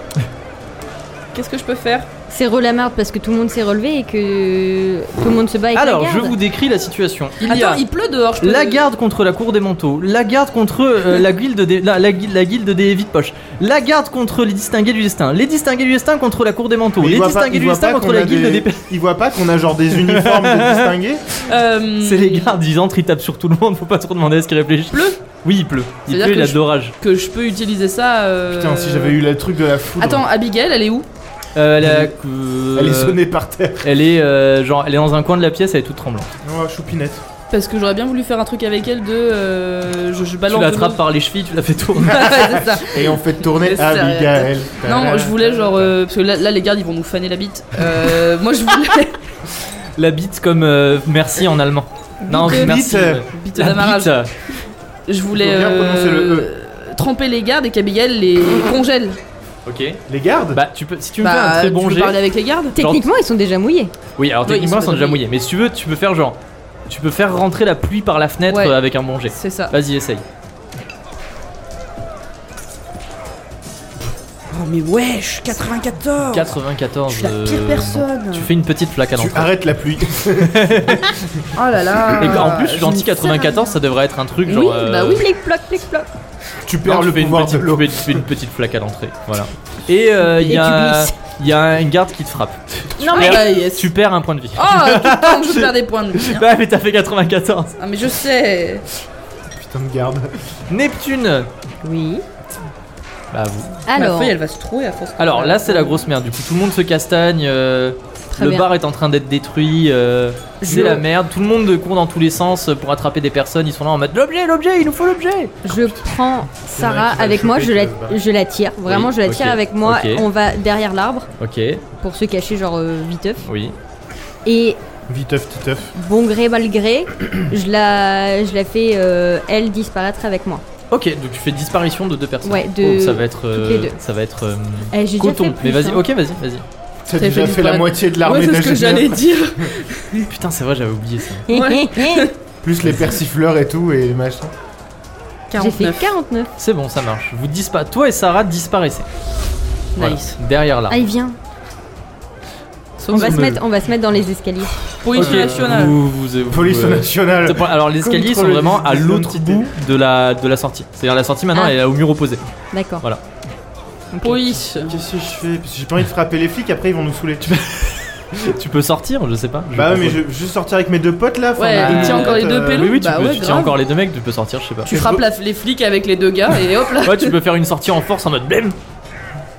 Qu'est-ce que je peux faire
C'est relamarde parce que tout le monde s'est relevé et que tout le monde se bat avec
Alors,
la
je
garde.
vous décris la situation. Il y
Attends,
a
il pleut dehors, je peux-
la garde contre la cour des manteaux, la garde contre euh, la guilde des la, la guilde, la guilde des vides poches, la garde contre les distingués du destin, les distingués du destin contre la cour des manteaux,
Mais
les
il voit pas-
distingués
il
du
voit
destin
pas
contre
qu'on
la
a
guilde des,
des- Il voit pas qu'on a genre des uniformes de distingués
Euh,
C'est les gardes, ils entrent, ils tapent sur tout le monde, faut pas trop demander à ce qu'ils réfléchissent.
Pleut
Oui, il pleut. Il
C'est-à-dire
pleut, il
que
a
je-
de l'orage.
Que je peux utiliser ça. euh,
Putain, si j'avais eu le truc de la foudre.
Attends, Abigail, elle est où
Euh, elle, a-
Elle est
euh,
sonnée par terre.
Elle est, euh, genre, elle est dans un coin de la pièce, elle est toute tremblante.
Oh, choupinette.
Parce que j'aurais bien voulu faire un truc avec elle de. euh, je, je balance.
tu
de
l'attrapes
l'eau.
par les chevilles, tu la fais tourner.
Ouais, c'est ça.
Et on fait tourner
Laisse ça,
Abigail.
Non, je voulais genre. euh, parce que là, là, les gardes, ils vont nous faner la bite. Euh, moi, je voulais.
la bite comme euh, merci en allemand. Non,
Bite.
merci. euh,
bite
La
d'amarrage.
bite. euh,
Je voulais. euh,
Faut bien prononcer le E.
Tremper les gardes et qu'Abigail les congèle.
Ok.
Les gardes
Bah, tu peux, si tu me fais
Bah,
un très
tu
bon
veux
jet.
parler avec les gardes
Techniquement, ils sont déjà mouillés.
Oui, alors
Oui,
techniquement,
ils
ils
sont
sont déjà
mouillés.
mouillés. Mais si tu veux, tu peux faire genre. Tu peux faire rentrer la pluie par la fenêtre
Ouais.
euh, avec un bon jet.
C'est ça.
Vas-y, essaye.
Oh, mais wesh, 94
94.
Je suis la
euh,
pire
non.
personne.
Tu fais une petite plaque à
Tu
l'entrée.
arrêtes la pluie.
Oh là là.
Et en plus,
Je
gentil
ne sers à rien.
94, ça devrait être un truc genre.
oui,
euh,
Ah
bah oui, plic ploc, plic ploc.
tu
Non,
perds
tu
le
fais une
pouvoir
petite-
de l'eau.
tu fais une petite flaque à l'entrée, voilà. Et euh, il y, a-
Et tu
il y a un garde qui te frappe.
Non,
Ah
mais.
bah, yes.
Tu perds un point de vie.
Oh, tout le temps, je perds des points de vie. hein.
Bah mais t'as fait 94.
Ah, mais je sais.
Putain de garde.
Neptune
Oui.
Bah vous.
Alors,
Ma feuille, elle va se trouer à force. que-
Alors là c'est la grosse merde, du coup tout le monde se castagne, euh,
Très
le
bien.
bar est en train d'être détruit, euh, c'est
Je-
la merde, tout le monde court dans tous les sens euh, pour attraper des personnes, ils sont là en mode l'objet, l'objet, il nous faut l'objet
je prends Sarah
qui va
avec moi,
choper,
je la,
qui va se barrer.
je la tire. Vraiment,
Oui,
je la tire
ok,
avec moi.
ok.
On va derrière l'arbre
Ok,
pour se cacher, genre euh, viteuf.
oui.
Et
Viteuf, titeuf.
bon gré mal gré, je la, je la fais euh, elle disparaître avec moi.
Ok, donc tu fais disparition de deux personnes.
Ouais, de-
Oh, ça va être... euh,
toutes les deux.
ça va être... euh,
Eh, j'ai déjà fait
coton, mais
plus,
vas-y,
hein.
ok vas-y, vas-y.
T'as
Ça fait
déjà
du
fait la
pan.
moitié de
Ouais,
l'armée
c'est ce que j'allais
d'Agilien.
dire.
Putain c'est vrai j'avais oublié ça.
hein.
Ouais.
Plus les persifleurs et tout et les machins.
J'ai fait 49.
C'est bon ça marche, vous dispa... toi et Sarah disparaissez. Voilà.
Nice.
Derrière là.
Ah, il vient.
Sauf
On va,
Zoom.
se mettre, on va se mettre dans les escaliers.
Police
Ok,
nationale.
vous- vous- vous-
Police
euh,
nationale.
C'est pour- Alors les escaliers
Contre
sont
le
vraiment à
dispositif
l'autre
d'identité.
bout de la, de la sortie. C'est-à-dire la sortie maintenant
Ah.
elle est au mur opposé.
D'accord.
Voilà. Mmh.
Ok.
Police.
Qu'est-ce que je fais Parce que J'ai pas envie de frapper les flics, après ils vont nous saouler.
Tu peux sortir, je sais pas. je
Bah ouais, mais
propose.
je juste sortir avec mes deux potes là. euh,
Ouais,
il tient
encore les deux pélos.
Oui oui tu
Bah
peux,
ouais,
tu
grave.
tiens encore les deux mecs, tu peux sortir, je sais pas.
Tu frappes la- les flics avec les deux gars et hop là.
Ouais tu peux faire une sortie en force en mode blême.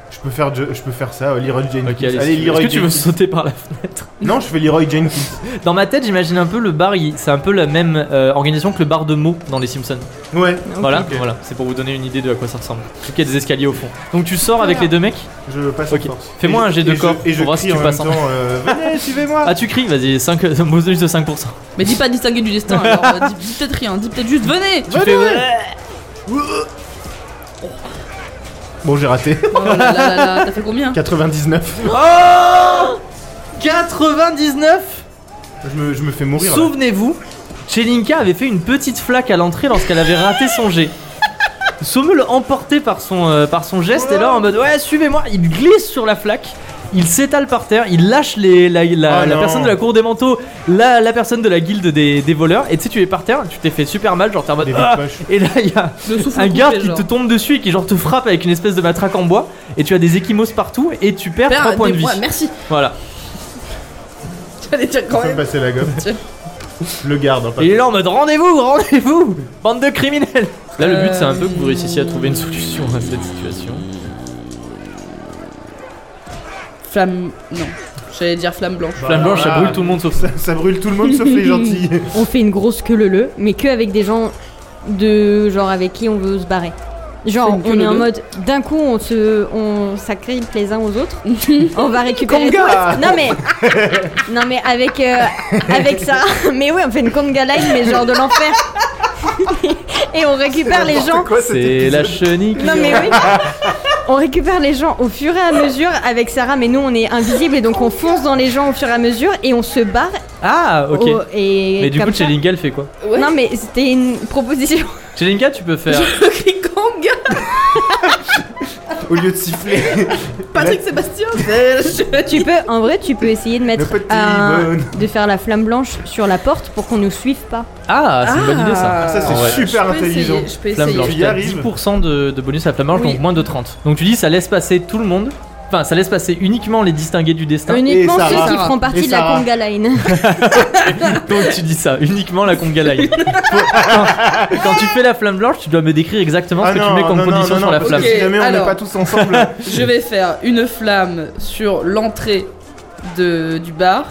Je peux faire, je, je peux faire ça, euh, Leroy Jenkins.
Ok allez.
Mmh. Allez,
si tu veux. Est-ce
Leroy
que tu veux
Jenkins.
sauter par la fenêtre
Non, je fais Leroy Jenkins.
Dans ma tête j'imagine un peu le bar, il- c'est un peu la même euh, organisation que le bar de mots dans les Simpsons.
Ouais,
Voilà,
Ok.
voilà. C'est pour vous donner une idée de à quoi ça ressemble. Donc il y a des escaliers au fond. Donc tu sors avec les deux mecs.
je passe
Ok.
en force.
Fais-moi
Et
un
je-
jet de
et je-
corps
Et je
pour voir
crie
si tu
en
passes
même
en-
temps, euh, Venez, suivez-moi
Ah tu cries, vas-y, 5 bonus de 5%.
Mais dis pas distinguer du destin. Alors, euh, dis, dis peut-être rien. Dis peut-être juste venez.
Tu fais ouais.
Bon, j'ai raté.
Oh là là là là, T'as fait combien
99.
Oh 99
Je me, je me fais mourir. là.
Souvenez-vous, Chelinka avait fait une petite flaque à l'entrée lorsqu'elle avait raté son jet. Sommel emporté par son, euh, par son geste est là en mode ouais suivez-moi, il glisse sur la flaque. Il s'étale par terre, il lâche les, la, la-
Ah
la
non.
personne de la cour des manteaux, la, la personne de la guilde des, des voleurs, et tu sais, tu es par terre, tu t'es fait super mal, genre t'es en mode.
Des
Ah
vides poches.
et là, il y a
Le souffle
un
coupé,
garde qui
genre.
te tombe dessus et qui, genre, te frappe avec une espèce de matraque en bois, et tu as des échymoses partout, et tu perds
Perds
3 points
des
de vie.
points, merci.
Voilà.
J'allais dire quand
Je peux me
même.
passer la gomme.
Tiens.
Le garde, hein, pas
Et il est là en mode rendez-vous, rendez-vous, bande de criminels. Là, le but, c'est un peu que vous
Euh.
réussissiez à trouver une solution à cette situation.
Flamme. Non. J'allais dire flamme blanche.
Bah.
Flamme blanche, ça brûle tout le monde sauf ça.
Ça, ça brûle tout le monde sauf les gentils.
On fait une grosse queue leu mais que avec des gens de genre avec qui on veut se barrer.
C'est
Genre,
une queue
on est en
leu-leu.
mode d'un coup on se on s'agrippe les uns aux autres. on va récupérer.
Conga
Non mais non mais avec euh, avec ça. Mais oui, on fait une conga line mais genre de l'enfer. Et on récupère les gens.
Quoi, cet
C'est
épisode
la chenille qui
Non mais oui. On récupère les gens au fur et à mesure avec Sarah, mais nous on est invisible et donc on fonce dans les gens au fur et à mesure et on se barre.
Ah, ok.
au- Oh, et
Mais du
comme
coup,
ça-
Chelinka, elle fait quoi
Ouais.
Non mais c'était une proposition.
Chelinka, tu peux faire.
Le cri conga.
au lieu de siffler.
Patrick Sébastien c'est- je-
Bah, Tu peux, en vrai, tu peux essayer de mettre
Le petit
un-
bonhomme.
de faire la flamme blanche sur la porte pour qu'on nous suive pas.
Ah, c'est une bonne idée
Ah,
ça.
Ça, c'est
Ouais.
super
Je peux essayer,
intelligent.
Je peux
Flamme
essayer.
blanche.
Tu y
T'as
arrives
10% de, de bonus à flamme blanche,
Oui.
donc moins de 30. Donc tu dis, ça laisse passer tout le monde. Enfin, ça laisse passer uniquement les distingués du destin.
Uniquement
Sarah.
ceux qui
Et
feront partie de la
Sarah.
conga line.
Donc tu dis ça, uniquement la conga line. quand, quand tu fais la flamme blanche, tu dois me décrire exactement ce
Ah
que
non,
tu mets comme
non, non,
condition
non,
sur la
parce
flamme.
que Si jamais on n'est
Alors.
pas tous ensemble.
Je vais faire une flamme sur l'entrée de- du bar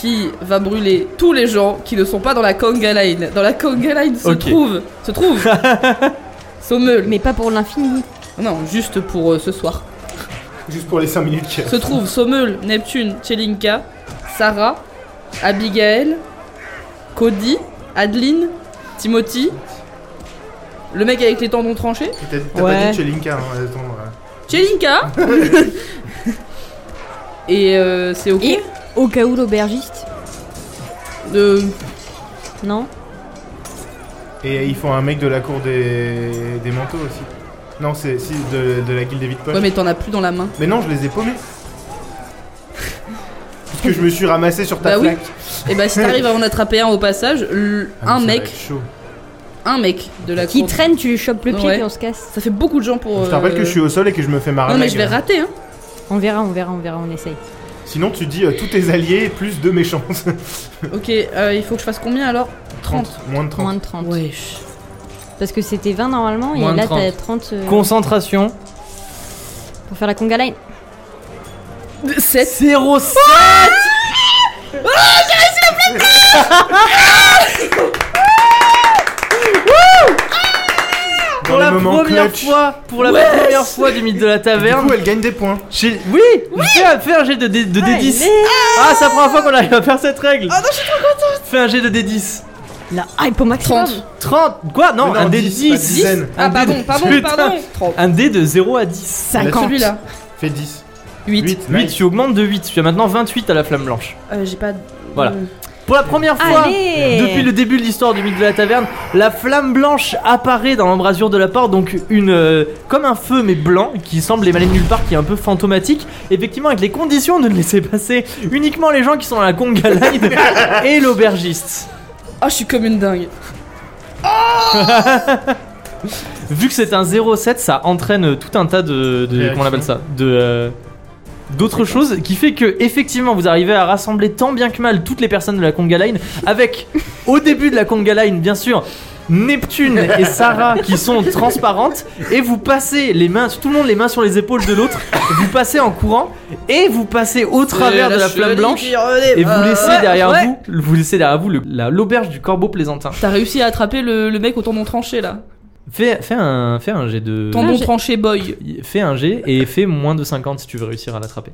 qui va brûler tous les gens qui ne sont pas dans la conga line. Dans la conga line se
Ok.
trouve, se trouve Sommeul.
Mais pas pour l'infini.
Non, juste pour euh, ce soir.
Juste pour les 5 minutes qui
Se trouve Sommeul, Neptune, Chelinka, Sarah, Abigail, Cody, Adeline, Timothy, le mec avec les tendons tranchés,
T'as t'as pas
Ouais.
dit Chelinka, hein, attends. euh.
Chelinka Et euh, c'est ok
Et au cas où l'aubergiste
Euh,
Non
Et euh, ils font un mec de la cour des, des manteaux aussi. Non, c'est si, de, de la guilde des vides poches.
Ouais,
mais...
mais t'en as plus dans la main.
non, je les ai paumés. Puisque je me suis ramassé sur ta
Bah oui.
plaque.
Et bah, si t'arrives à en attraper un au passage, l-
Ah,
un
mais ça va
mec,
être chaud.
un mec de la
Qui
cour-
traîne, tu lui chopes le pied
Ouais.
puis on se casse.
Ça fait beaucoup de gens pour.
Je te rappelle
euh,
que je suis au sol et que je me fais marrer.
Non, mais je vais rater, hein.
On verra, on verra, on verra, on essaye.
Sinon, tu dis euh, tous tes alliés plus deux méchants.
Ok, euh, il faut que je fasse combien alors 30.
Moins de 30.
Moins de 30.
Wesh.
Parce que c'était 20 normalement
Moins
et
de
là
30.
t'as 30 euh,
Concentration.
pour faire la conga line.
7.
0,7
Dans
Pour
les
la
moments
première
clutch.
fois, pour la première fois du mythe de la
Du
taverne.
coup, elle gagne des points.
j'ai- Oui, fais, un- fais un jet de, dé- de D10. Ah, c'est la première fois qu'on arrive à faire cette règle. Ah non, je suis trop contente. Fais un jet de D10.
La hype au maximum.
30.
30 Quoi Non,
Mais non,
un dé de
10, pas
10.
10. Dizaine.
Ah,
Un dé
pardon,
de-
pardon,
Putain.
pardon. 30.
Un dé de 0 à 10.
Là-dessus.
50.
Celui-là.
Fais 10.
8.
8.
8, tu augmentes de 8. Tu as maintenant 28 à la flamme blanche.
Euh, J'ai pas. de-
Voilà. Pour la première
Ah,
fois.
Allez
Depuis le début de l'histoire du mythe de la taverne, la flamme blanche apparaît dans l'embrasure de la porte, donc une euh, comme un feu mais blanc qui semble émaner de nulle part, qui est un peu fantomatique. Effectivement, avec les conditions de ne laisser passer uniquement les gens qui sont dans la conga line et l'aubergiste.
Ah, je suis comme une dingue.
Vu que c'est un 0,7, ça entraîne tout un tas de, de-
Réaction.
comment on appelle ça, de euh, d'autres choses, qui fait que effectivement vous arrivez à rassembler tant bien que mal toutes les personnes de la conga line, avec au début de la conga line bien sûr. Neptune et Sarah qui sont transparentes et vous passez les mains, tout le monde les mains sur les épaules de l'autre, vous passez en courant et vous passez au travers
Euh,
de la flamme blanche et vous laissez derrière vous, vous laissez derrière vous le- la- l'auberge du corbeau plaisantin.
T'as réussi à attraper le, le mec au tendon tranché là.
Fais, fais un, fais un jet de.
Tendon
j'ai-
tranché boy.
Fais un G et fais moins de 50 si tu veux réussir à l'attraper.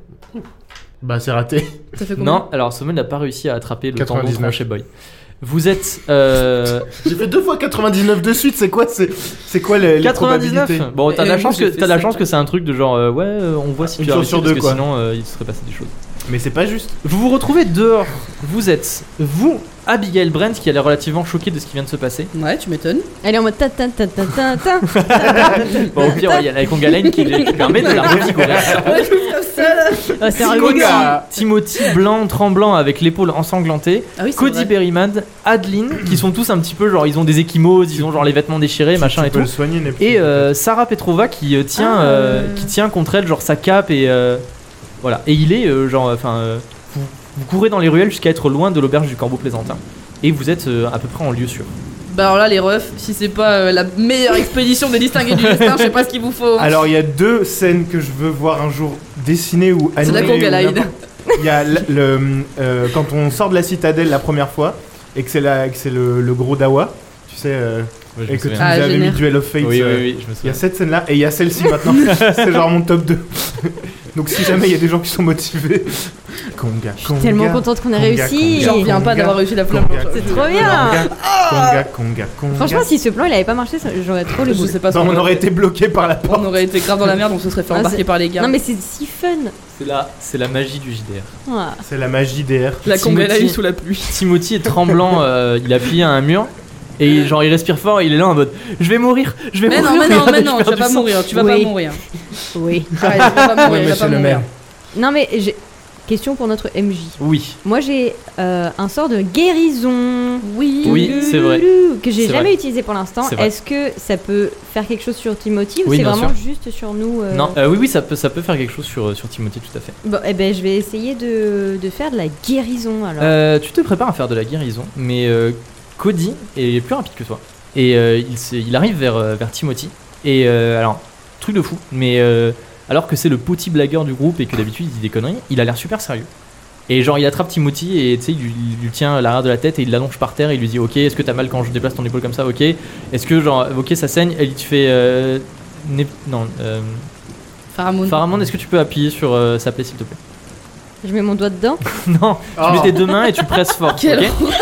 Bah, c'est raté.
Ça fait combien
Non, alors Sommel n'a pas réussi à attraper le
99.
tendon chez Boy. Vous êtes euh,
J'ai fait deux fois 99 de suite. C'est quoi c'est- C'est quoi le- les
99
probabilités
Bon, t'as
Et
la
moi,
chance que
j'ai fait
t'as la
ça.
chance que c'est un truc de genre euh, ouais, euh, on voit si
Une
tu as
chance
réussi
sur
parce
deux,
que
quoi.
sinon euh, il se serait passé des choses.
Mais c'est pas juste.
Vous vous retrouvez dehors. Vous êtes vous Abigail Brent qui a l'air relativement choquée de ce qui vient de se passer.
Ouais, tu m'étonnes.
Elle est en mode ta ta ta ta ta ta.
Bon, au pire, il y a la conga line qui, qui permet de la revivre.
Ah, c'est un
Psycho,
remix.
gars.
Timothy blanc tremblant avec l'épaule ensanglantée.
Ah oui, c'est
Cody
vrai.
Berryman, Adeline, qui sont tous un petit peu genre ils ont des échymoses, ils ont genre les vêtements déchirés, machin
Tu
et
peux
tout.
le soigner, Neptune.
Et euh, Sarah Petrova qui euh, tient
Ah.
euh, qui tient contre elle genre sa cape et euh, voilà et il est euh, genre enfin euh, vous, vous courez dans les ruelles jusqu'à être loin de l'auberge du Corbeau Plaisantin et vous êtes euh, à peu près en lieu sûr.
Bah alors là les refs, si c'est pas euh, la meilleure expédition des distingués du destin, je sais pas ce qu'il vous faut.
Alors il y a deux scènes que je veux voir un jour dessinées ou
C'est
animées.
la conga
ou
line.
n'importe- Il y a le, le, euh, quand on sort de la citadelle la première fois et que c'est la- que c'est le, le gros dawa, tu sais, euh, et que tu nous
Ah,
avais mis
génère.
Duel of Fate.
oui, oui,
euh,
oui, je me
Il y
souviens.
a cette scène là et il y a celle-ci maintenant. c'est genre mon top 2. Donc si jamais il y a des gens qui sont motivés, conga,
Je
conga,
suis tellement contente qu'on a
conga,
réussi.
conga.
J'en reviens pas d'avoir réussi la flamme
Conga,
blanche.
conga,
C'est trop-
trop bien. Ah
Conga, conga, conga, conga.
Franchement, si ce plan il avait pas marché, ça- j'aurais trop le
Je
bout.
sais pas ce
Non,
qu'on
on aurait été bloqué par la
On
porte.
aurait été grave dans la merde, on se serait fait
Ah,
embarquer
c'est-
par les gars.
Non mais c'est si fun.
C'est la c'est la magie du JDR.
Ah.
C'est la magie DR.
La conga
Timothy.
line sous la pluie.
Timothy est tremblant, euh, il a plié à un mur. Et genre, il respire fort, il est là en mode Je vais mourir, je vais
Mais
mourir.
non, mais non,
regardez,
mais
je
non, tu
perds
vas pas
du sang.
mourir, tu vas pas
Oui.
mourir.
Oui.
Arrête, tu vas pas
Oui,
mourir, tu vas
monsieur
pas
le
mourir.
maire.
Non, mais j'ai. Question pour notre MJ.
Oui,
Moi, j'ai euh, un sort de guérison.
Oui,
Oui, c'est vrai.
Que j'ai
C'est
jamais
vrai.
utilisé pour l'instant.
C'est vrai.
Est-ce que ça peut faire quelque chose sur Timothy ou
Oui,
c'est
bien
vraiment juste sur nous euh,
non, euh, oui, oui, ça peut, ça peut faire quelque chose sur, sur Timothy, tout à fait.
Bon, eh ben, je vais essayer de, de faire de la guérison alors.
Euh, tu te prépares à faire de la guérison, mais euh, Cody est plus rapide que toi. Et euh, il, se- il arrive vers, euh, vers Timothy. Et euh, alors, truc de fou, mais euh, alors que c'est le petit blagueur du groupe et que d'habitude il dit des conneries, il a l'air super sérieux. Et genre, il attrape Timothy et tu sais, il lui, il lui tient l'arrière de la tête et il l'allonge par terre. Et il lui dit Ok, est-ce que t'as mal quand je déplace ton épaule comme ça Ok. Est-ce que, genre, ok, ça saigne Et il te fait. euh, né- non, euh,
Pharamond.
Pharamond, est-ce que tu peux appuyer sur euh, sa plaie s'il te plaît
Je mets mon doigt dedans.
Non, tu mets
Oh.
tes deux mains et tu presses fort.
Quelle
ok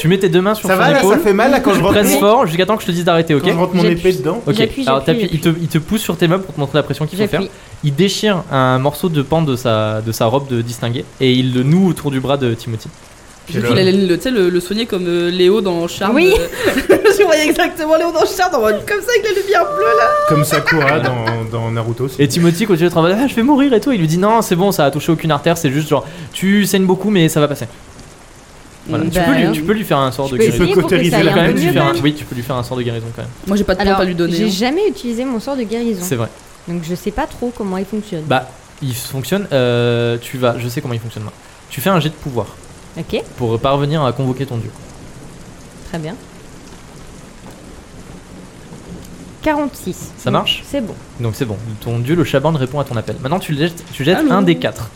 tu mets tes deux mains sur
Ça
son
va là,
épaule,
ça fait mal là quand je
tu
rentre,
presses
mon-
fort jusqu'à temps que je te dise d'arrêter, ok
quand je rentre mon
J'appuie.
épée dedans.
Ok,
J'appuie,
alors
j'appuie,
t'appuies- il, te, il te pousse sur tes meubles pour te montrer la pression qu'il faut faire.
J'appuie.
Il déchire un morceau de pan de sa, de sa robe de distingué et il le noue autour du bras de Timothy.
J'ai cru qu'il allait le, tu sais, le, le soigner comme euh, Léo dans Charme.
Oui.
euh, Je voyais exactement Léo dans Charme, en mode comme ça avec la lumière bleue là.
Comme Sakura dans, dans Naruto. c'est-
Et Timothy continue de travailler, ah, je vais mourir et tout. Il lui dit non, c'est bon, ça a touché aucune artère, c'est juste genre tu saignes beaucoup mais ça va passer. Voilà.
Mm,
tu,
bah,
peux lui,
oui.
tu peux lui faire un sort de
Je peux
guérison.
Tu
essayer
peux
pour que
cautériser
ça aille
la
Quand
un
même,
peu
tu
mieux.
fais
quand
un-
même.
oui, tu peux lui faire un sort de guérison quand même.
Moi j'ai pas de temps
Alors,
à lui donner.
j'ai
hein.
jamais utilisé mon sort de guérison.
C'est vrai.
Donc je sais pas trop comment il fonctionne.
Bah, il fonctionne. euh, tu vas, je sais comment il fonctionne. maintenant. Tu fais un jet de pouvoir
Ok,
pour parvenir à convoquer ton dieu.
très bien. 46.
Ça marche
C'est bon.
Donc c'est bon. Ton dieu, le Shaban, répond à ton appel. Maintenant, tu jettes, tu jettes
Allô
un des quatre.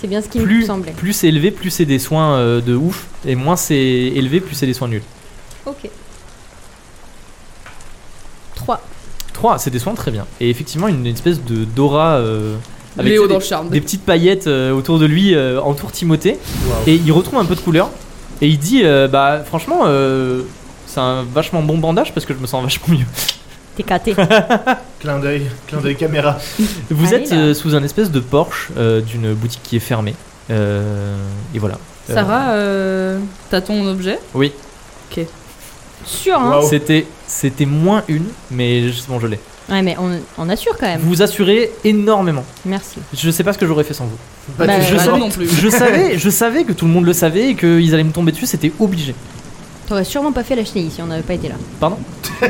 C'est bien ce qui me
Plus,
semblait.
plus c'est élevé, plus c'est des soins euh, de ouf, et moins c'est élevé, plus c'est des soins nuls.
Ok. 3.
3, c'est des soins très bien. Et effectivement, une, une espèce de d'aura euh, avec
Léo
tu sais,
dans
des,
Charme.
des petites paillettes euh, autour de lui euh, entoure Timothée.
Waouh.
Et il retrouve un peu de couleur. Et il dit, euh, bah franchement, euh, c'est un vachement bon bandage parce que je me sens vachement mieux.
T'es caté.
Clin d'œil, clin d'œil caméra.
Vous
Allez, bah.
êtes
là.
euh, sous un espèce de porche euh, d'une boutique qui est fermée. Euh, et voilà. Euh,
Sarah, euh, t'as ton objet
Oui.
Sûr,
Ah,
hein
Waouh.
C'était, c'était moins une, mais je- bon, je l'ai.
Ouais, Ah, mais on, on assure quand
Vous
même.
vous assurez énormément.
Merci.
Je sais pas ce que j'aurais fait sans vous.
Pas
Bah,
de
je
Bah,
soucis.
savais-
non plus.
Je savais, je savais que tout le monde le savait et qu'ils allaient me tomber dessus, c'était obligé.
T'aurais sûrement pas fait la chenille si on n'avait pas été là.
Pardon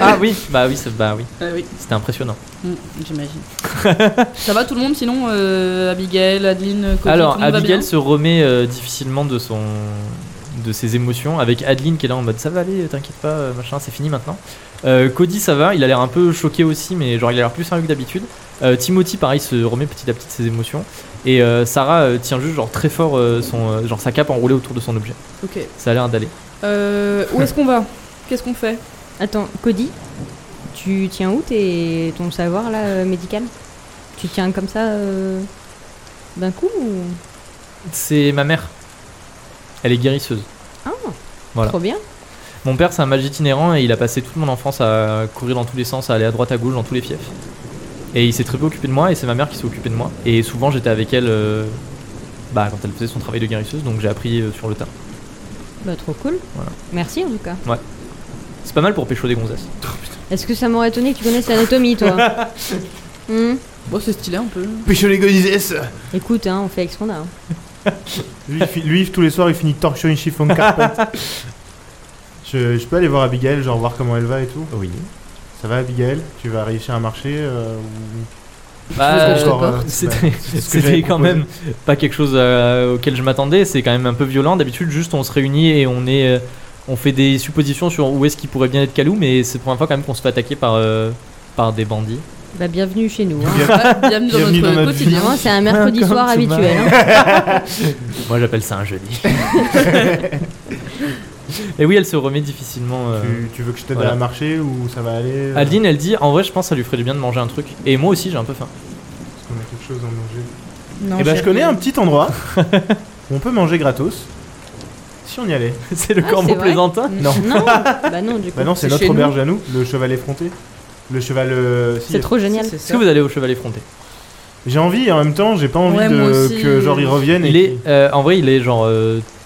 Ah oui, bah oui, c'est- bah oui,
Ah oui,
c'était impressionnant.
Mm, j'imagine. ça va tout le monde sinon euh, Abigail, Adeline, Cody, tout
Alors,
le monde va bien
Abigail se remet euh, difficilement de son de ses émotions avec Adeline qui est là en mode ça va aller, t'inquiète pas, euh, machin, c'est fini maintenant. Euh, Cody ça va, il a l'air un peu choqué aussi, mais genre il a l'air plus sérieux que d'habitude. Euh, Timothy pareil se remet petit à petit de ses émotions et euh, Sarah euh, tient juste genre très fort euh, son euh, genre sa cape enroulée autour de son objet.
Ok.
Ça a l'air d'aller.
Euh, où est-ce qu'on va Qu'est-ce qu'on fait
Attends, Cody, tu tiens où tes, ton savoir là euh, médical Tu tiens comme ça euh, d'un coup ou...
C'est ma mère. Elle est guérisseuse.
Ah,
Voilà.
trop bien.
Mon père, c'est un mage itinérant et il a passé toute mon enfance à courir dans tous les sens, à aller à droite, à gauche, dans tous les fiefs. Et il s'est très peu occupé de moi et c'est ma mère qui s'est occupée de moi. Et souvent, j'étais avec elle euh, bah, quand elle faisait son travail de guérisseuse, donc j'ai appris euh, sur le tas.
Bah, trop cool.
Voilà.
Merci en tout cas.
C'est pas mal pour pécho des gonzesses.
Est-ce que ça m'aurait étonné que tu connaisses l'anatomie, toi Hmm.
Bon, c'est stylé un peu.
Pécho les gonizes.
Écoute, hein, on fait avec ce qu'on a. hein.
Lui, il fi- lui, tous les soirs, il finit torchon in chiffon carpet. je, je peux aller voir Abigail, genre voir comment elle va et tout.
Oui.
Ça va, Abigail Tu vas réussir un marché euh, ou-
Bah,
Je vous encore,
euh,
euh,
c'était
c'est ce que
c'était
j'avais
quand
proposé.
même pas quelque chose euh, auquel je m'attendais. C'est quand même un peu violent. D'habitude, juste on se réunit et on est, euh, on fait des suppositions sur où est-ce qu'il pourrait bien être Calou, mais c'est la première fois quand même qu'on se fait attaquer par euh, par des bandits.
Bah, bienvenue chez nous. hein.
Bien-
Ah, bienvenue dans
Bienvenue
notre
dans notre
quotidien.
Vraiment, c'est un mercredi
Welcome
soir
to my-
habituel. hein.
Moi j'appelle ça un jeudi. Et oui, elle se remet difficilement. euh.
tu, tu veux que je t'aide
voilà.
à marcher ou ça va aller euh,
Adeline, elle dit en vrai, je pense que ça lui ferait du bien de manger un truc. Et moi aussi, j'ai un peu faim.
Parce qu'on a quelque chose à manger.
Non,
Eh ben, je
chérie.
connais un petit endroit où on peut manger gratos. Si on y allait.
c'est le
Ah,
corbeau
c'est vrai
plaisantin.
Non.
Non, bah non, du coup.
Bah non, c'est
C'est
notre
chez
auberge à nous, le cheval effronté. Le cheval. euh, si,
c'est trop génial.
C'est
Est-ce que vous allez au cheval effronté
J'ai envie et en même temps, j'ai pas envie
Ouais, moi aussi.
de, que genre ils reviennent.
Il
et
est, euh, en vrai, il est genre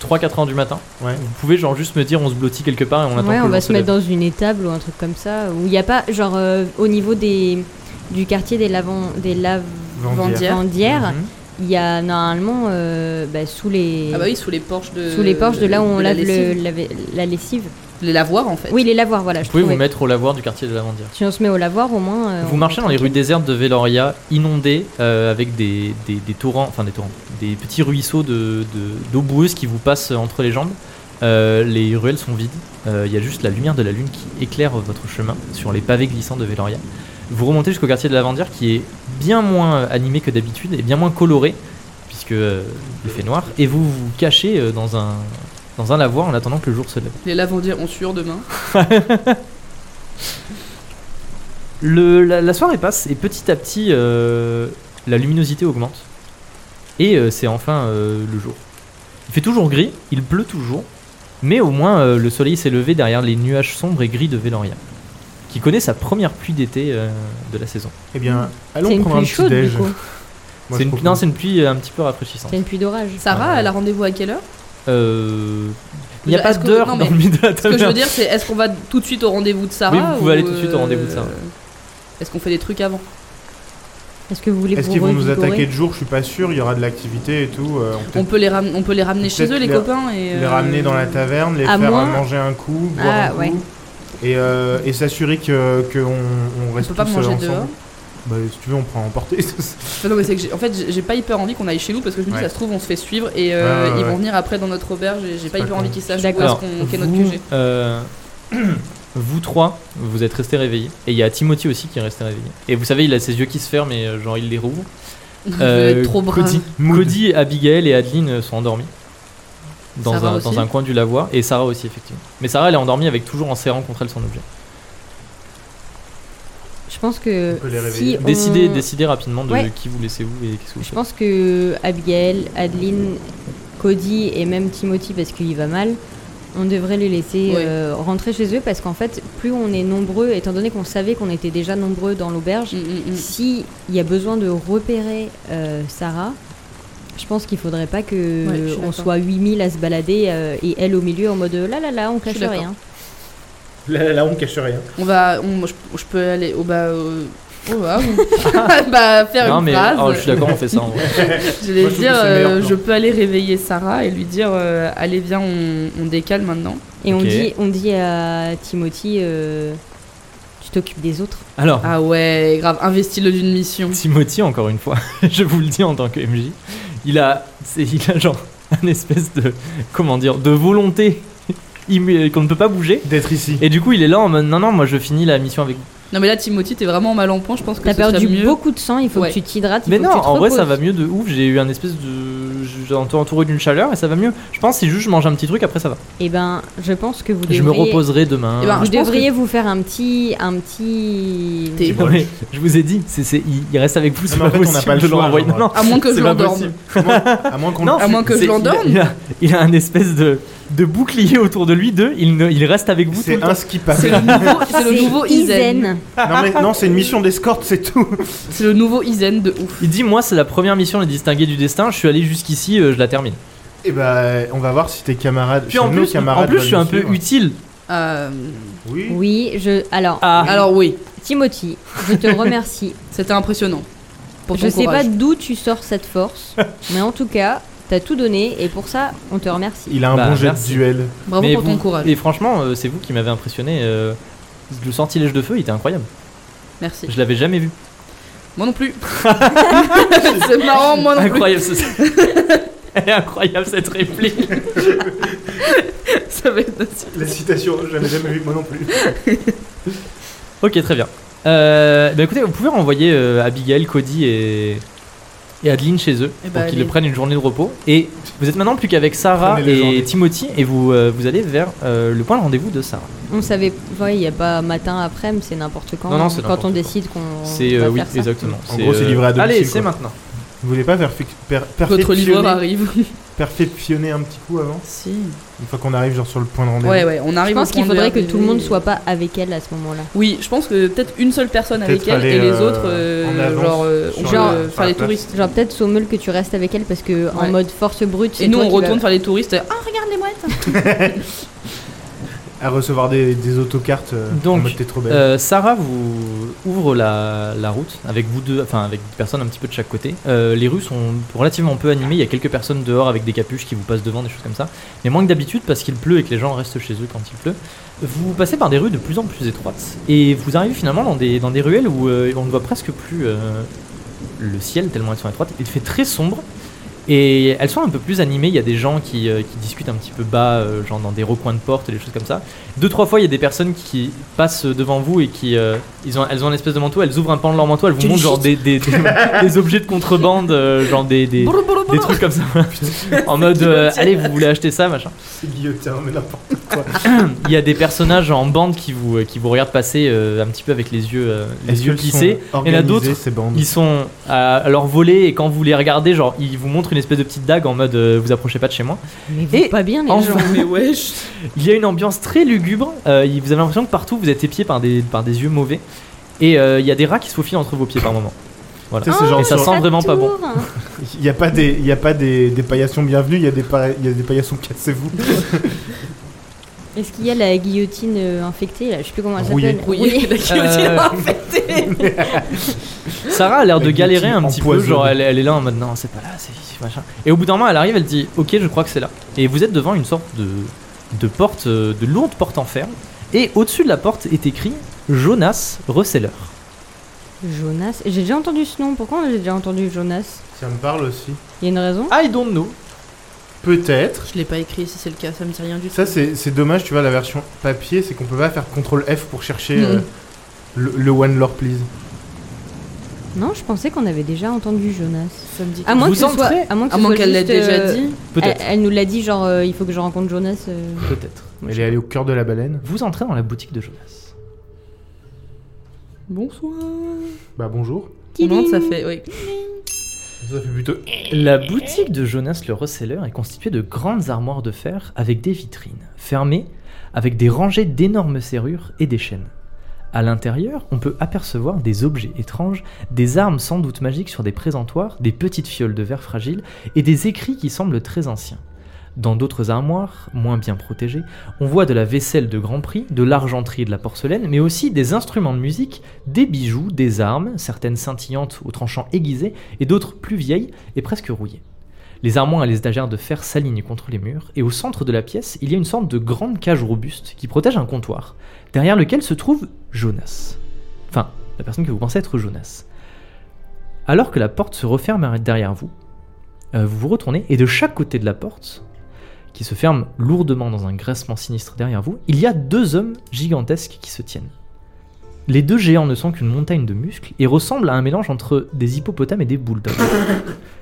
3-4 heures du matin.
Ouais.
Vous pouvez genre juste me dire on se blottit quelque part et on attend
ouais,
que
on
le
va
jour
se
se
mettre
lève.
dans une étable ou un truc comme ça, où il n'y a pas, genre, euh, au niveau des, du quartier des lavants, des
Vendières.
lavandières,
Mhm.
Mhm.
il y a normalement euh, bah, sous les
Ah bah oui, sous les porches de.
sous les porches de là où on
la
lave le-
lessive.
la, la lessive.
Les lavoirs en fait.
Oui, les lavoirs, voilà.
Vous
Je
pouvez vous
trouvais.
mettre au lavoir du quartier de la Vendière.
Si on se met au lavoir, au moins. euh,
Vous
on-
marchez dans les rues désertes de Veloria, inondées euh, avec des, des- des torrents, enfin des torrents, des petits ruisseaux de- de- d'eau boueuse qui vous passent entre les jambes. Euh, les ruelles sont vides, Euh, il y a juste la lumière de la lune qui éclaire votre chemin sur les pavés glissants de Veloria. Vous remontez jusqu'au quartier de la Vendière qui est bien moins euh, animé que d'habitude et bien moins coloré, puisque euh, il fait noir, et vous vous cachez euh, dans un, dans un lavoir en attendant que le jour se lève.
Les lavandières ont sueur demain.
Le- la, la soirée passe et petit à petit euh, la luminosité augmente. Et euh, c'est enfin euh, le jour. Il fait toujours gris, il pleut toujours, mais au moins euh, le soleil s'est levé derrière les nuages sombres et gris de Véloria, qui connaît sa première pluie d'été euh, de la saison.
Eh bien,
C'est
allons
une
prendre un
pluie
petit
chaude,
déj.
du coup.
Moi,
C'est
je
une,
propose.
non, c'est une pluie euh, un petit peu rafraîchissante.
C'est une pluie d'orage.
Sarah,
Ouais.
elle a rendez-vous à quelle heure
Euh, il n'y a
Bah, Est-ce
pas
que-
d'heure
non,
dans
mais
le milieu de la
Ce que je veux
taverne.
dire, c'est est-ce qu'on va tout de suite au rendez-vous de Sarah
Oui, vous pouvez
ou,
aller tout de suite au rendez-vous de Sarah.
euh, Est-ce qu'on fait des trucs avant
Est-ce que vous voulez
Est-ce
vous
qu'ils vont nous
revigorer
attaquer de jour Je suis pas sûr. Il y aura de l'activité et tout. euh, on peut
on peut, les ram- on peut les ramener chez
Peut-être
eux, les
les-
copains. Et,
les
euh,
ramener dans la taverne, les
à
faire
moins-
euh, manger un coup, boire
Ah,
un coup,
ouais.
et, euh, et s'assurer que qu'on on
On
reste
peut pas
tous, euh,
manger
ensemble.
dehors.
Bah, si tu veux, on prend à emporter.
Enfin, non, mais c'est que j'ai- en fait, j'ai j'ai pas hyper envie qu'on aille chez nous parce que je me dis,
Ouais.
ça se trouve, on se fait suivre et euh,
Ouais, ouais,
ils vont
ouais.
venir après dans notre auberge. et J'ai pas
pas
hyper
con.
envie qu'ils sachent où est-ce
D'accord.
Alors,
qu'on- qu'est notre
vous,
QG.
euh, vous trois, vous êtes restés réveillés. Et il y a Timothy aussi qui est resté réveillé. Et vous savez, il a ses yeux qui se ferment et euh, genre il les rouvre.
Je
euh,
vais être trop brave.
Euh, Cody,
Mood.
Cody, Abigail et Adeline euh, sont endormis. Dans
Sarah
un,
aussi
dans un coin du lavoir. Et Sarah aussi, effectivement. Mais Sarah, elle est endormie avec toujours en serrant contre elle son objet.
Je pense que
On peut les
si
réveiller.
Mmh.
on...
Décidez, décidez rapidement de
Ouais.
qui vous laissez où et qu'est-ce que vous
Je
faites.
pense que Abigail, Adeline, Cody et même Timothy, parce qu'il va mal, on devrait les laisser
Ouais.
euh, rentrer chez eux parce qu'en fait, plus on est nombreux, étant donné qu'on savait qu'on était déjà nombreux dans l'auberge,
Mm, mm, mm.
s'il y a besoin de repérer euh, Sarah, je pense qu'il faudrait pas que
Ouais, je suis
on
d'accord.
soit 8000 à se balader euh, et elle au milieu en mode là là là, on
Je suis
cache
d'accord.
rien.
là, là, on cache rien.
On va. on- moi, je, je peux aller au bah. euh, au bas, ou- bah, faire
non,
une
mais
phrase.
oh, je suis d'accord, on fait ça en vrai.
Je vais
Moi, je trouve
dire,
que c'est le
euh,
meilleur plan.
je peux aller réveiller Sarah et lui dire, euh, allez viens, on, on décale maintenant.
Et
Ok.
on dit on dit à Timothy euh, tu t'occupes des autres.
Alors,
Ah ouais, grave, investis-le d'une mission.
Timothy, encore une fois, je vous le dis en tant que MJ, il a, c'est- il a genre un espèce de, comment dire, de volonté immu- qu'on ne peut pas bouger.
D'être ici.
Et du coup, il est là en mode non, non, moi je finis la mission avec vous.
Non mais là, Timothy, t'es vraiment mal en point. Je pense que
T'as
ce serait
perdu
mieux.
beaucoup de sang, il faut
Ouais.
que tu t'hydrates. il
Mais
faut
non,
que tu te
en vrai, ça
reposes.
va mieux de ouf. J'ai eu un espèce de. J'ai été entouré d'une chaleur et ça va mieux. Je pense si juste je mange un petit truc, après ça va.
Eh ben, je pense que vous devriez,
Je me Ah, reposerai demain.
Eh ben,
Vous
Je pense
devriez vous faire un petit, un petit.
Thé.
Non, mais je vous ai dit, c'est, c'est- il il reste avec vous, c'est
Non,
pas
mais en fait, on n'a
possible
pas le
de le
choix,
renvoyer.
genre,
Non, non,
À moins que
c'est
je
pas
l'endorme.
possible.
à moins, à moins qu'on.
Non,
À moins que je
c'est- il a-
l'endorme.
Il a, il a un espèce de, de bouclier autour de lui, de, il, ne- il reste avec vous tout
C'est
le temps.
C'est
inskippable.
le nouveau, c'est le nouveau Isen.
Isen.
Non, mais non, c'est une mission d'escorte, c'est tout.
C'est le nouveau Isen de ouf.
Il dit Moi, c'est la première mission, les distinguer du destin. Je suis allé jusqu'ici, euh, je la termine.
Et bah, on va voir si tes camarades.
Puis
si
en
nos
plus,
camarades
en plus
veulent
je suis un
nous
peu Bah,
suivre.
utile.
Euh,
Oui.
Oui, je. Alors,
Ah.
alors oui,
Timothy, je te remercie.
c'était impressionnant. Pour
je
ton
sais
courage.
pas d'où tu sors cette force, mais en tout cas, t'as tout donné et pour ça, on te remercie.
Il a un
Bah,
bon jet de
merci.
duel.
Bravo
Mais
pour ton
vous-
courage.
Et franchement, euh, c'est vous qui m'avez impressionné. euh, le sortilège de feu, il était incroyable.
Merci.
Je l'avais jamais vu.
Moi non plus. c'est marrant, moi Oh non plus.
Incroyable, ce- Elle est incroyable cette réplique.
Ça va être
La citation, j'avais jamais vu, moi non plus.
Ok, très bien. Euh, bah écoutez, vous pouvez renvoyer euh, Abigail, Cody et, et Adeline chez eux
Eh
pour
bah,
qu'ils
allez.
prennent une journée de repos. Et vous êtes maintenant plus qu'avec Sarah
Prenez les
et
journées.
Timothy et vous, euh, vous allez vers euh, le point de rendez-vous de Sarah.
On savait. Ouais, il n'y a pas matin, après, mais c'est n'importe quand. hein,
Non, non, c'est n'importe
quand on
quand.
décide qu'on.
C'est
va
euh, oui,
faire ça.
exactement. euh,
En gros, c'est livré à domicile,
Allez, c'est
quoi.
maintenant.
Vous voulez pas faire fic- per-
Votre
perfectionner-
livreur arrive.
perfectionner un petit coup avant
Si.
Une fois qu'on arrive genre sur le point de rendez-vous.
Ouais, ouais, on
Je
arrive au
pense qu'il
point de
faudrait que tout le monde
l'arrivée.
soit pas avec elle à ce moment-là.
Oui, je pense que peut-être une seule personne avec
Peut-être
elle et
aller,
les
euh,
autres, euh,
en avance
genre, euh, on
sur
peut
le-
euh,
sur
faire
la
les
place.
touristes.
Genre peut-être Sommel que tu restes avec elle parce que en
Ouais.
mode force brute, c'est
Et nous,
toi
on
qui vas-
retourne faire les touristes. et, Ah, regarde les mouettes
À recevoir des, des autocartes euh,
Donc,
en mode t'es trop belle.
Euh, Sarah vous ouvre la, la route avec vous deux, enfin avec des personnes un petit peu de chaque côté. Euh, les rues sont relativement peu animées, il y a quelques personnes dehors avec des capuches qui vous passent devant, des choses comme ça. Mais moins que d'habitude parce qu'il pleut et que les gens restent chez eux quand il pleut. Vous passez par des rues de plus en plus étroites et vous arrivez finalement dans des, dans des ruelles où euh, on ne voit presque plus euh, le ciel tellement elles sont étroites. Il fait très sombre. Et elles sont un peu plus animées, il y a des gens qui, euh, qui discutent un petit peu bas, euh, genre dans des recoins de porte, des choses comme ça. Deux, trois fois, il y a des personnes qui passent devant vous et qui. euh, ils ont, elles ont un espèce de manteau, elles ouvrent un pan de leur manteau, elles vous
Du
montrent genre des, des, des- des objets de contrebande, euh, genre des, des,
Brou, brou,
des
brou.
trucs comme ça. en mode, euh, allez, vous voulez acheter ça, machin.
C'est guillotin, mais n'importe
Il y a des personnages en bande qui vous, qui vous regardent passer euh, un petit peu avec les yeux, euh,
Est-ce
les yeux
qu'elles sont euh,
plissés. Il y en a
organisées,
d'autres,
ces bandes.
Ils sont à, à leur volet et quand vous les regardez, genre, ils vous montrent une espèce de petite dague en mode, euh, vous approchez pas de chez moi.
Mais vous
Et
pas bien les
en-
gens.
Mais wesh
Il y a une ambiance très lugubre. euh, il- vous avez l'impression que partout vous êtes épié par des, par des yeux mauvais. Et euh, il y a des rats qui se faufilent entre vos pieds par moment. Voilà.
Tu sais, c'est genre
et ça
sur-
sent vraiment pas bon.
tourne.
Il n'y a pas des, il y a pas des, des paillassons bienvenus, il y a des, pa- il y a des paillassons cassez-vous.
Est-ce qu'il y a la guillotine euh, infectée là Je sais plus comment elle
Rouillée.
s'appelle.
Oui, la guillotine
Euh,
a infecté.
Sarah a l'air de
Avec des
galérer un
petits
petit peu.
empoisonnés.
Genre, elle, elle est là en mode non, c'est pas là, c'est c'est machin. Et au bout d'un moment, elle arrive, elle dit ok, je crois que c'est là. Et vous êtes devant une sorte de, de porte, euh, de lourde porte en fer. Et au-dessus de la porte est écrit Jonas Reseller.
Jonas. J'ai déjà entendu ce nom. Pourquoi j'ai déjà entendu Jonas
Ça me parle aussi.
Il y a une raison
I don't know.
Peut-être.
Je l'ai pas écrit si c'est le cas, ça me dit rien du tout.
Ça, c'est c'est dommage, tu vois, la version papier, c'est qu'on peut pas faire CTRL F pour
Mm.
chercher euh,
Mhm.
le, le One Lore Please.
Non, je pensais qu'on avait déjà entendu Jonas.
Ça me dit
À moins
Vous
que ce soit-
entrez
à moins que
À
ce
moins
soit
qu'elle l'ait
Ah, juste,
déjà
euh,
dit.
Elle,
Peut-être.
elle nous l'a dit genre euh, il faut que je rencontre Jonas. euh.
Eh.
Peut-être.
Elle est allée au cœur de la baleine.
Vous entrez dans la boutique de Jonas.
Bonsoir.
Bah bonjour.
Comment ça fait Oui.
Ça fait plutôt.
La boutique de Jonas le reseller est constituée de grandes armoires de fer avec des vitrines, fermées avec des rangées d'énormes serrures et des chaînes. À l'intérieur, on peut apercevoir des objets étranges, des armes sans doute magiques sur des présentoirs, des petites fioles de verre fragiles et des écrits qui semblent très anciens. Dans d'autres armoires, moins bien protégées, on voit de la vaisselle de grand prix, de l'argenterie et de la porcelaine, mais aussi des instruments de musique, des bijoux, des armes, certaines scintillantes aux tranchants aiguisés et d'autres plus vieilles et presque rouillées. Les armoires et les étagères de fer s'alignent contre les murs, et au centre de la pièce, il y a une sorte de grande cage robuste qui protège un comptoir, derrière lequel se trouve Jonas. Enfin, la personne que vous pensez être Jonas. Alors que la porte se referme derrière vous, euh, vous vous retournez, et de chaque côté de la porte, qui se ferme lourdement dans un graissement sinistre derrière vous, il y a deux hommes gigantesques qui se tiennent. Les deux géants ne sont qu'une montagne de muscles et ressemblent à un mélange entre des hippopotames et des bulldogs.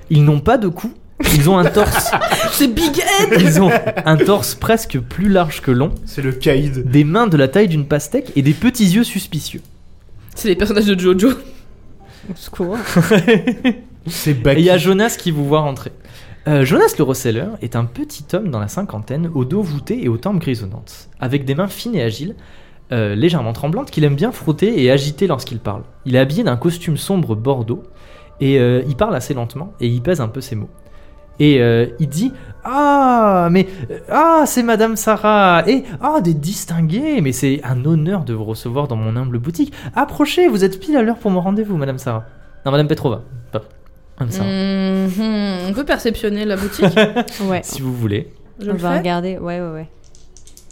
Ils n'ont pas de cou, ils ont un torse,
C'est Big Ed
ils ont un torse presque plus large que long,
C'est le caïd.
des mains de la taille d'une pastèque et des petits yeux suspicieux.
C'est les personnages de Jojo.
Au secours.
Et
C'est
il
Baki.
y a Jonas qui vous voit rentrer. Euh, Jonas le reseller est un petit homme dans la cinquantaine, au dos voûté et aux tempes grisonnantes, avec des mains fines et agiles, euh, légèrement tremblantes, qu'il aime bien frotter et agiter lorsqu'il parle. Il est habillé d'un costume sombre bordeaux, et euh, il parle assez lentement, et il pèse un peu ses mots. Et euh, il dit Ah, mais euh, ah, c'est Madame Sarah Et ah, des distingués Mais c'est un honneur de vous recevoir dans mon humble boutique. Approchez, vous êtes pile à l'heure pour mon rendez-vous, Madame Sarah. Non, Madame Petrova. Pardon. Madame Sarah.
Mm.
Mhm. On peut perceptionner la boutique
Ouais.
Si vous voulez.
Je
On
le
va
fais
regarder. Ouais ouais ouais.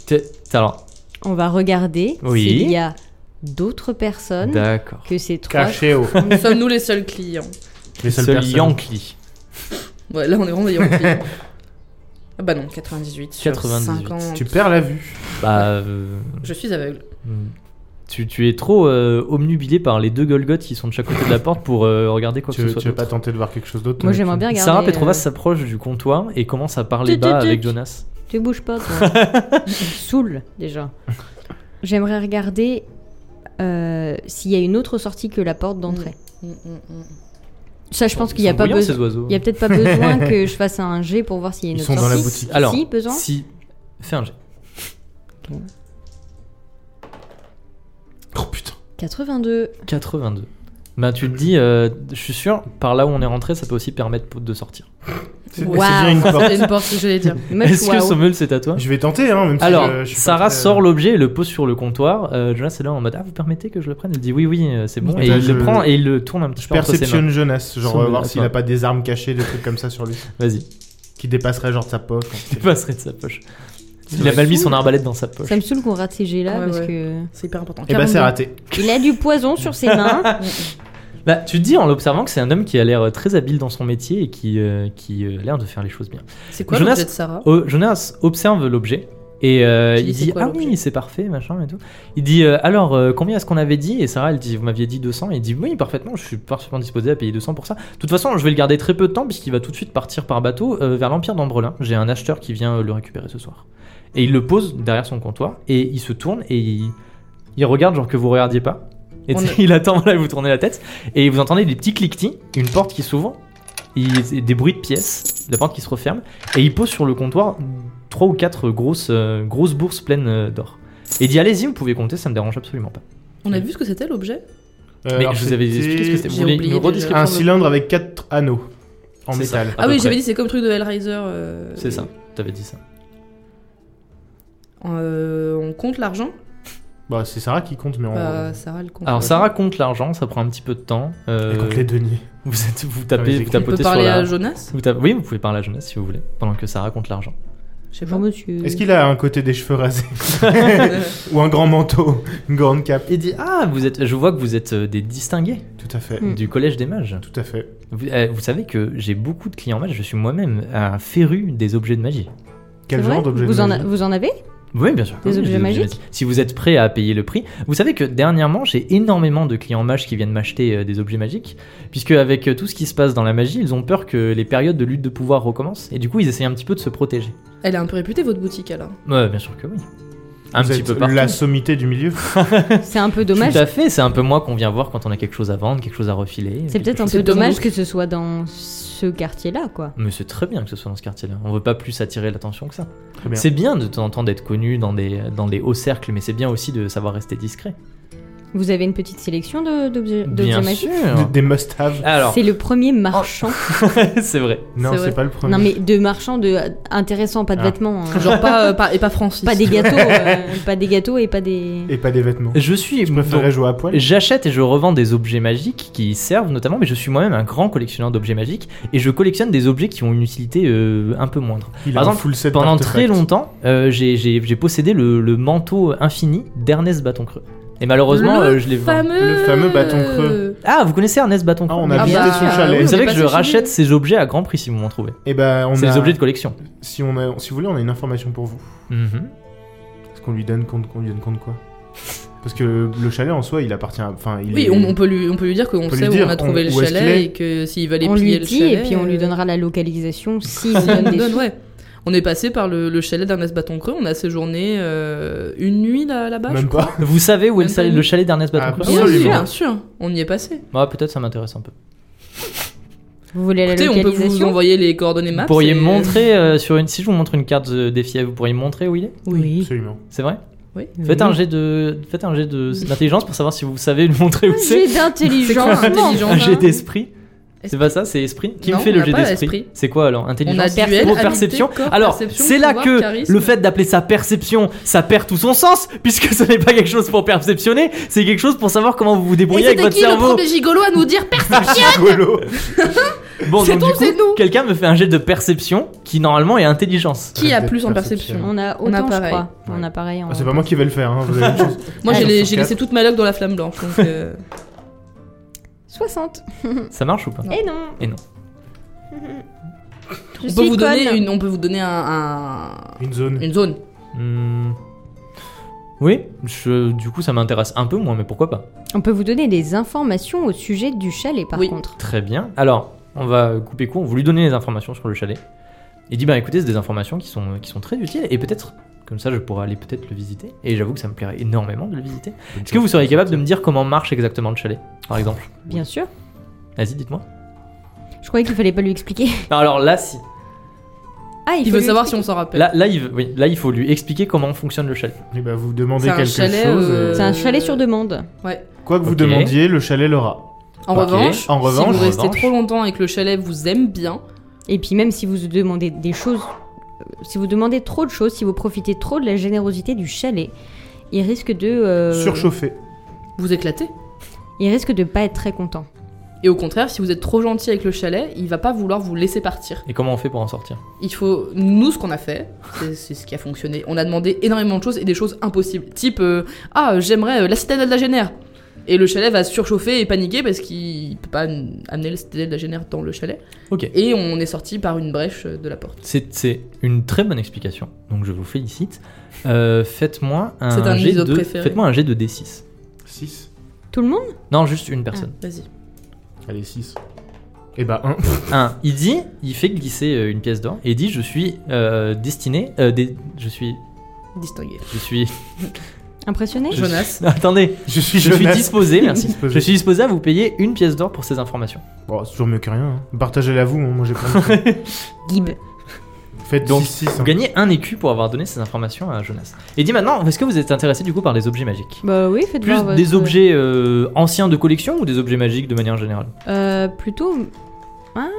T'es- Alors,
On va regarder
Oui.
s'il y a d'autres personnes
d'accord.
que ces trois.
Caché au.
Nous sommes nous les seuls clients.
Les seules
Seul
personnes.
Yankee.
Ouais, là on est vraiment des clients. Ah bah non, 98 sur
98.
50.
Tu perds la vue.
Bah, euh, mm.
Je suis aveugle.
tu, tu es trop euh, omnubilé par les deux Golgoths qui sont de chaque côté de la porte pour euh, regarder quoi que
Tu, veux-
ce soit.
tu veux pas
d'autre.
tenter de voir quelque chose d'autre
Moi
toi,
j'aimerais
tu-
bien regarder.
Sarah Petrova
euh,
s'approche du comptoir et commence à parler
Tuc,
bas
tuc,
avec
tuc.
Jonas.
Tu bouges pas, toi. Tu me saoules, déjà. J'aimerais regarder euh, s'il y a une autre sortie que la porte d'entrée.
Mm, mm, mm.
Ça, je pense qu'il n'y a
Ils sont
pas
bruyants,
besoin.
ces oiseaux.
Il n'y a peut-être pas besoin que je fasse un G pour voir s'il y a une
Ils
autre
sont dans la
sortie.
boutique.
Alors,
si, besoin.
Si. Fais un jet.
Oh putain.
82.
82. Bah, tu te dis, euh, je suis sûr, par là où on est rentré, ça peut aussi permettre de sortir.
C'est
Waouh.
c'est bien une porte.
C'est une porte, que j'allais dire.
Moi, je
Est-ce
suis
que
waouh.
Sommel, c'est à toi
Je vais tenter, hein, même si
Alors,
je- je suis pas
Sarah
très- euh,
sort l'objet et le pose sur le comptoir. Euh, Jonas est là en mode Ah, vous permettez que je le prenne Il dit Oui, oui, euh, c'est bon.
Oui,
Et
bah,
il
je-
le prend et il le tourne un petit
Je
peu entre ses mains.
perceptionne jeunesse, genre
Sommel,
euh, voir s'il a
attends.
pas des armes cachées, des trucs comme ça sur lui,
Vas-y,
qui dépasseraient genre de sa poche.
tu passerais de sa poche. Il a mal mis son arbalète dans sa poche.
Ça me saoule qu'on rate ces G là
Ouais,
parce
ouais.
que.
C'est hyper important.
Et bah c'est
42.
raté.
Il a du poison sur ses mains.
Bah, tu te dis en l'observant que c'est un homme qui a l'air euh, très habile dans son métier et qui, euh, qui euh, a l'air de faire les choses bien.
C'est quoi
Jonas-
l'objet de Sarah
Oh, Jonas observe l'objet et euh,
Tu dis,
il
c'est
dit
quoi
Ah
l'objet
oui, c'est parfait, machin et tout. Il dit euh, Alors, euh, combien est-ce qu'on avait dit Et Sarah, elle dit Vous m'aviez dit 200. Et il dit Oui, parfaitement, je suis parfaitement disposé à payer 200 pour ça. De toute façon, je vais le garder très peu de temps puisqu'il va tout de suite partir par bateau euh, vers l'Empire d'Ambrelin. J'ai un acheteur qui vient euh, le récupérer ce soir. Et il le pose derrière son comptoir et il se tourne et il, il regarde, genre que vous regardiez pas. Et
On
tu sais, il attend, là, vous tournez la tête et vous entendez des petits cliquetis, une porte qui s'ouvre, il- des bruits de pièces, la porte qui se referme, et il pose sur le comptoir trois ou quatre grosses, euh, grosses bourses pleines euh, d'or. Et il dit allez-y, vous pouvez compter, ça me dérange absolument pas.
On a vu ce que c'était l'objet
Euh,
Mais
alors,
je vous avais expliqué ce que c'était. Vous
J'ai
voulez
oublié
une
déjà.
redescription
Un
de-
cylindre avec quatre anneaux en
C'est ça,
métal.
à
Ah
peu
oui,
près.
j'avais dit, c'est comme le truc de Hellraiser. euh,
C'est ça, t'avais dit ça.
Euh, on compte l'argent
Bah c'est Sarah qui compte, mais on.
Bah, Sarah le compte.
Alors Sarah compte l'argent, ça prend un petit peu de temps. Euh,
Elle compte les deniers.
vous, êtes, vous
Ah oui,
tapez,
j'ai
vous
on peut
tapotez sur
parler
la...
à Jonas
vous tapez- Oui, vous pouvez parler à jeunesse si vous voulez, pendant que Sarah compte l'argent.
Je sais pas.
Bonjour monsieur.
Est-ce qu'il a un côté des cheveux rasés
Est-ce
ou un grand manteau, une grande cape
Il dit ah vous êtes, je vois que vous êtes euh, des distingués
Tout à fait,
Mm.
du collège des mages.
tout à fait.
Vous, euh, vous savez que j'ai beaucoup de clients mages, je suis moi-même un féru des objets de magie.
C'est
Quel
vrai
genre d'objet
vous,
de
en a-
magie
vous en avez
Oui, bien sûr. Ah
Des
Oui,
objets magiques
Si vous êtes prêt à payer le prix, vous savez que dernièrement, j'ai énormément de clients mages qui viennent m'acheter euh, des objets magiques, puisque avec euh, tout ce qui se passe dans la magie, ils ont peur que les périodes de lutte de pouvoir recommencent, et du coup, ils essayent un petit peu de se protéger.
Elle hein. est un peu réputée, votre boutique alors.
Ouais, bien sûr que oui. Un
Vous
petit
êtes
peu partout.
La sommité du milieu.
C'est un peu
Tout
dommage.
à fait, c'est un peu moi qu'on vient voir quand on a quelque chose à vendre, quelque chose à refiler.
C'est
quelque
peut-être un
chose-
C'est
peu
dans mon
dommage
look.
que ce soit dans ce quartier-là, quoi.
Mais c'est très bien que ce soit dans ce quartier-là. On veut pas plus attirer l'attention que ça.
Très bien.
C'est bien de temps en temps d'être connu dans des, dans des hauts cercles, mais c'est bien aussi de savoir rester discret.
Vous avez une petite sélection de- d'objets d'objets
Bien
magiques
sûr.
Des- Des must-have.
Alors,
C'est le premier marchand.
c'est vrai.
Non,
C'est
c'est
vrai.
pas le premier.
Non mais de marchand de intéressant, pas de
Ah.
vêtements, hein.
Genre pas, euh, pas- et pas Francis.
pas des gâteaux, euh, pas des gâteaux et pas des.
Et pas des
Euh,
vêtements.
Je suis.
Je préférerais
donc,
jouer à poil.
J'achète et je revends des objets magiques qui y servent notamment, mais je suis moi-même un grand collectionneur d'objets magiques et je collectionne des objets qui ont une utilité euh, un peu moindre.
Il
par
a un
exemple,
full set
Pendant
d'artefacts.
très longtemps, euh, j'ai- j'ai j'ai possédé le, le manteau infini d'Ernest Bâton Creux. Et malheureusement,
Le
euh, je l'ai vendu.
fameux...
Le fameux bâton creux.
Ah, vous connaissez Ernest Bâton Creux
Ah, on a
mais-
Ah
visité
bah,
son chalet.
oui,
Vous
on
savez
est
que je
passé chez
rachète
lui.
ces objets à grand prix si vous m'en trouvez.
Et ben on
C'est
a.
des objets de collection.
Si on a, si vous voulez, on a une information pour vous.
Mhm.
Est-ce qu'on lui donne compte, qu'on lui donne compte quoi Parce que le chalet en soi, il appartient. à- Enfin, il.
Oui,
est-
on, on peut lui, on peut lui dire qu'on
peut
sait
lui
où
dire
on a trouvé
on-
le
où est-ce qu'il
chalet
est.
et que s'il va aller
On
piller
lui
le
dit
chalet.
et puis on lui
euh,
donnera la localisation si
s'il
on
nous
donne des
donne,
sous.
ouais. On est passé par le, le chalet d'Ernest Bâton Creux, on a séjourné euh, une nuit là- là-bas. je
Même
crois.
pas.
Vous savez où est le,
Même
sal-
pas.
le chalet d'Ernest Bâton Creux
Absolument.
Bien sûr, bien sûr, on y est passé.
Moi, peut-être ça m'intéresse un peu.
Vous voulez la
Écoutez, on peut vous
localisation
envoyer les coordonnées maps.
Vous pourriez
et-
montrer euh, sur une. Si je vous montre une carte euh, des fièvres, vous pourriez montrer où il est
Oui.
Absolument.
C'est vrai
Oui.
Faites un jet de. Faites un jet de d'intelligence pour savoir si vous savez le montrer où c'est.
J'ai d'intelligence.
C'est quoi, Ah, intelligence
Un jet
hein
d'esprit. C'est pas ça, c'est esprit. Qui
Non,
me fait
on
le
n'a
jet
pas
d'esprit
esprit.
C'est quoi alors Intelligence
On a
perce-
duel,
ou
habileté,
perception.
corps,
alors,
perception,
c'est là
pouvoir,
que
charisme.
le fait d'appeler ça perception, ça perd tout son sens, puisque ce n'est pas quelque chose pour perceptionner, c'est quelque chose pour savoir comment vous vous débrouillez avec votre cerveau. Ah,
gigolo à nous dire
Gigolo.
Bon,
C'est
donc
tout,
du
c'est
coup,
nous.
quelqu'un me fait un jet de perception qui normalement est intelligence.
Qui a
Peut-être
plus en
perception.
perception
On a
On a
autant, je
pareil.
crois. On
Ouais.
a pareil. en-
Ah, c'est pas moi qui vais le faire. Hein. vous avez une chance.
Moi,
Ah,
j'ai
Allez.
les-
Sur
j'ai
quatre.
laissé toute ma loque dans la flamme blanche. donc, euh,
60.
Ça marche ou pas
Et non.
Et non.
Je
on, peut
suis
vous donner
conne.
une, on peut vous donner un, un-
Une zone.
une zone.
Hmm. Oui, je- du coup ça m'intéresse un peu moins, mais pourquoi pas
On peut vous donner des informations au sujet du chalet, par
Oui.
contre.
Très bien. Alors, on va couper court, vous lui donnez les informations sur le chalet. Il dit, bah écoutez, c'est des informations qui sont, qui sont très utiles, et peut-être, comme ça, je pourrais aller peut-être le visiter. Et j'avoue que ça me plairait énormément de le visiter. Est-ce que vous seriez capable de me dire comment marche exactement le chalet, par exemple
Bien sûr.
Vas-y, dites-moi.
Je croyais qu'il fallait pas lui expliquer.
Non, alors là, si.
Ah,
Il
faut
veut
lui
savoir si
expliquer.
on s'en rappelle.
Là, là, il, veut- oui, là, il faut lui expliquer comment fonctionne le chalet.
Et bah, vous demandez
C'est un
quelque
chalet,
chose.
euh,
euh,
C'est un chalet sur demande.
Ouais.
Quoi que vous
Ok.
demandiez, le chalet l'aura.
En
Ok.
revanche,
En revanche,
si
en
vous restez
revanche.
trop longtemps et que le chalet vous aime bien,
Et puis même si vous demandez des choses, euh, si vous demandez trop de choses, si vous profitez trop de la générosité du chalet, il risque de euh,
Surchauffé.
vous éclatez.
Il risque de pas être très content.
Et au contraire, si vous êtes trop gentil avec le chalet, il va pas vouloir vous laisser partir.
Et comment on fait pour en sortir
Il faut, nous, ce qu'on a fait, c'est c'est ce qui a fonctionné. On a demandé énormément de choses et des choses impossibles. Type, euh, ah, j'aimerais euh, la citadelle de la Génère. Et le chalet va surchauffer et paniquer parce qu'il peut pas n- amener la citadelle de la Génère dans le chalet.
Ok.
Et on est sorti par une brèche euh, de la porte.
C'est c'est une très bonne explication, donc je vous félicite. Euh, Faites-moi un,
C'est un de mes
jet
autres
de,
préférés.
faites-moi un jet de D6.
6.
Tout le monde
Non, juste
Ah.
une personne.
Vas-y.
Allez, 6. Et bah, 1.
Un, il dit, il fait glisser euh, une pièce d'or et il dit je suis euh, destiné, euh, dé- je suis,
Distingué.
je suis.
Impressionné
Je-
Jonas.
Attendez,
Je suis
je suis
Jonas.
disposé, merci.
Disposé.
je suis disposé à vous payer une pièce d'or pour ces informations.
Bon, Oh, c'est toujours mieux que rien. hein. Partagez-la vous, hein, moi j'ai pas.
Gib.
Faites hein.
Donc,
donc 6.
Vous gagnez un écu pour avoir donné ces informations à Jonas. Et dit maintenant, est-ce que vous êtes intéressé du coup par les objets magiques
Bah oui, faites
Plus
voir votre-
des objets euh, anciens de collection ou des objets magiques de manière générale
Euh, plutôt. Ah.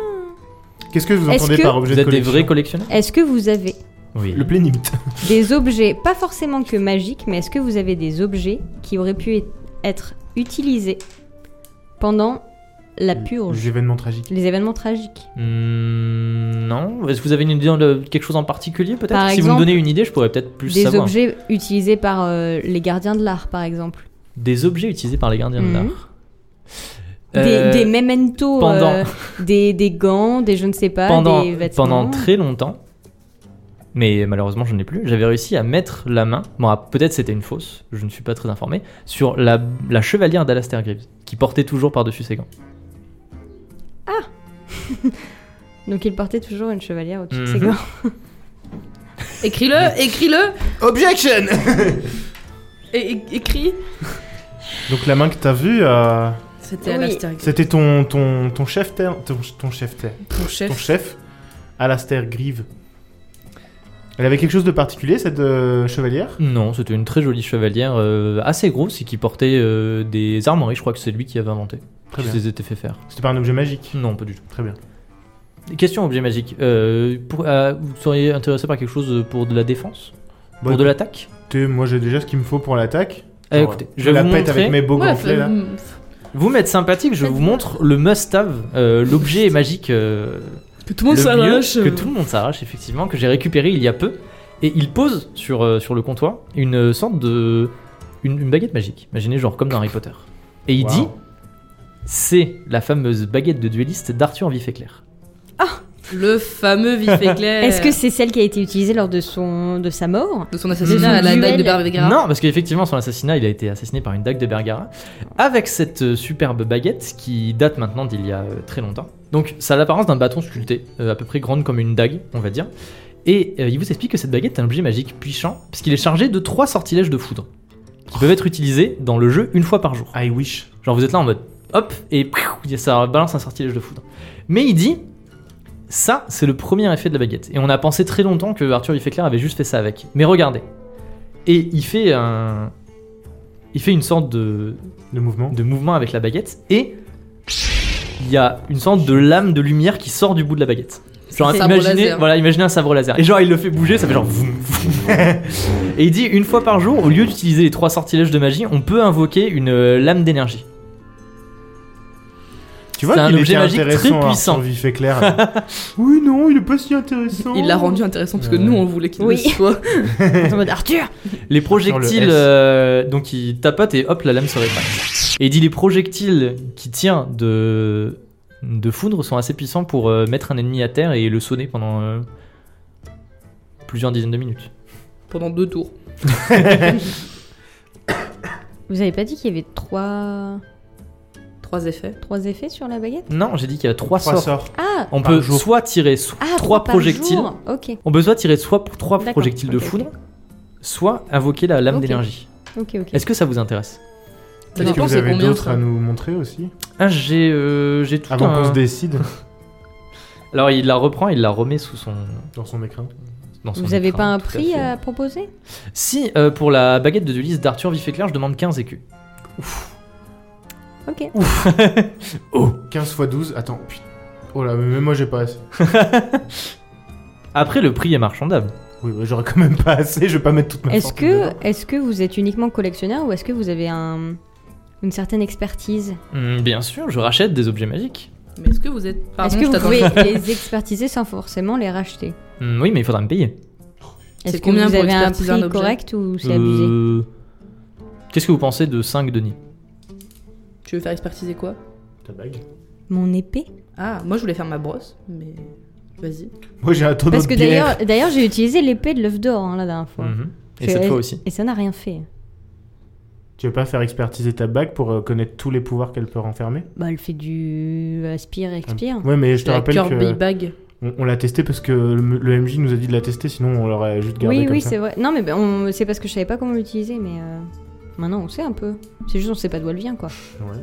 Qu'est-ce que vous
Est-ce
entendez
que-
par objet
Vous
de
êtes des
collection
vrais collectionneurs
Est-ce que vous avez
Oui.
Le plénipte.
des objets, pas forcément que magiques, mais est-ce que vous avez des objets qui auraient pu être- être utilisés pendant la purge,
Les événements tragiques.
les événements tragiques
Hmm, non. Est-ce que vous avez une idée de quelque chose en particulier peut-être
Par
Si vous me
exemple,
donnez une idée, je pourrais peut-être plus
Des
savoir.
objets utilisés par euh, les gardiens de l'art, par exemple.
Des objets utilisés par les gardiens
Mhm.
de l'art.
Des,
Euh,
des mementos,
pendant-
euh, des, des gants, des je ne sais pas,
pendant,
des vêtements.
pendant très longtemps, mais malheureusement je ne l'ai plus, j'avais réussi à mettre la main, bon ah, peut-être c'était une fausse, je ne suis pas très informé, sur la, la chevalière d'Alastair Greaves, qui portait toujours par-dessus ses gants.
Donc il portait toujours une chevalière au-dessus de
Mhm.
ses gants.
Écris-le, écris-le,
Objection
et- et- écris.
Donc la main que t'as vue, euh,
C'était
Oui.
Alastair Greaves.
c'était ton, ton, ton chef ter- ton, ton chef ter-
Ton chef.
ton chef, Alastair Grieve. Elle avait quelque chose de particulier cette euh, chevalière
Non, c'était une très jolie chevalière, euh, assez grosse, et qui portait euh, des armoiries, je crois que c'est lui qui avait inventé,
Très
qui
bien.
se les était fait faire.
C'était pas un objet magique.
Non, pas du tout.
Très bien.
Question objet magique. Euh, pour- euh, vous seriez intéressé par quelque chose pour de la défense Pour
Bon,
de l'attaque
écoutez, moi j'ai déjà ce qu'il me faut pour l'attaque.
Eh,
Genre,
Écoutez, je vais
la
vous
pète
montrer.
avec mes beaux
Ouais, mm,
gantelets là.
fais-
Vous m'êtes sympathique, je vous montre le must-have, euh, l'objet magique euh,
Que tout le monde euh.
le mieux,
s'arrache.
que tout le monde s'arrache, effectivement, que j'ai récupéré il y a peu. Et il pose sur, euh, sur le comptoir une euh, sorte de. Une, une baguette magique. Imaginez, genre comme dans Harry Potter. Et il
Wow.
dit c'est la fameuse baguette de dueliste d'Arthur Vif Éclair.
Le fameux vif éclair.
Est-ce que c'est celle qui a été utilisée lors de, son, de sa mort
de son
de son
assassinat à la
duel
dague de Barbegara
Non, parce qu'effectivement, son assassinat, il a été assassiné par une dague de Bergara, avec cette euh, superbe baguette qui date maintenant d'il y a euh, très longtemps. Donc, ça a l'apparence d'un bâton sculpté, euh, à peu près grande comme une dague, on va dire. Et euh, il vous explique que cette baguette est un objet magique puissant, puisqu'il est chargé de trois sortilèges de foudre, qui peuvent être utilisés dans le jeu une fois par jour.
I wish.
Genre, vous êtes là en mode hop, et piou, ça balance un sortilège de foudre. Mais il dit. Ça, c'est le premier effet de la baguette. Et on a pensé très longtemps que Arthur Ifféclair avait juste fait ça avec. Mais regardez. Et il fait un. Il fait une sorte de,
Le mouvement.
de mouvement avec la baguette et. Il y a une sorte de lame de lumière qui sort du bout de la baguette. Genre,
C'est un sabre
imaginez,
laser.
voilà, imaginez un sabre laser. Et genre, il le fait bouger, ça fait genre. vroom, vroom. et il dit une fois par jour, au lieu d'utiliser les trois sortilèges de magie, on peut invoquer une euh, lame d'énergie. c'est
Tu vois
un
qu'il
objet
était
magique très
intéressant
puissant.
Arthur Vif Éclair. oui, non, il est pas si intéressant.
Il l'a rendu intéressant parce que
Euh,
nous on voulait qu'il
oui.
le soit.
En mode Arthur
Les
Sur
projectiles,
le S.
euh, donc il tapote et hop, la lame se rétracte. Et il dit les projectiles qui tirent de, de foudre sont assez puissants pour euh, mettre un ennemi à terre et le sonner pendant euh, plusieurs dizaines de minutes.
Pendant deux tours.
Vous avez pas dit qu'il y avait trois,
Trois effets.
trois effets sur la baguette
Non, j'ai dit qu'il y a trois,
Trois
sorts.
sorts.
Ah
On
Par
peut
jour.
soit tirer so-
ah,
trois
par
projectiles.
jour. Ok,
On peut soit tirer soit pour trois
D'accord,
projectiles de
ok, ok.
foudre, soit invoquer la lame
Ok.
d'énergie.
ok, ok.
Est-ce que ça vous intéresse
Ça
Est-ce que
dépend
vous
c'est
avez
combien
d'autres euh,
ça.
à nous montrer aussi
Ah, j'ai euh, j'ai tout
Avant
un-
qu'on se décide.
Alors il la reprend, il la remet sous son.
Dans son écran.
Dans son
Vous avez
écrin,
pas un
tout à
prix
fait.
à, proposer
Si, euh, pour la baguette de Dulys d'Arthur Viféclair, je demande 15 écus.
Ok.
Ouf
15 x 12, attends, putain. Oh là, mais même moi j'ai pas assez.
Après, le prix est marchandable.
Oui, bah, j'aurais quand même pas assez, je vais pas mettre toute ma
Est-ce
fortune
que,
dedans.
est que vous êtes uniquement collectionneur ou est-ce que vous avez un, une certaine expertise
Hum, bien sûr, je rachète des objets magiques.
Mais est-ce que vous êtes. Pardon,
Est-ce que
je
vous
t'attends.
pouvez les expertiser sans forcément les racheter
Hum, oui, mais il faudra me payer.
Est-ce
C'est
que
combien
vous
pour
avez un
expertiser un
prix
objet
correct ou c'est abusé
Euh, Qu'est-ce que vous pensez de 5 deniers
Tu veux faire expertiser quoi
Ta bague.
Mon épée
Ah, moi je voulais faire ma brosse, mais. Vas-y.
Moi j'ai un tonneau
Parce
de
que
bière. Hmm.
d'ailleurs, d'ailleurs, j'ai utilisé l'épée de l'œuf d'or hein, la dernière fois.
Mhm. Et
C'est-
cette fois aussi.
Et ça n'a rien fait.
Tu veux pas faire expertiser ta bague pour euh, connaître tous les pouvoirs qu'elle peut renfermer
Bah, elle fait du aspire,
Ah,
expire.
Ouais, mais je te
la
rappelle
Kirby
que
Bag.
on, on l'a testé parce que le, le MJ nous a dit de la tester, sinon on l'aurait juste gardé
Oui,
comme
oui,
ça.
c'est vrai. Non, mais ben, on- c'est parce que je savais pas comment l'utiliser, mais euh, maintenant on sait un peu. C'est juste on sait pas d'où elle vient, quoi. Euh,
Ouais.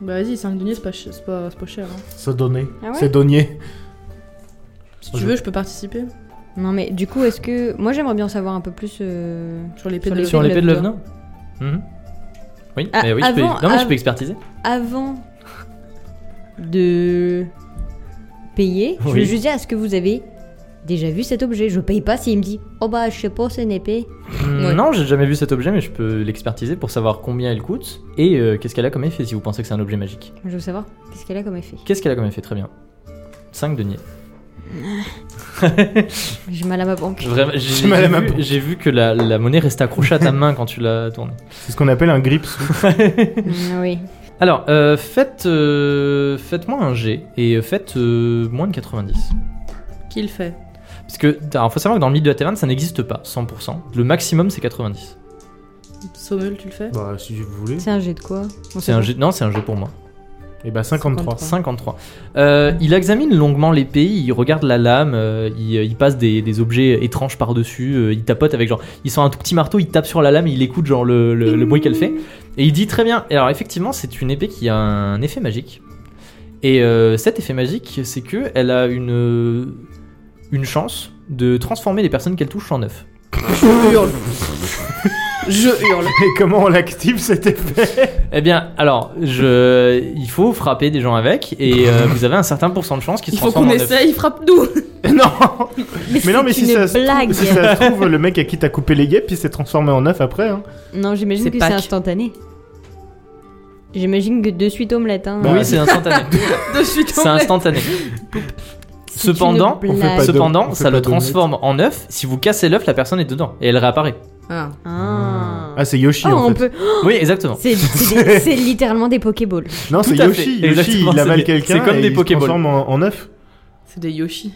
Bah vas-y, 5 deniers, c'est pas, ch- c'est pas, c'est pas cher. hein.
C'est donné.
Ah ouais
c'est donné.
Si
Oh,
tu
je-
veux, je peux participer
Non, mais du coup, est-ce que. Moi, j'aimerais bien savoir un peu plus. euh,
sur les
Sur
pédales.
Sur
de
l'épée de
l'œuf
l'œuvre Mhm. Oui,
Ah,
mais oui, je peux...
avant-
non, mais je
av-
peux expertiser.
Avant de payer, je
Oui.
vais juste dire est-ce que vous avez déjà vu cet objet Je paye pas s'il me dit Oh bah, je sais pas, c'est une épée.
Hum,
Ouais.
Non, j'ai jamais vu cet objet, mais je peux l'expertiser pour savoir combien elle coûte et euh, qu'est-ce qu'elle a comme effet si vous pensez que c'est un objet magique.
Je veux savoir qu'est-ce qu'elle a comme effet.
Qu'est-ce qu'elle a comme effet Très bien. 5 deniers.
J'ai mal à ma banque.
Vraiment, j'ai
J'ai mal à
j'ai
ma
vu,
peau.
j'ai vu que la, la monnaie restait accrochée à ta main quand tu l'as tournée.
C'est ce qu'on appelle un grip.
Mm, oui.
Alors, euh, faites, euh, faites-moi un G et faites euh, moins de 90.
Qui le fait
Parce que, alors, faut savoir que dans le mythe de la taverne, ça n'existe pas, 100%. Le maximum, c'est 90.
Sommel, tu le fais
bah si vous voulez.
C'est un jet de quoi On
C'est
sait
un
pas.
G, non, c'est un G pour moi.
Et bah 53.
53. Euh, il examine longuement l'épée, il regarde la lame, euh, il, il passe des, des objets étranges par-dessus, euh, il tapote avec genre. Il sent un tout petit marteau, il tape sur la lame, et il écoute genre le, le- le bruit qu'elle fait. Et il dit très bien. Et alors, effectivement, c'est une épée qui a un effet magique. Et euh, cet effet magique, c'est que elle a une, une chance de transformer les personnes qu'elle touche en neuf.
Je hurle Je hurle
Et comment on l'active cet effet
Eh bien, alors, je, il faut frapper des gens avec, et euh, vous avez un certain pourcent de chance qu'ils se
Il faut
transforment
qu'on
en neuf.
essaye, frappe-nous
Non Mais non, mais
c'est
si
une
ça, se
blague.
trouve, si ça se trouve, le mec à qui t'as coupé les guêpes, il s'est transformé en œuf après. Hein.
Non, j'imagine
C'est
que
Pâques.
c'est instantané. J'imagine que de suite omelette. Hein.
Bah
oui, c'est instantané.
De suite
C'est
en vrai.
instantané.
C'est une
Cependant,
blague.
On fait pas de-
cependant
on fait
ça
pas
le
d'omelette.
transforme en œuf. Si vous cassez l'œuf, la personne est dedans et elle réapparaît.
Ah.
Ah.
Ah, c'est Yoshi
Oh,
en
on
fait.
peut.
Oui, exactement.
C'est c'est des- c'est littéralement des Pokéballs.
Non, c'est
Tout à
Yoshi.
fait,
Yoshi,
exactement,
il
c'est
avale
des-
quelqu'un.
c'est comme
et
des
il se
Pokéballs.
transforme en, en œuf.
C'est des Yoshi.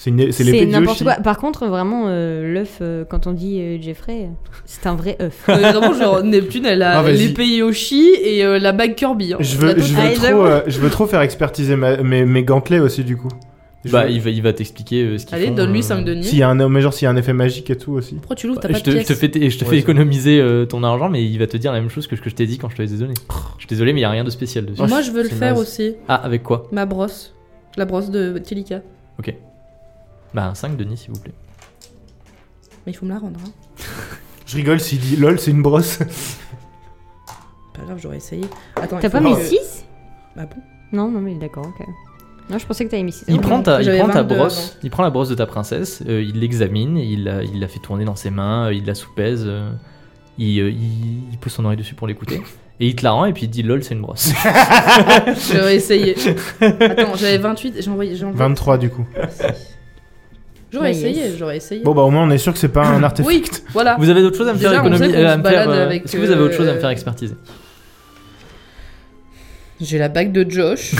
C'est une- c'est l'épée
C'est
de
n'importe
Yoshi.
quoi. Par contre, vraiment, euh, l'œuf, euh, quand on dit euh, Jeffrey, euh, c'est un vrai œuf.
Non, mais Euh, vraiment, genre Neptune, elle a
Ah, vas-y.
l'épée Yoshi et euh, la bague Kirby. hein.
Je
La
veux,
totale.
je,
Ah,
veux
j'avoue.
trop, euh, je veux trop faire expertiser ma- mes, mes gantelets aussi, du coup. Je
Bah,
veux-
il va, il va t'expliquer euh, ce qu'il
Allez, donne-lui 5 deniers.
S'il y a un, mais genre, s'il y a un effet magique et tout aussi.
Pourquoi tu l'ouvres T'as
Bah, Je
pas
te,
de
je te
pièces.
fais, et je te
Ouais,
fais
c'est-
économiser euh, ton argent, mais il va te dire la même chose que ce que je t'ai dit quand je te les ai donnés. Oh. Je suis désolé, mais il n'y a rien de spécial dessus.
Moi, je veux le
c'est
faire
naze.
aussi.
Ah, avec quoi
Ma brosse. La brosse de Telika.
Bah, 5 deniers, s'il vous plaît.
Mais il faut me la rendre. Hein.
Je rigole s'il dit lol, c'est une brosse.
Pas grave, j'aurais essayé. Attends,
T'as
il
pas
faut
mis
que-
6
Ah bon
Non, non, mais d'accord, ok. Non, je pensais que t'avais mis 6.
Il prend ta, il
J'avais
prend ta
22
brosse, il prend la brosse de ta princesse, euh, il l'examine, il la, il la fait tourner dans ses mains, euh, il la soupèse, euh, il, euh, il, il pousse son oreille dessus pour l'écouter, et il te la rend et puis il dit lol, c'est une brosse.
J'aurais essayé. Attends, j'avais 28, j'ai envoyé. j'ai envoyé- Ah,
23, du coup.
J'aurais
Bah,
essayé,
yes.
j'aurais essayé.
Bon, bah, au moins, on est sûr que c'est pas un artefact.
oui, voilà.
Vous avez d'autres choses à me
Ah. Déjà,
faire
on sait
économiser
qu'on
euh, à
se
me faire,
balade
euh,
avec,
Est-ce que vous avez autre chose à me faire
euh,
expertiser
J'ai la bague de Josh.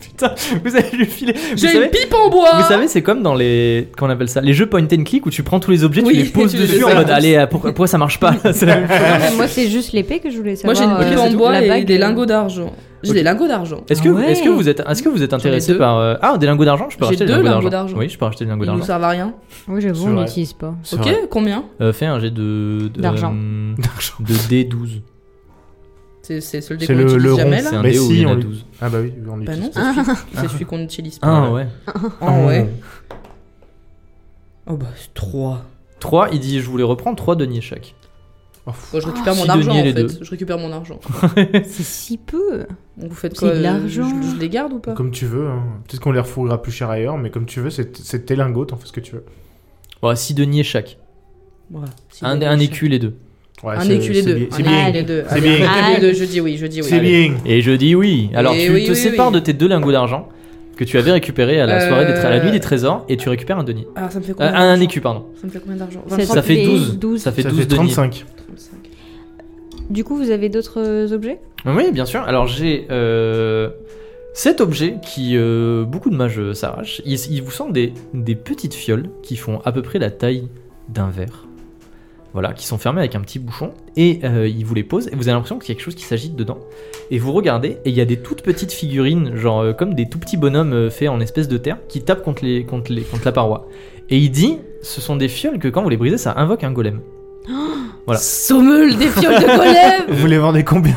Putain, vous allez lui filer. Vous
J'ai une
savez,
pipe en bois.
vous savez, c'est comme dans les. Qu'on appelle ça Les jeux point and click où tu prends tous les objets,
Oui,
tu les poses
tu les
dessus en
déplaces.
mode allez, euh, pourquoi, pourquoi ça marche pas C'est la même chose.
Moi, c'est juste l'épée que je voulais
Moi,
savoir.
j'ai une
euh,
pipe en
la
bois et
bague,
des
euh,
lingots d'argent. J'ai
Ok.
des lingots d'argent.
Est-ce que,
Ah ouais.
est-ce que vous êtes, est-ce que vous êtes intéressé
deux.
par euh, ah des lingots d'argent Je peux
J'ai
racheter des
deux
lingots
lingots
d'argent.
d'argent.
Oui, je peux racheter des lingots
Ils nous
d'argent.
servent à rien.
Oui, j'avoue,
C'est
on
vrai.
n'utilise pas.
C'est
Ok,
vrai.
combien
Euh, fais un jet de de,
D'argent.
euh, de D12.
C'est c'est celui
C'est
qu'on
le-
utilise
le
jamais
rond,
C'est
là
un
Mais
déo,
Bah si,
il y en a
on lui-
12.
Ah bah oui,
Bah
on
non,
utilise.
c'est celui- c'est celui qu'on utilise pas.
Ah ouais.
Ah ouais. Oh bah c'est 3.
3, il dit je voulais reprendre 3 deniers chaque.
je récupère
Ah,
mon
six
argent
deniers,
en
les
fait.
deux.
Je récupère mon argent.
C'est si peu.
Donc vous faites
C'est
quoi
de
euh,
l'argent.
Je, je les garde ou pas
Comme tu veux, hein. peut-être qu'on les refourguera plus cher ailleurs, mais comme tu veux, c'est c'est tes lingots, t'en fais ce que tu veux.
Ouais, 6 deniers chaque.
Ouais, six
Un,
deniers
un
chaque.
écu les deux.
Ouais,
Un
c'est-
écu les
c'est
deux.
bien- C'est
Un écu
bien.
les deux.
C'est
Ah,
bien.
un écu les
Ah.
deux, je dis oui, je dis oui.
C'est
Allez.
bien.
Et je dis oui. Alors
Et
tu
oui,
te
oui,
sépares
oui.
de tes deux lingots d'argent que tu avais récupérés à la soirée des tra- à la nuit
Euh,
des trésors et tu récupères un denier.
Ah, ça me fait
Euh,
combien
un, un
d'argent
écu pardon.
Ça me fait combien d'argent
Ça
25,
Ça fait
fait
12.
12.
Ça fait
Ça
12
fait
deniers.
35.
35.
Du coup, vous avez d'autres euh, objets
Oui, bien sûr. Alors j'ai euh, cet objet qui euh, beaucoup de mages euh, s'arrachent. Ils, ils vous sont des, des petites fioles qui font à peu près la taille d'un verre. Voilà, qui sont fermées avec un petit bouchon et euh, ils vous les posent et vous avez l'impression qu'il y a quelque chose qui s'agite dedans. Et vous regardez et il y a des toutes petites figurines, genre euh, comme des tout petits bonhommes euh, faits en espèces de terre, qui tapent contre, les, contre, les, contre la paroi. Et il dit, ce sont des fioles que quand vous les brisez, ça invoque un golem. Voilà.
Sommeul des fioles de golem
Vous les vendez combien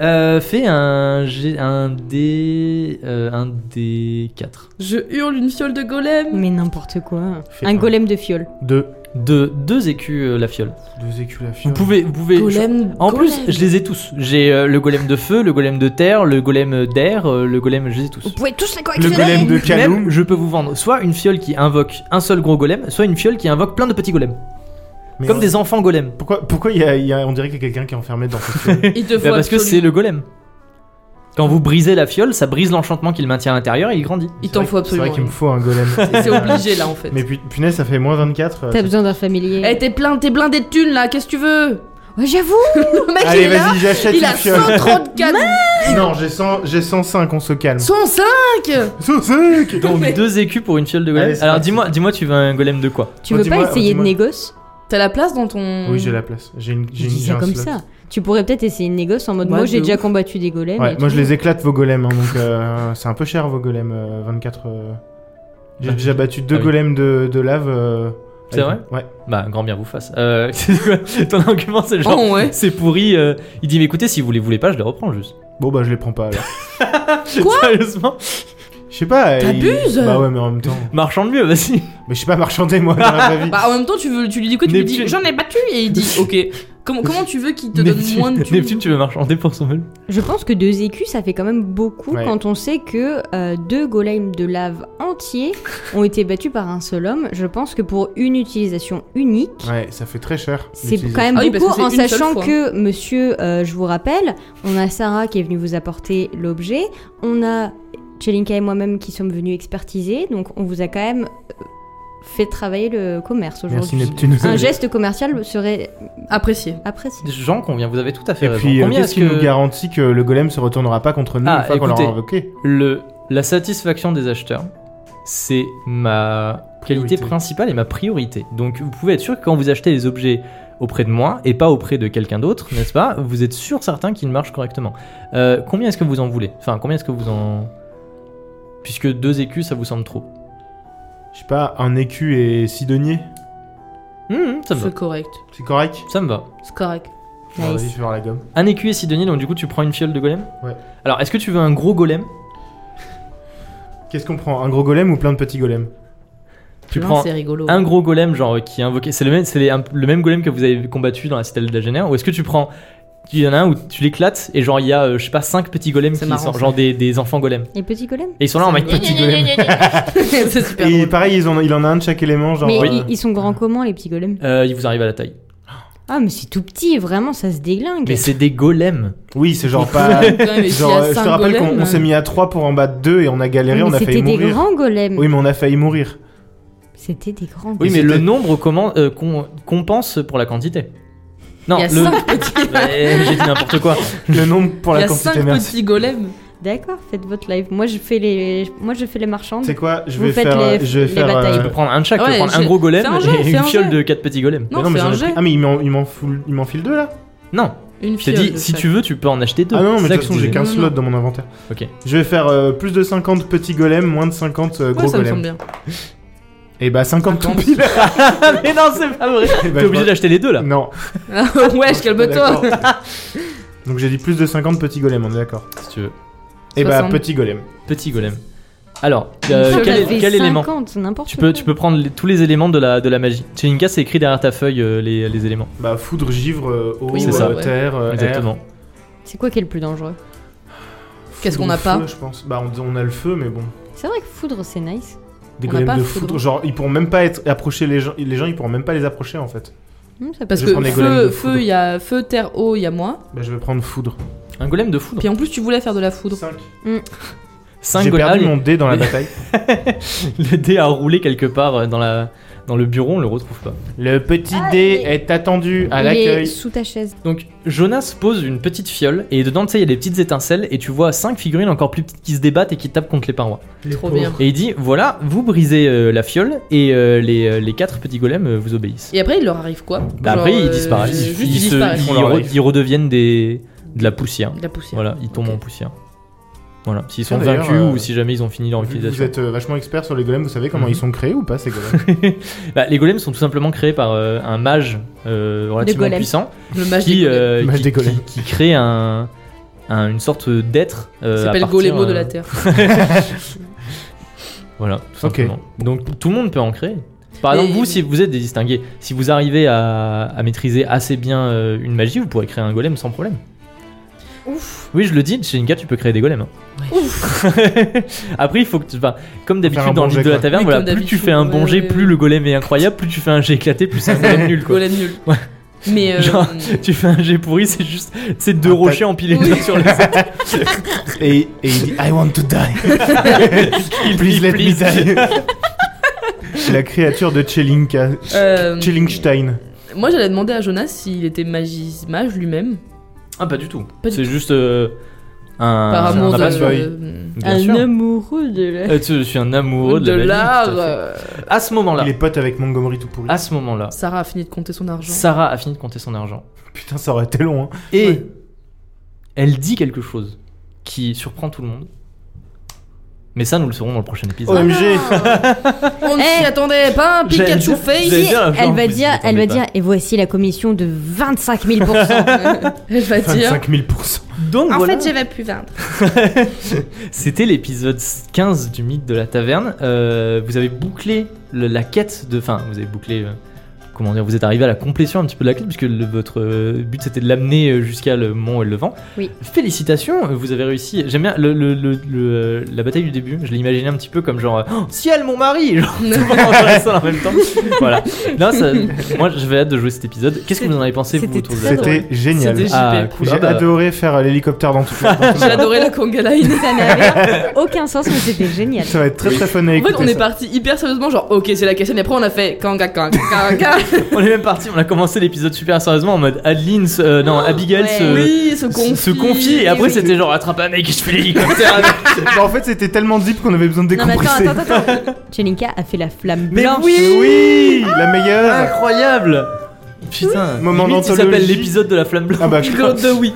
Euh, fais un, G- un D. euh, un D4.
Je hurle une fiole de golem
Mais n'importe quoi.
Fais
Un
un.
golem de fiole.
Deux.
De, deux écus euh, la fiole.
Deux écus la fiole.
Vous pouvez. Vous pouvez
Golem
En
golem.
plus, je les ai tous. J'ai euh, le golem de feu, le golem de terre, le golem d'air, euh, le golem. Je les ai tous.
pouvez tous les
Le golem de
Même,
Kaloum.
je peux vous vendre soit une fiole qui invoque un seul gros golem, soit une fiole qui invoque plein de petits golems.
Mais
comme
on-
des enfants golems.
Pourquoi, pourquoi il y a, il y a- on dirait qu'il y a quelqu'un qui est enfermé dans cette fiole
Il te faut
Bah, parce que c'est
absolument-
le golem. Quand vous brisez la fiole, ça brise l'enchantement qu'il maintient à l'intérieur et il grandit.
Il t'en faut
C'est vrai
absolument.
qu'il me faut un golem.
C'est obligé là en fait.
Mais pu- punaise, ça fait moins 24. euh,
T'as besoin d'un familier.
Eh, t'es plein, t'es blindé de thunes là, qu'est-ce que tu veux
Ouais, j'avoue
Le mec
Allez,
il est là,
vas-y, j'achète
il
une
a
fiole.
134
Non, j'ai 100 j'ai 105, on se calme.
105
105
Donc
Mais-
deux écus pour une fiole de golem.
Allez, c'est
Alors
parti.
dis-moi, dis-moi, tu veux un golem de quoi
Tu veux pas
Redis-moi,
essayer de
redis-moi.
négoce
T'as la place dans ton.
Oui, j'ai la place. J'ai une,
Je
j'ai une
dis
j'ai
ça
un
comme
slot.
ça. Eh, Tu pourrais peut-être essayer de négoce en mode
Ouais,
moi
de
j'ai déjà
ouf.
combattu des golems.
Ouais,
et
moi
tout.
je les éclate vos golems, hein, donc euh, c'est un peu cher vos golems, euh, 24. euh. J'ai
Ah,
déjà battu deux
oui.
golems de, de lave. euh,
C'est
avec- Ouais.
Bah, grand bien vous fasse. Euh, c'est quoi Ton argument, c'est genre.
Oh, ouais.
C'est pourri. euh, il dit, mais écoutez, si vous les voulez pas, je les reprends juste.
Bon bah je les prends pas alors.
Quoi
Sérieusement
Je sais pas. il-
T'abuses
Bah ouais, mais en même temps.
Marchande mieux, vas-y.
Mais je sais pas marchander moi dans la vraie vie.
Bah en même temps, tu, veux, tu lui dis quoi Tu lui dis
Neptune.
j'en ai battu et il dit ok. Comment, comment tu veux qu'il te donne
Neptune,
moins de thunes
Neptune, tu veux marchander pour son vol
Je pense que deux écus ça fait quand même beaucoup
Ouais.
quand on sait que euh, deux golems de lave entiers ont été battus par un seul homme. Je pense que pour une utilisation unique.
Ouais, ça fait très cher.
C'est
d'utiliser.
quand même
Ah oui, parce
beaucoup
que c'est
en
une seule
sachant
fois.
que, monsieur, euh, je vous rappelle, on a Sarah qui est venue vous apporter l'objet, on a Chelinka et moi-même qui sommes venus expertiser, donc on vous a quand même euh, fait travailler le commerce
Merci
aujourd'hui.
Neptune.
Un geste commercial serait
Apprécié.
apprécié.
Jean convient, vous avez tout à fait
Et
raison.
puis, euh,
Combien
qu'est-ce
est-ce
qui nous
que
garantit que le golem se retournera pas contre nous
Ah,
une fois qu'on l'aura
écoutez.
invoqué
le, la satisfaction des acheteurs, c'est ma qualité
Priorité.
principale et ma priorité. Donc, vous pouvez être sûr que quand vous achetez les objets auprès de moi et pas auprès de quelqu'un d'autre, n'est-ce pas Vous êtes sûr certain qu'ils marchent correctement. Euh, combien est-ce que vous en voulez Enfin, combien est-ce que vous en. Puisque deux écus, ça vous semble trop.
Je sais pas, un écu et six deniers
Hum, hum, ça me va.
C'est correct.
C'est correct
Ça me va.
C'est correct.
Ah,
Nice.
Vas-y, fais voir la gomme.
Un écu et 6 deniers, donc du coup tu prends une fiole de golem
Ouais.
Alors est-ce que tu veux un gros golem
Qu'est-ce qu'on prend Un gros golem ou plein de petits golems
Tu
Non,
prends
c'est rigolo.
un gros golem genre euh, qui est invoqué, c'est le même, c'est les- un- le même golem que vous avez combattu dans la citadelle d'Agener Ou est-ce que tu prends, il y en a un où tu l'éclates et genre il y a euh, je sais pas 5 petits golems
C'est
qui
marrant,
sont
ça.
genre des, des enfants golems.
Et petit golem
Et ils sont là en mode
Gna,
petit
gna,
golem.
gna, gna, gna. c'est super
Et
drôle.
pareil, ils en- il en a un de chaque élément, genre.
Mais
euh,
ils, ils sont grands comment les petits golems
Euh, ils vous arrivent à la taille.
Ah mais c'est tout petit, vraiment ça se déglingue.
Mais c'est des golems.
Oui, c'est genre pas.
Ouais, mais s'il y
genre,
a
euh, je
cinq
te rappelle qu'on
golems,
on s'est mis à 3 pour en battre 2 et on a galéré,
Oui,
on
Ah, mais
a failli
c'était des
mourir.
grands golems.
Oui, mais on a failli mourir.
C'était des grands
Oui,
golems.
mais
c'était-
le nombre commen- euh, com- compense pour la quantité. Non,
Il y a
le...
cinq petits-
Ouais, J'ai dit n'importe quoi.
Le nombre pour
il y
la
a cinq
quantité, merci.
petits golems.
D'accord, faites votre live. Moi je fais les, moi je fais les marchandes.
C'est quoi Je
Vous
vais
faites
faire. euh,
les-
Je vais
les
faire.
batailles.
Tu peux prendre un de chaque, tu
Ouais,
peux prendre
je-
un gros golem
c'est un jeu,
et
c'est
une
un
fiole
jeu.
de 4 petits golems.
Mais
Non, c'est
j'en
un
ai pris-
jet.
Ah, mais il m'en- il m'en fout- il m'en file 2 là
Non,
Une
Je t'ai
fiole.
dit,
de
si
chaque.
tu veux, tu peux en acheter deux.
Ah non,
C'est
mais de
ça
toute
que je
façon, j'ai
disais.
qu'un
Non, non,
slot
non.
dans mon inventaire.
Ok.
Je vais faire euh, plus de 50 petits golems, moins de 50 euh,
Ouais,
gros
ça me semble
golems.
bien.
Et bah 50 tout
50.
pile
Ah, mais non, c'est pas vrai.
Eh ben,
T'es
je
obligé
vois-
d'acheter les deux là.
Non.
Ah, ouais,
D'accord.
calme-toi.
Donc j'ai dit plus de 50 petits golems, on est d'accord.
si tu veux.
Et bah,
60.
petit golem.
Petit golem. Alors, euh,
J'en
quel,
avais
quel élément
50, n'importe
tu peux,
quoi.
tu peux prendre les- tous les éléments de la, de la magie. Chez Inca, c'est écrit derrière ta feuille euh, les, les éléments.
Bah, foudre, givre, euh, eau,
Oui,
c'est ça,
euh,
ouais.
terre, euh, air.
Exactement.
C'est quoi qui est le plus dangereux
Qu'est-ce
Foudre,
qu'on n'a
feu,
pas
je pense. Bah, on, on a le feu, mais bon.
C'est vrai que foudre, c'est nice.
Des
On n'a
golems
pas
de
foudre.
foudre. genre ils pourront même pas être approcher les gens, les gens ils pourront même pas les approcher en fait.
Hum, ça peut-
Parce
Je
que
prends des golems
feu,
de foudre.
feu, il y a feu, terre, eau, il y a moi.
Bah je vais prendre foudre.
Un golem de foudre.
Puis en plus, tu voulais faire de la foudre.
5.
5
J'ai perdu mon
golems.
dé dans la
Mais-
bataille.
Le dé a roulé quelque part euh, dans, la, dans le bureau, on le retrouve pas.
Le petit
Ah,
dé
il-
est attendu
Ah,
à
Il est
l'accueil.
sous ta chaise.
Donc Jonas pose une petite fiole et dedans tu sais il y a des petites étincelles et tu vois cinq figurines encore plus petites qui se débattent et qui tapent contre les parois.
Trop bien.
Et il dit voilà vous brisez euh, la fiole et euh, les, euh, les quatre petits golems euh, vous obéissent.
Et après, il leur arrive quoi
Bah,
Genre,
après ils
euh,
disparaissent,
Juste,
ils,
ils
se-
disparaissent.
ils
On leur
re-
arrive.
ils redeviennent des, de la poussière.
De La poussière.
Voilà ils tombent
Ok.
en poussière. Voilà s'ils
Tiens,
sont
d'ailleurs,
vaincus
euh,
ou si jamais ils ont fini leur
Vu que Vous
utilisation.
êtes euh, vachement expert sur les golems, vous savez comment
Mhm.
ils sont créés ou pas ces golems
Bah, les golems sont tout simplement créés par euh, un mage euh, relativement
golems.
puissant
Le mage
qui,
Ah, des golems.
euh,
Mage
qui-
des golems.
qui- qui crée un, un- une sorte d'être. euh,
Il
à
s'appelle
partir,
Golemo de
euh,
la Terre.
Voilà, tout
Ok.
simplement. Donc tout le monde peut en créer. Par
Mais-
exemple, vous, si vous êtes des distingués, si vous arrivez à, à maîtriser assez bien euh, une magie, vous pourrez créer un golem sans problème.
Ouf.
Oui, je le dis, chez Inka, tu peux créer des golems. hein. Après, il faut que tu. enfin, comme
Faire
d'habitude
un
dans
bon
le
jet,
livre de la
quoi.
taverne,
Oui,
voilà,
comme
plus tu
d'habitude,
fais un bon
ouais,
jet,
ouais,
plus
ouais.
le golem est incroyable, plus tu fais un jet éclaté, plus c'est un golem nul quoi.
Golem nul.
Ouais.
Mais. euh,
Genre, Tu fais un jet pourri, c'est juste c'est deux
Un
rochers empilés
Oui.
l'un sur les autres.
et, et il dit I want to die. Please let me die. la créature de Chelinka.
euh,
Chellingstein.
Moi, j'allais demander à Jonas s'il était magis- mage lui-même.
Ah, pas du tout.
Pas du
C'est juste euh, un.
Par euh, amour
un
de.
passion. Bien
un
sûr.
amoureux de la...
Euh, tu- je suis un amoureux de,
de
la magie, tout à fait.
l'art. euh,
À ce moment-là,
Il est pote avec Montgomery tout pourri.
à ce moment-là,
Sarah a fini de compter son argent.
Sarah a fini de compter son argent
Putain, ça aurait été long. Hein.
et
Ouais.
elle dit quelque chose qui surprend tout le monde. Mais ça, nous le saurons dans le prochain épisode.
OMG.
On ne
Eh.
s'y attendait pas, un
J'allais
Pikachu
dire-
face.
j'allais dire, genre,
Elle va
vous
dire,
y
elle va
attendez
dire, et voici la commission de 25 000%.
Elle va dire.
25 000%.
pas. Donc voilà,
j'avais pu vendre.
c'était l'épisode 15 du mythe de la taverne. Euh, vous avez bouclé le- la quête de. Enfin, vous avez bouclé. euh, Comment dire, vous êtes arrivé à la complétion un petit peu de la quête, puisque le- votre euh, but c'était de l'amener euh, jusqu'à le mont et le vent.
Oui.
Félicitations, euh, vous avez réussi. J'aime bien le, le- le- le, euh, la bataille du début, je l'ai imaginé un petit peu comme genre euh, Oh, Ciel, mon mari Genre, tout le monde en faisant ça en même temps. voilà. Non, ça- moi j'avais hâte de jouer cet épisode. Qu'est-ce que vous en avez pensé, vous,
C'était
autour de la
très
table
C'était génial.
C'était
Ah,
JP.
cool.
J'ai
Ah, bah,
adoré faire euh, l'hélicoptère dans tout le
J'ai adoré la conga line.
ça n'avait aucun sens, mais c'était génial.
Ça va être très très fun à
En
écouter.
fait, on est
ça.
parti hyper sérieusement, genre ok, c'est la question, et après on a fait kanga kanga kanga.
On est même parti, on a commencé l'épisode super sérieusement en mode Adeline, se- euh, non, Abigail
Oh, ouais.
se,
oui, se confie.
se confie et après
oui.
c'était genre attrape un mec et je fais l'hélicoptère avec.
Bah, en fait, c'était tellement deep qu'on avait besoin de
Non, mais
décompresser.
attends, attends, attends. Chelinka a fait la flamme
Mais
blanche.
oui
Oui,
Ah,
la meilleure.
Incroyable Putain,
Moment
limite, il
d'anthologie.
s'appelle l'épisode de la flamme blanche.
Ah bah, je crois.
Épisode 2, oui.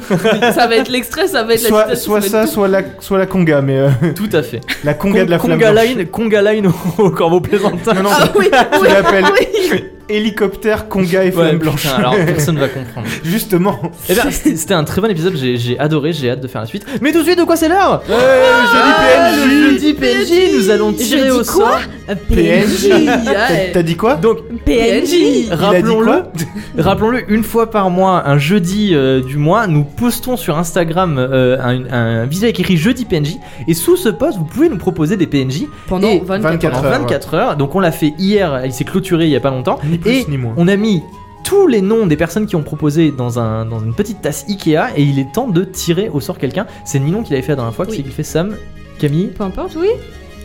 Ça va être l'extrait, ça va être la citation,
Soit, soit
va être
ça,
tout.
soit la, soit la conga, mais euh,
Tout à fait.
la conga de la flamme.
Conga
blanche.
Line, Conga Line au, au corbeau plaisantin.
Non, non,
Ah oui,
tu
oui.
l'appelles hélicoptère, conga et
Ouais,
flamme blanche.
putain, alors personne va comprendre.
Justement.
Eh bien, c'était c'était un très bon épisode, j'ai j'ai adoré, j'ai hâte de faire la suite. Mais tout de suite, de quoi c'est l'heure Ah,
Ouais, j'ai dit
Jeudi
PNJ.
PNJ, nous allons tirer
dis
au
quoi
sort.
PNJ. T'as-
Ouais.
T'as dit quoi
Donc,
PNJ.
Il a dit
rappelons-le,
quoi
Rappelons-le, une fois par mois, un jeudi euh, du mois, nous postons sur Instagram euh, un, un visuel qui écrit jeudi PNJ. Et sous ce post, vous pouvez nous proposer des PNJ
Pendant
Et
24
en
heures.
24 heures,
24 heures. Donc on l'a fait hier, il s'est clôturé il y a pas longtemps.
Ni plus
et
ni moins.
on a mis tous les noms des personnes qui ont proposé dans, un, dans une petite tasse Ikea. Et il est temps de tirer au sort quelqu'un. C'est Ninon qui l'avait fait la dernière fois,
Oui.
c'est qu'il fait Sam. Camille,
Peu importe, oui.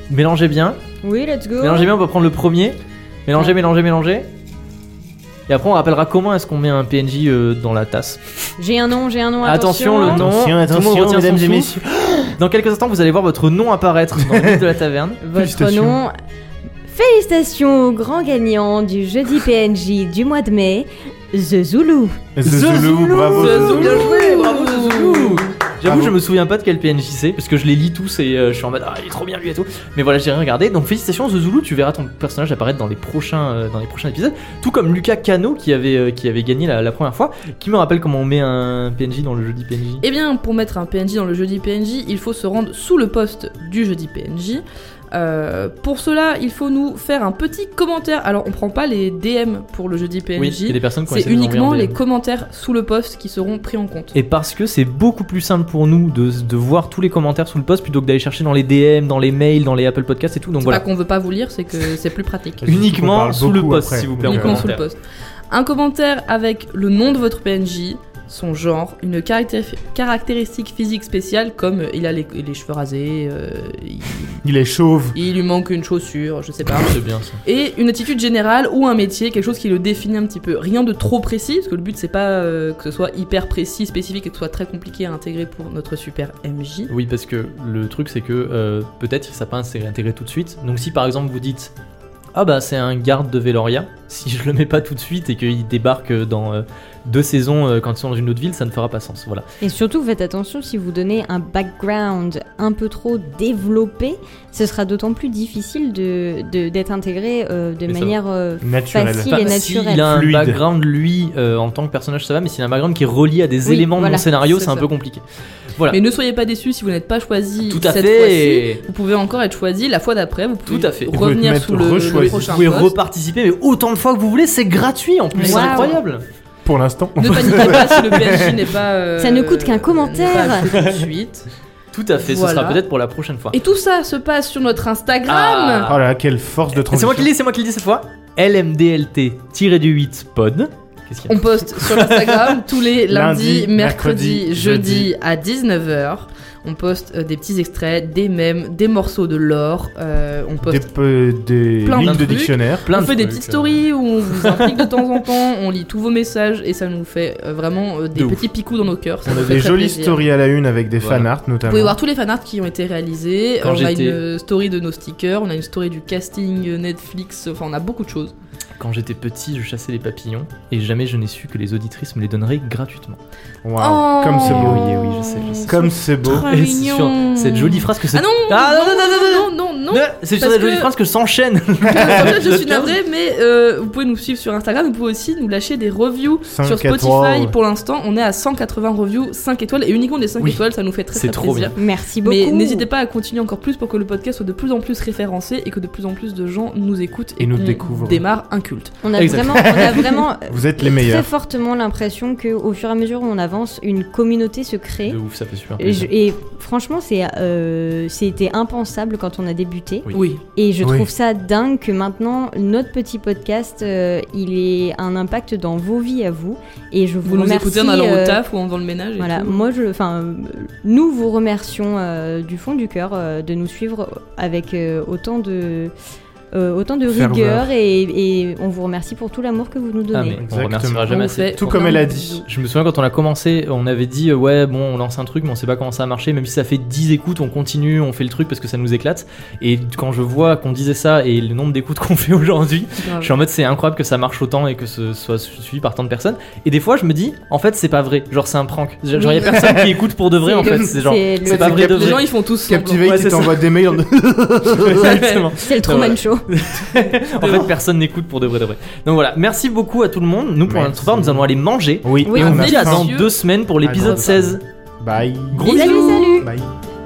mélangez bien.
Oui, let's go.
Mélangez bien, on peut prendre le premier. Mélangez,
Ouais.
mélangez, mélangez. Et après, on rappellera comment est-ce qu'on met un PNJ euh, dans la tasse.
J'ai un nom, j'ai un nom.
Attention, le nom.
Attention,
Tout le monde
attention,
retient son
mesdames et
souffle.
messieurs.
Dans quelques instants, vous allez voir votre nom apparaître dans le mythe de la taverne.
Votre
Félicitations.
nom. Félicitations au grand gagnant du jeudi PNJ du mois de mai, The Zulu.
The Zulu, bravo.
The Zulu.
Bien joué, bravo The Zulu. J'avoue,
Bravo.
je me souviens pas de quel PNJ c'est, parce que je les lis tous et euh, je suis en mode ah il est trop bien lui et tout. Mais voilà, j'ai rien regardé. Donc félicitations The Zulu, tu verras ton personnage apparaître dans les prochains euh, dans les prochains épisodes. Tout comme Lucas Cano qui avait euh, qui avait gagné la, la première fois, qui me rappelle comment on met un PNJ dans le jeu PNJ.
Eh bien, pour mettre un PNJ dans le jeudi PNJ, il faut se rendre sous le poste du jeudi PNJ. Euh, pour cela, il faut nous faire un petit commentaire. Alors, on prend pas les DM pour le jeudi PNJ.
Oui, il y a des personnes qui ont
c'est
essayé de nous envoyer en
uniquement les
DM.
commentaires sous le poste qui seront pris en compte.
Et parce que c'est beaucoup plus simple pour nous de, de voir tous les commentaires sous le post plutôt que d'aller chercher dans les DM, dans les mails, dans les Apple Podcasts et tout. Donc
c'est
voilà.
pas qu'on veut pas vous lire, c'est que c'est plus pratique.
Surtout qu'on
Uniquement
parle
sous le
beaucoup
post,
après.
s'il vous plaît,
Donc,
Uniquement
on
euh,
sous le poste. Un commentaire avec le nom de votre PNJ, son genre, une caractéri- caractéristique physique spéciale comme euh, il a les, les cheveux rasés, euh, il,
Il est chauve.
il lui manque une chaussure, je sais pas.
Ah, C'est bien ça.
Et une attitude générale ou un métier, quelque chose qui le définit un petit peu. Rien de trop précis, parce que le but c'est pas euh, que ce soit hyper précis, spécifique et que ce soit très compliqué à intégrer pour notre super MJ.
Oui, parce que le truc, c'est que euh, peut-être ça n'a pas été intégré tout de suite. Donc, si par exemple vous dites Ah bah c'est un garde de Veloria, si je le mets pas tout de suite et qu'il débarque dans euh, deux saisons euh, quand ils sont dans une autre ville, ça ne fera pas sens. Voilà.
Et surtout, faites attention si vous donnez un background un peu trop développé, ce sera d'autant plus difficile de de- d'être intégré euh, de
Mais ça
manière euh,
Naturel.
Facile. Il est
s'il
naturel.
a un
Fluide.
background, lui, euh, en tant que personnage, ça va, mais s'il a un background qui est relié à des
Oui,
éléments de
voilà,
mon scénario,
c'est
c'est un
ça.
peu compliqué.
Mais ne soyez pas déçus si vous n'êtes pas choisi
Tout à
Hmm, cette fois-ci.
fait.
Vous pouvez encore être choisi la fois d'après, vous pouvez
Tout à fait.
Vous pouvez
revenir
être
sous le, le
rechoisi.
prochain
Vous pouvez
poste.
reparticiper, mais autant de fois que vous voulez, c'est gratuit en plus, c'est
Waouh.
incroyable.
Pour l'instant.
Ne paniquez pas si le PNJ n'est pas. euh,
Ça ne coûte qu'un
n'est pas
commentaire.
ajouté tout de suite.
Tout à fait, ce
Voilà.
sera peut-être pour la prochaine fois.
Et tout ça se passe sur notre
Ah.
Instagram.
Oh là là, quelle force de
Et C'est
transition.
moi qui le dis, c'est moi qui le dis cette fois. LMDLT-8 pod. Qu'est-ce qu'il y a
On poste sur Instagram tous les lundis,
Lundi,
mercredis,
mercredi,
jeudi à 19h. On poste euh, des petits extraits, des mèmes, des morceaux de lore. euh, on
Des,
poste.
peu- des
Plein de
lignes de
trucs.
dictionnaire.
Plein
on
de
fait des
trucs,
petites
euh.
stories où on vous implique de temps en temps, on lit tous vos messages et ça nous fait euh, vraiment euh, des
De ouf.
petits picous dans nos cœurs. Ça
On
nous
a
fait
des
très
jolies
plaisir.
stories à la une avec des
Voilà.
fanarts
Vous
notamment.
pouvez voir tous les fanarts qui ont été réalisés.
Quand
on a
j'étais-
une euh, story de nos stickers, on a une story du casting euh, Netflix, enfin on a beaucoup de choses.
euh, Quand j'étais petit, je chassais les papillons et jamais je n'ai su que les auditrices me les donneraient gratuitement.
Waouh,
Oh.
comme c'est beau.
Oui, oui, je sais, je sais.
Comme Oh, c'est beau.
Trop
Et c'est
mignon.
sur cette jolie phrase que c'est.
Ah non
Ah non, non, non, non, non,
non, non, non, non,
Ne- C'est sur
parce
cette jolie
que-
phrase que s'enchaîne
En fait, je suis navrée, mais euh, vous pouvez nous suivre sur Instagram, vous pouvez aussi nous lâcher des reviews
5
sur
à
Spotify.
trois, ouais.
Pour l'instant, on est à 180 reviews, 5 étoiles, et uniquement des 5
Oui.
étoiles, ça nous fait très,
C'est
très
trop
plaisir.
Merci beaucoup.
Mais n'hésitez pas à continuer encore plus pour que le podcast soit de plus en plus référencé et que de plus en plus de gens nous écoutent et,
Et nous
qu'on
découvrent.
démarre un culte.
On a
Exact.
vraiment, on a vraiment
Vous êtes les
très
meilleurs.
fortement l'impression que, au fur et à mesure où on avance, une communauté se crée.
De ouf, ça fait super
Et, je-
plaisir.
et franchement, c'est, euh, c'était impensable quand on a débuté.
Oui.
Oui.
Et je
Oui.
trouve ça dingue que maintenant, notre petit podcast, euh, il ait un impact dans vos vies à vous. Et je vous,
Vous, nous
remercie.
écoutez en allant
euh,
au taf ou en faisant le ménage. et
Voilà,
tout.
moi je, enfin, euh, nous vous remercions euh, du fond du cœur euh, de nous suivre avec euh, autant de, euh, autant de
Ferveur.
rigueur et, et on vous remercie pour tout l'amour que vous nous
Ah,
donnez.
mais on
Exactement.
remerciera jamais
On
assez.
fait
Tout
plein
comme elle
de
a
bisous.
dit.
Je me souviens quand on a commencé, on avait dit euh, ouais bon on lance un truc mais on sait pas comment ça a marché, même si ça fait 10 écoutes, on continue, on fait le truc parce que ça nous éclate. Et quand je vois qu'on disait ça et le nombre d'écoutes qu'on fait aujourd'hui,
Grave.
je suis en mode c'est incroyable que ça marche autant et que ce soit suivi par tant de personnes. Et des fois je me dis en fait c'est pas vrai, genre c'est un prank. Genre y a personne qui écoute pour de vrai en fait, c'est genre
C'est
c'est
le-
pas vrai de
Les gens
vrai.
ils font tous semblant.
Captivate,
Ouais,
tu
c'est ça.
t'envoies des mails. en-
Exactement.
c'est le
euh,
Truman Show.
En fait personne n'écoute pour de vrai de vrai. Donc voilà, merci beaucoup à tout le monde. Nous pour notre
Merci.
part nous allons aller manger.
Oui,
Oui,
Et
Ah,
on
a
dit à
faim.
dans
délicieux.
deux semaines pour l'épisode
Ah,
16.
Bye.
Gros
Salut,
bisous.
salut
Bye.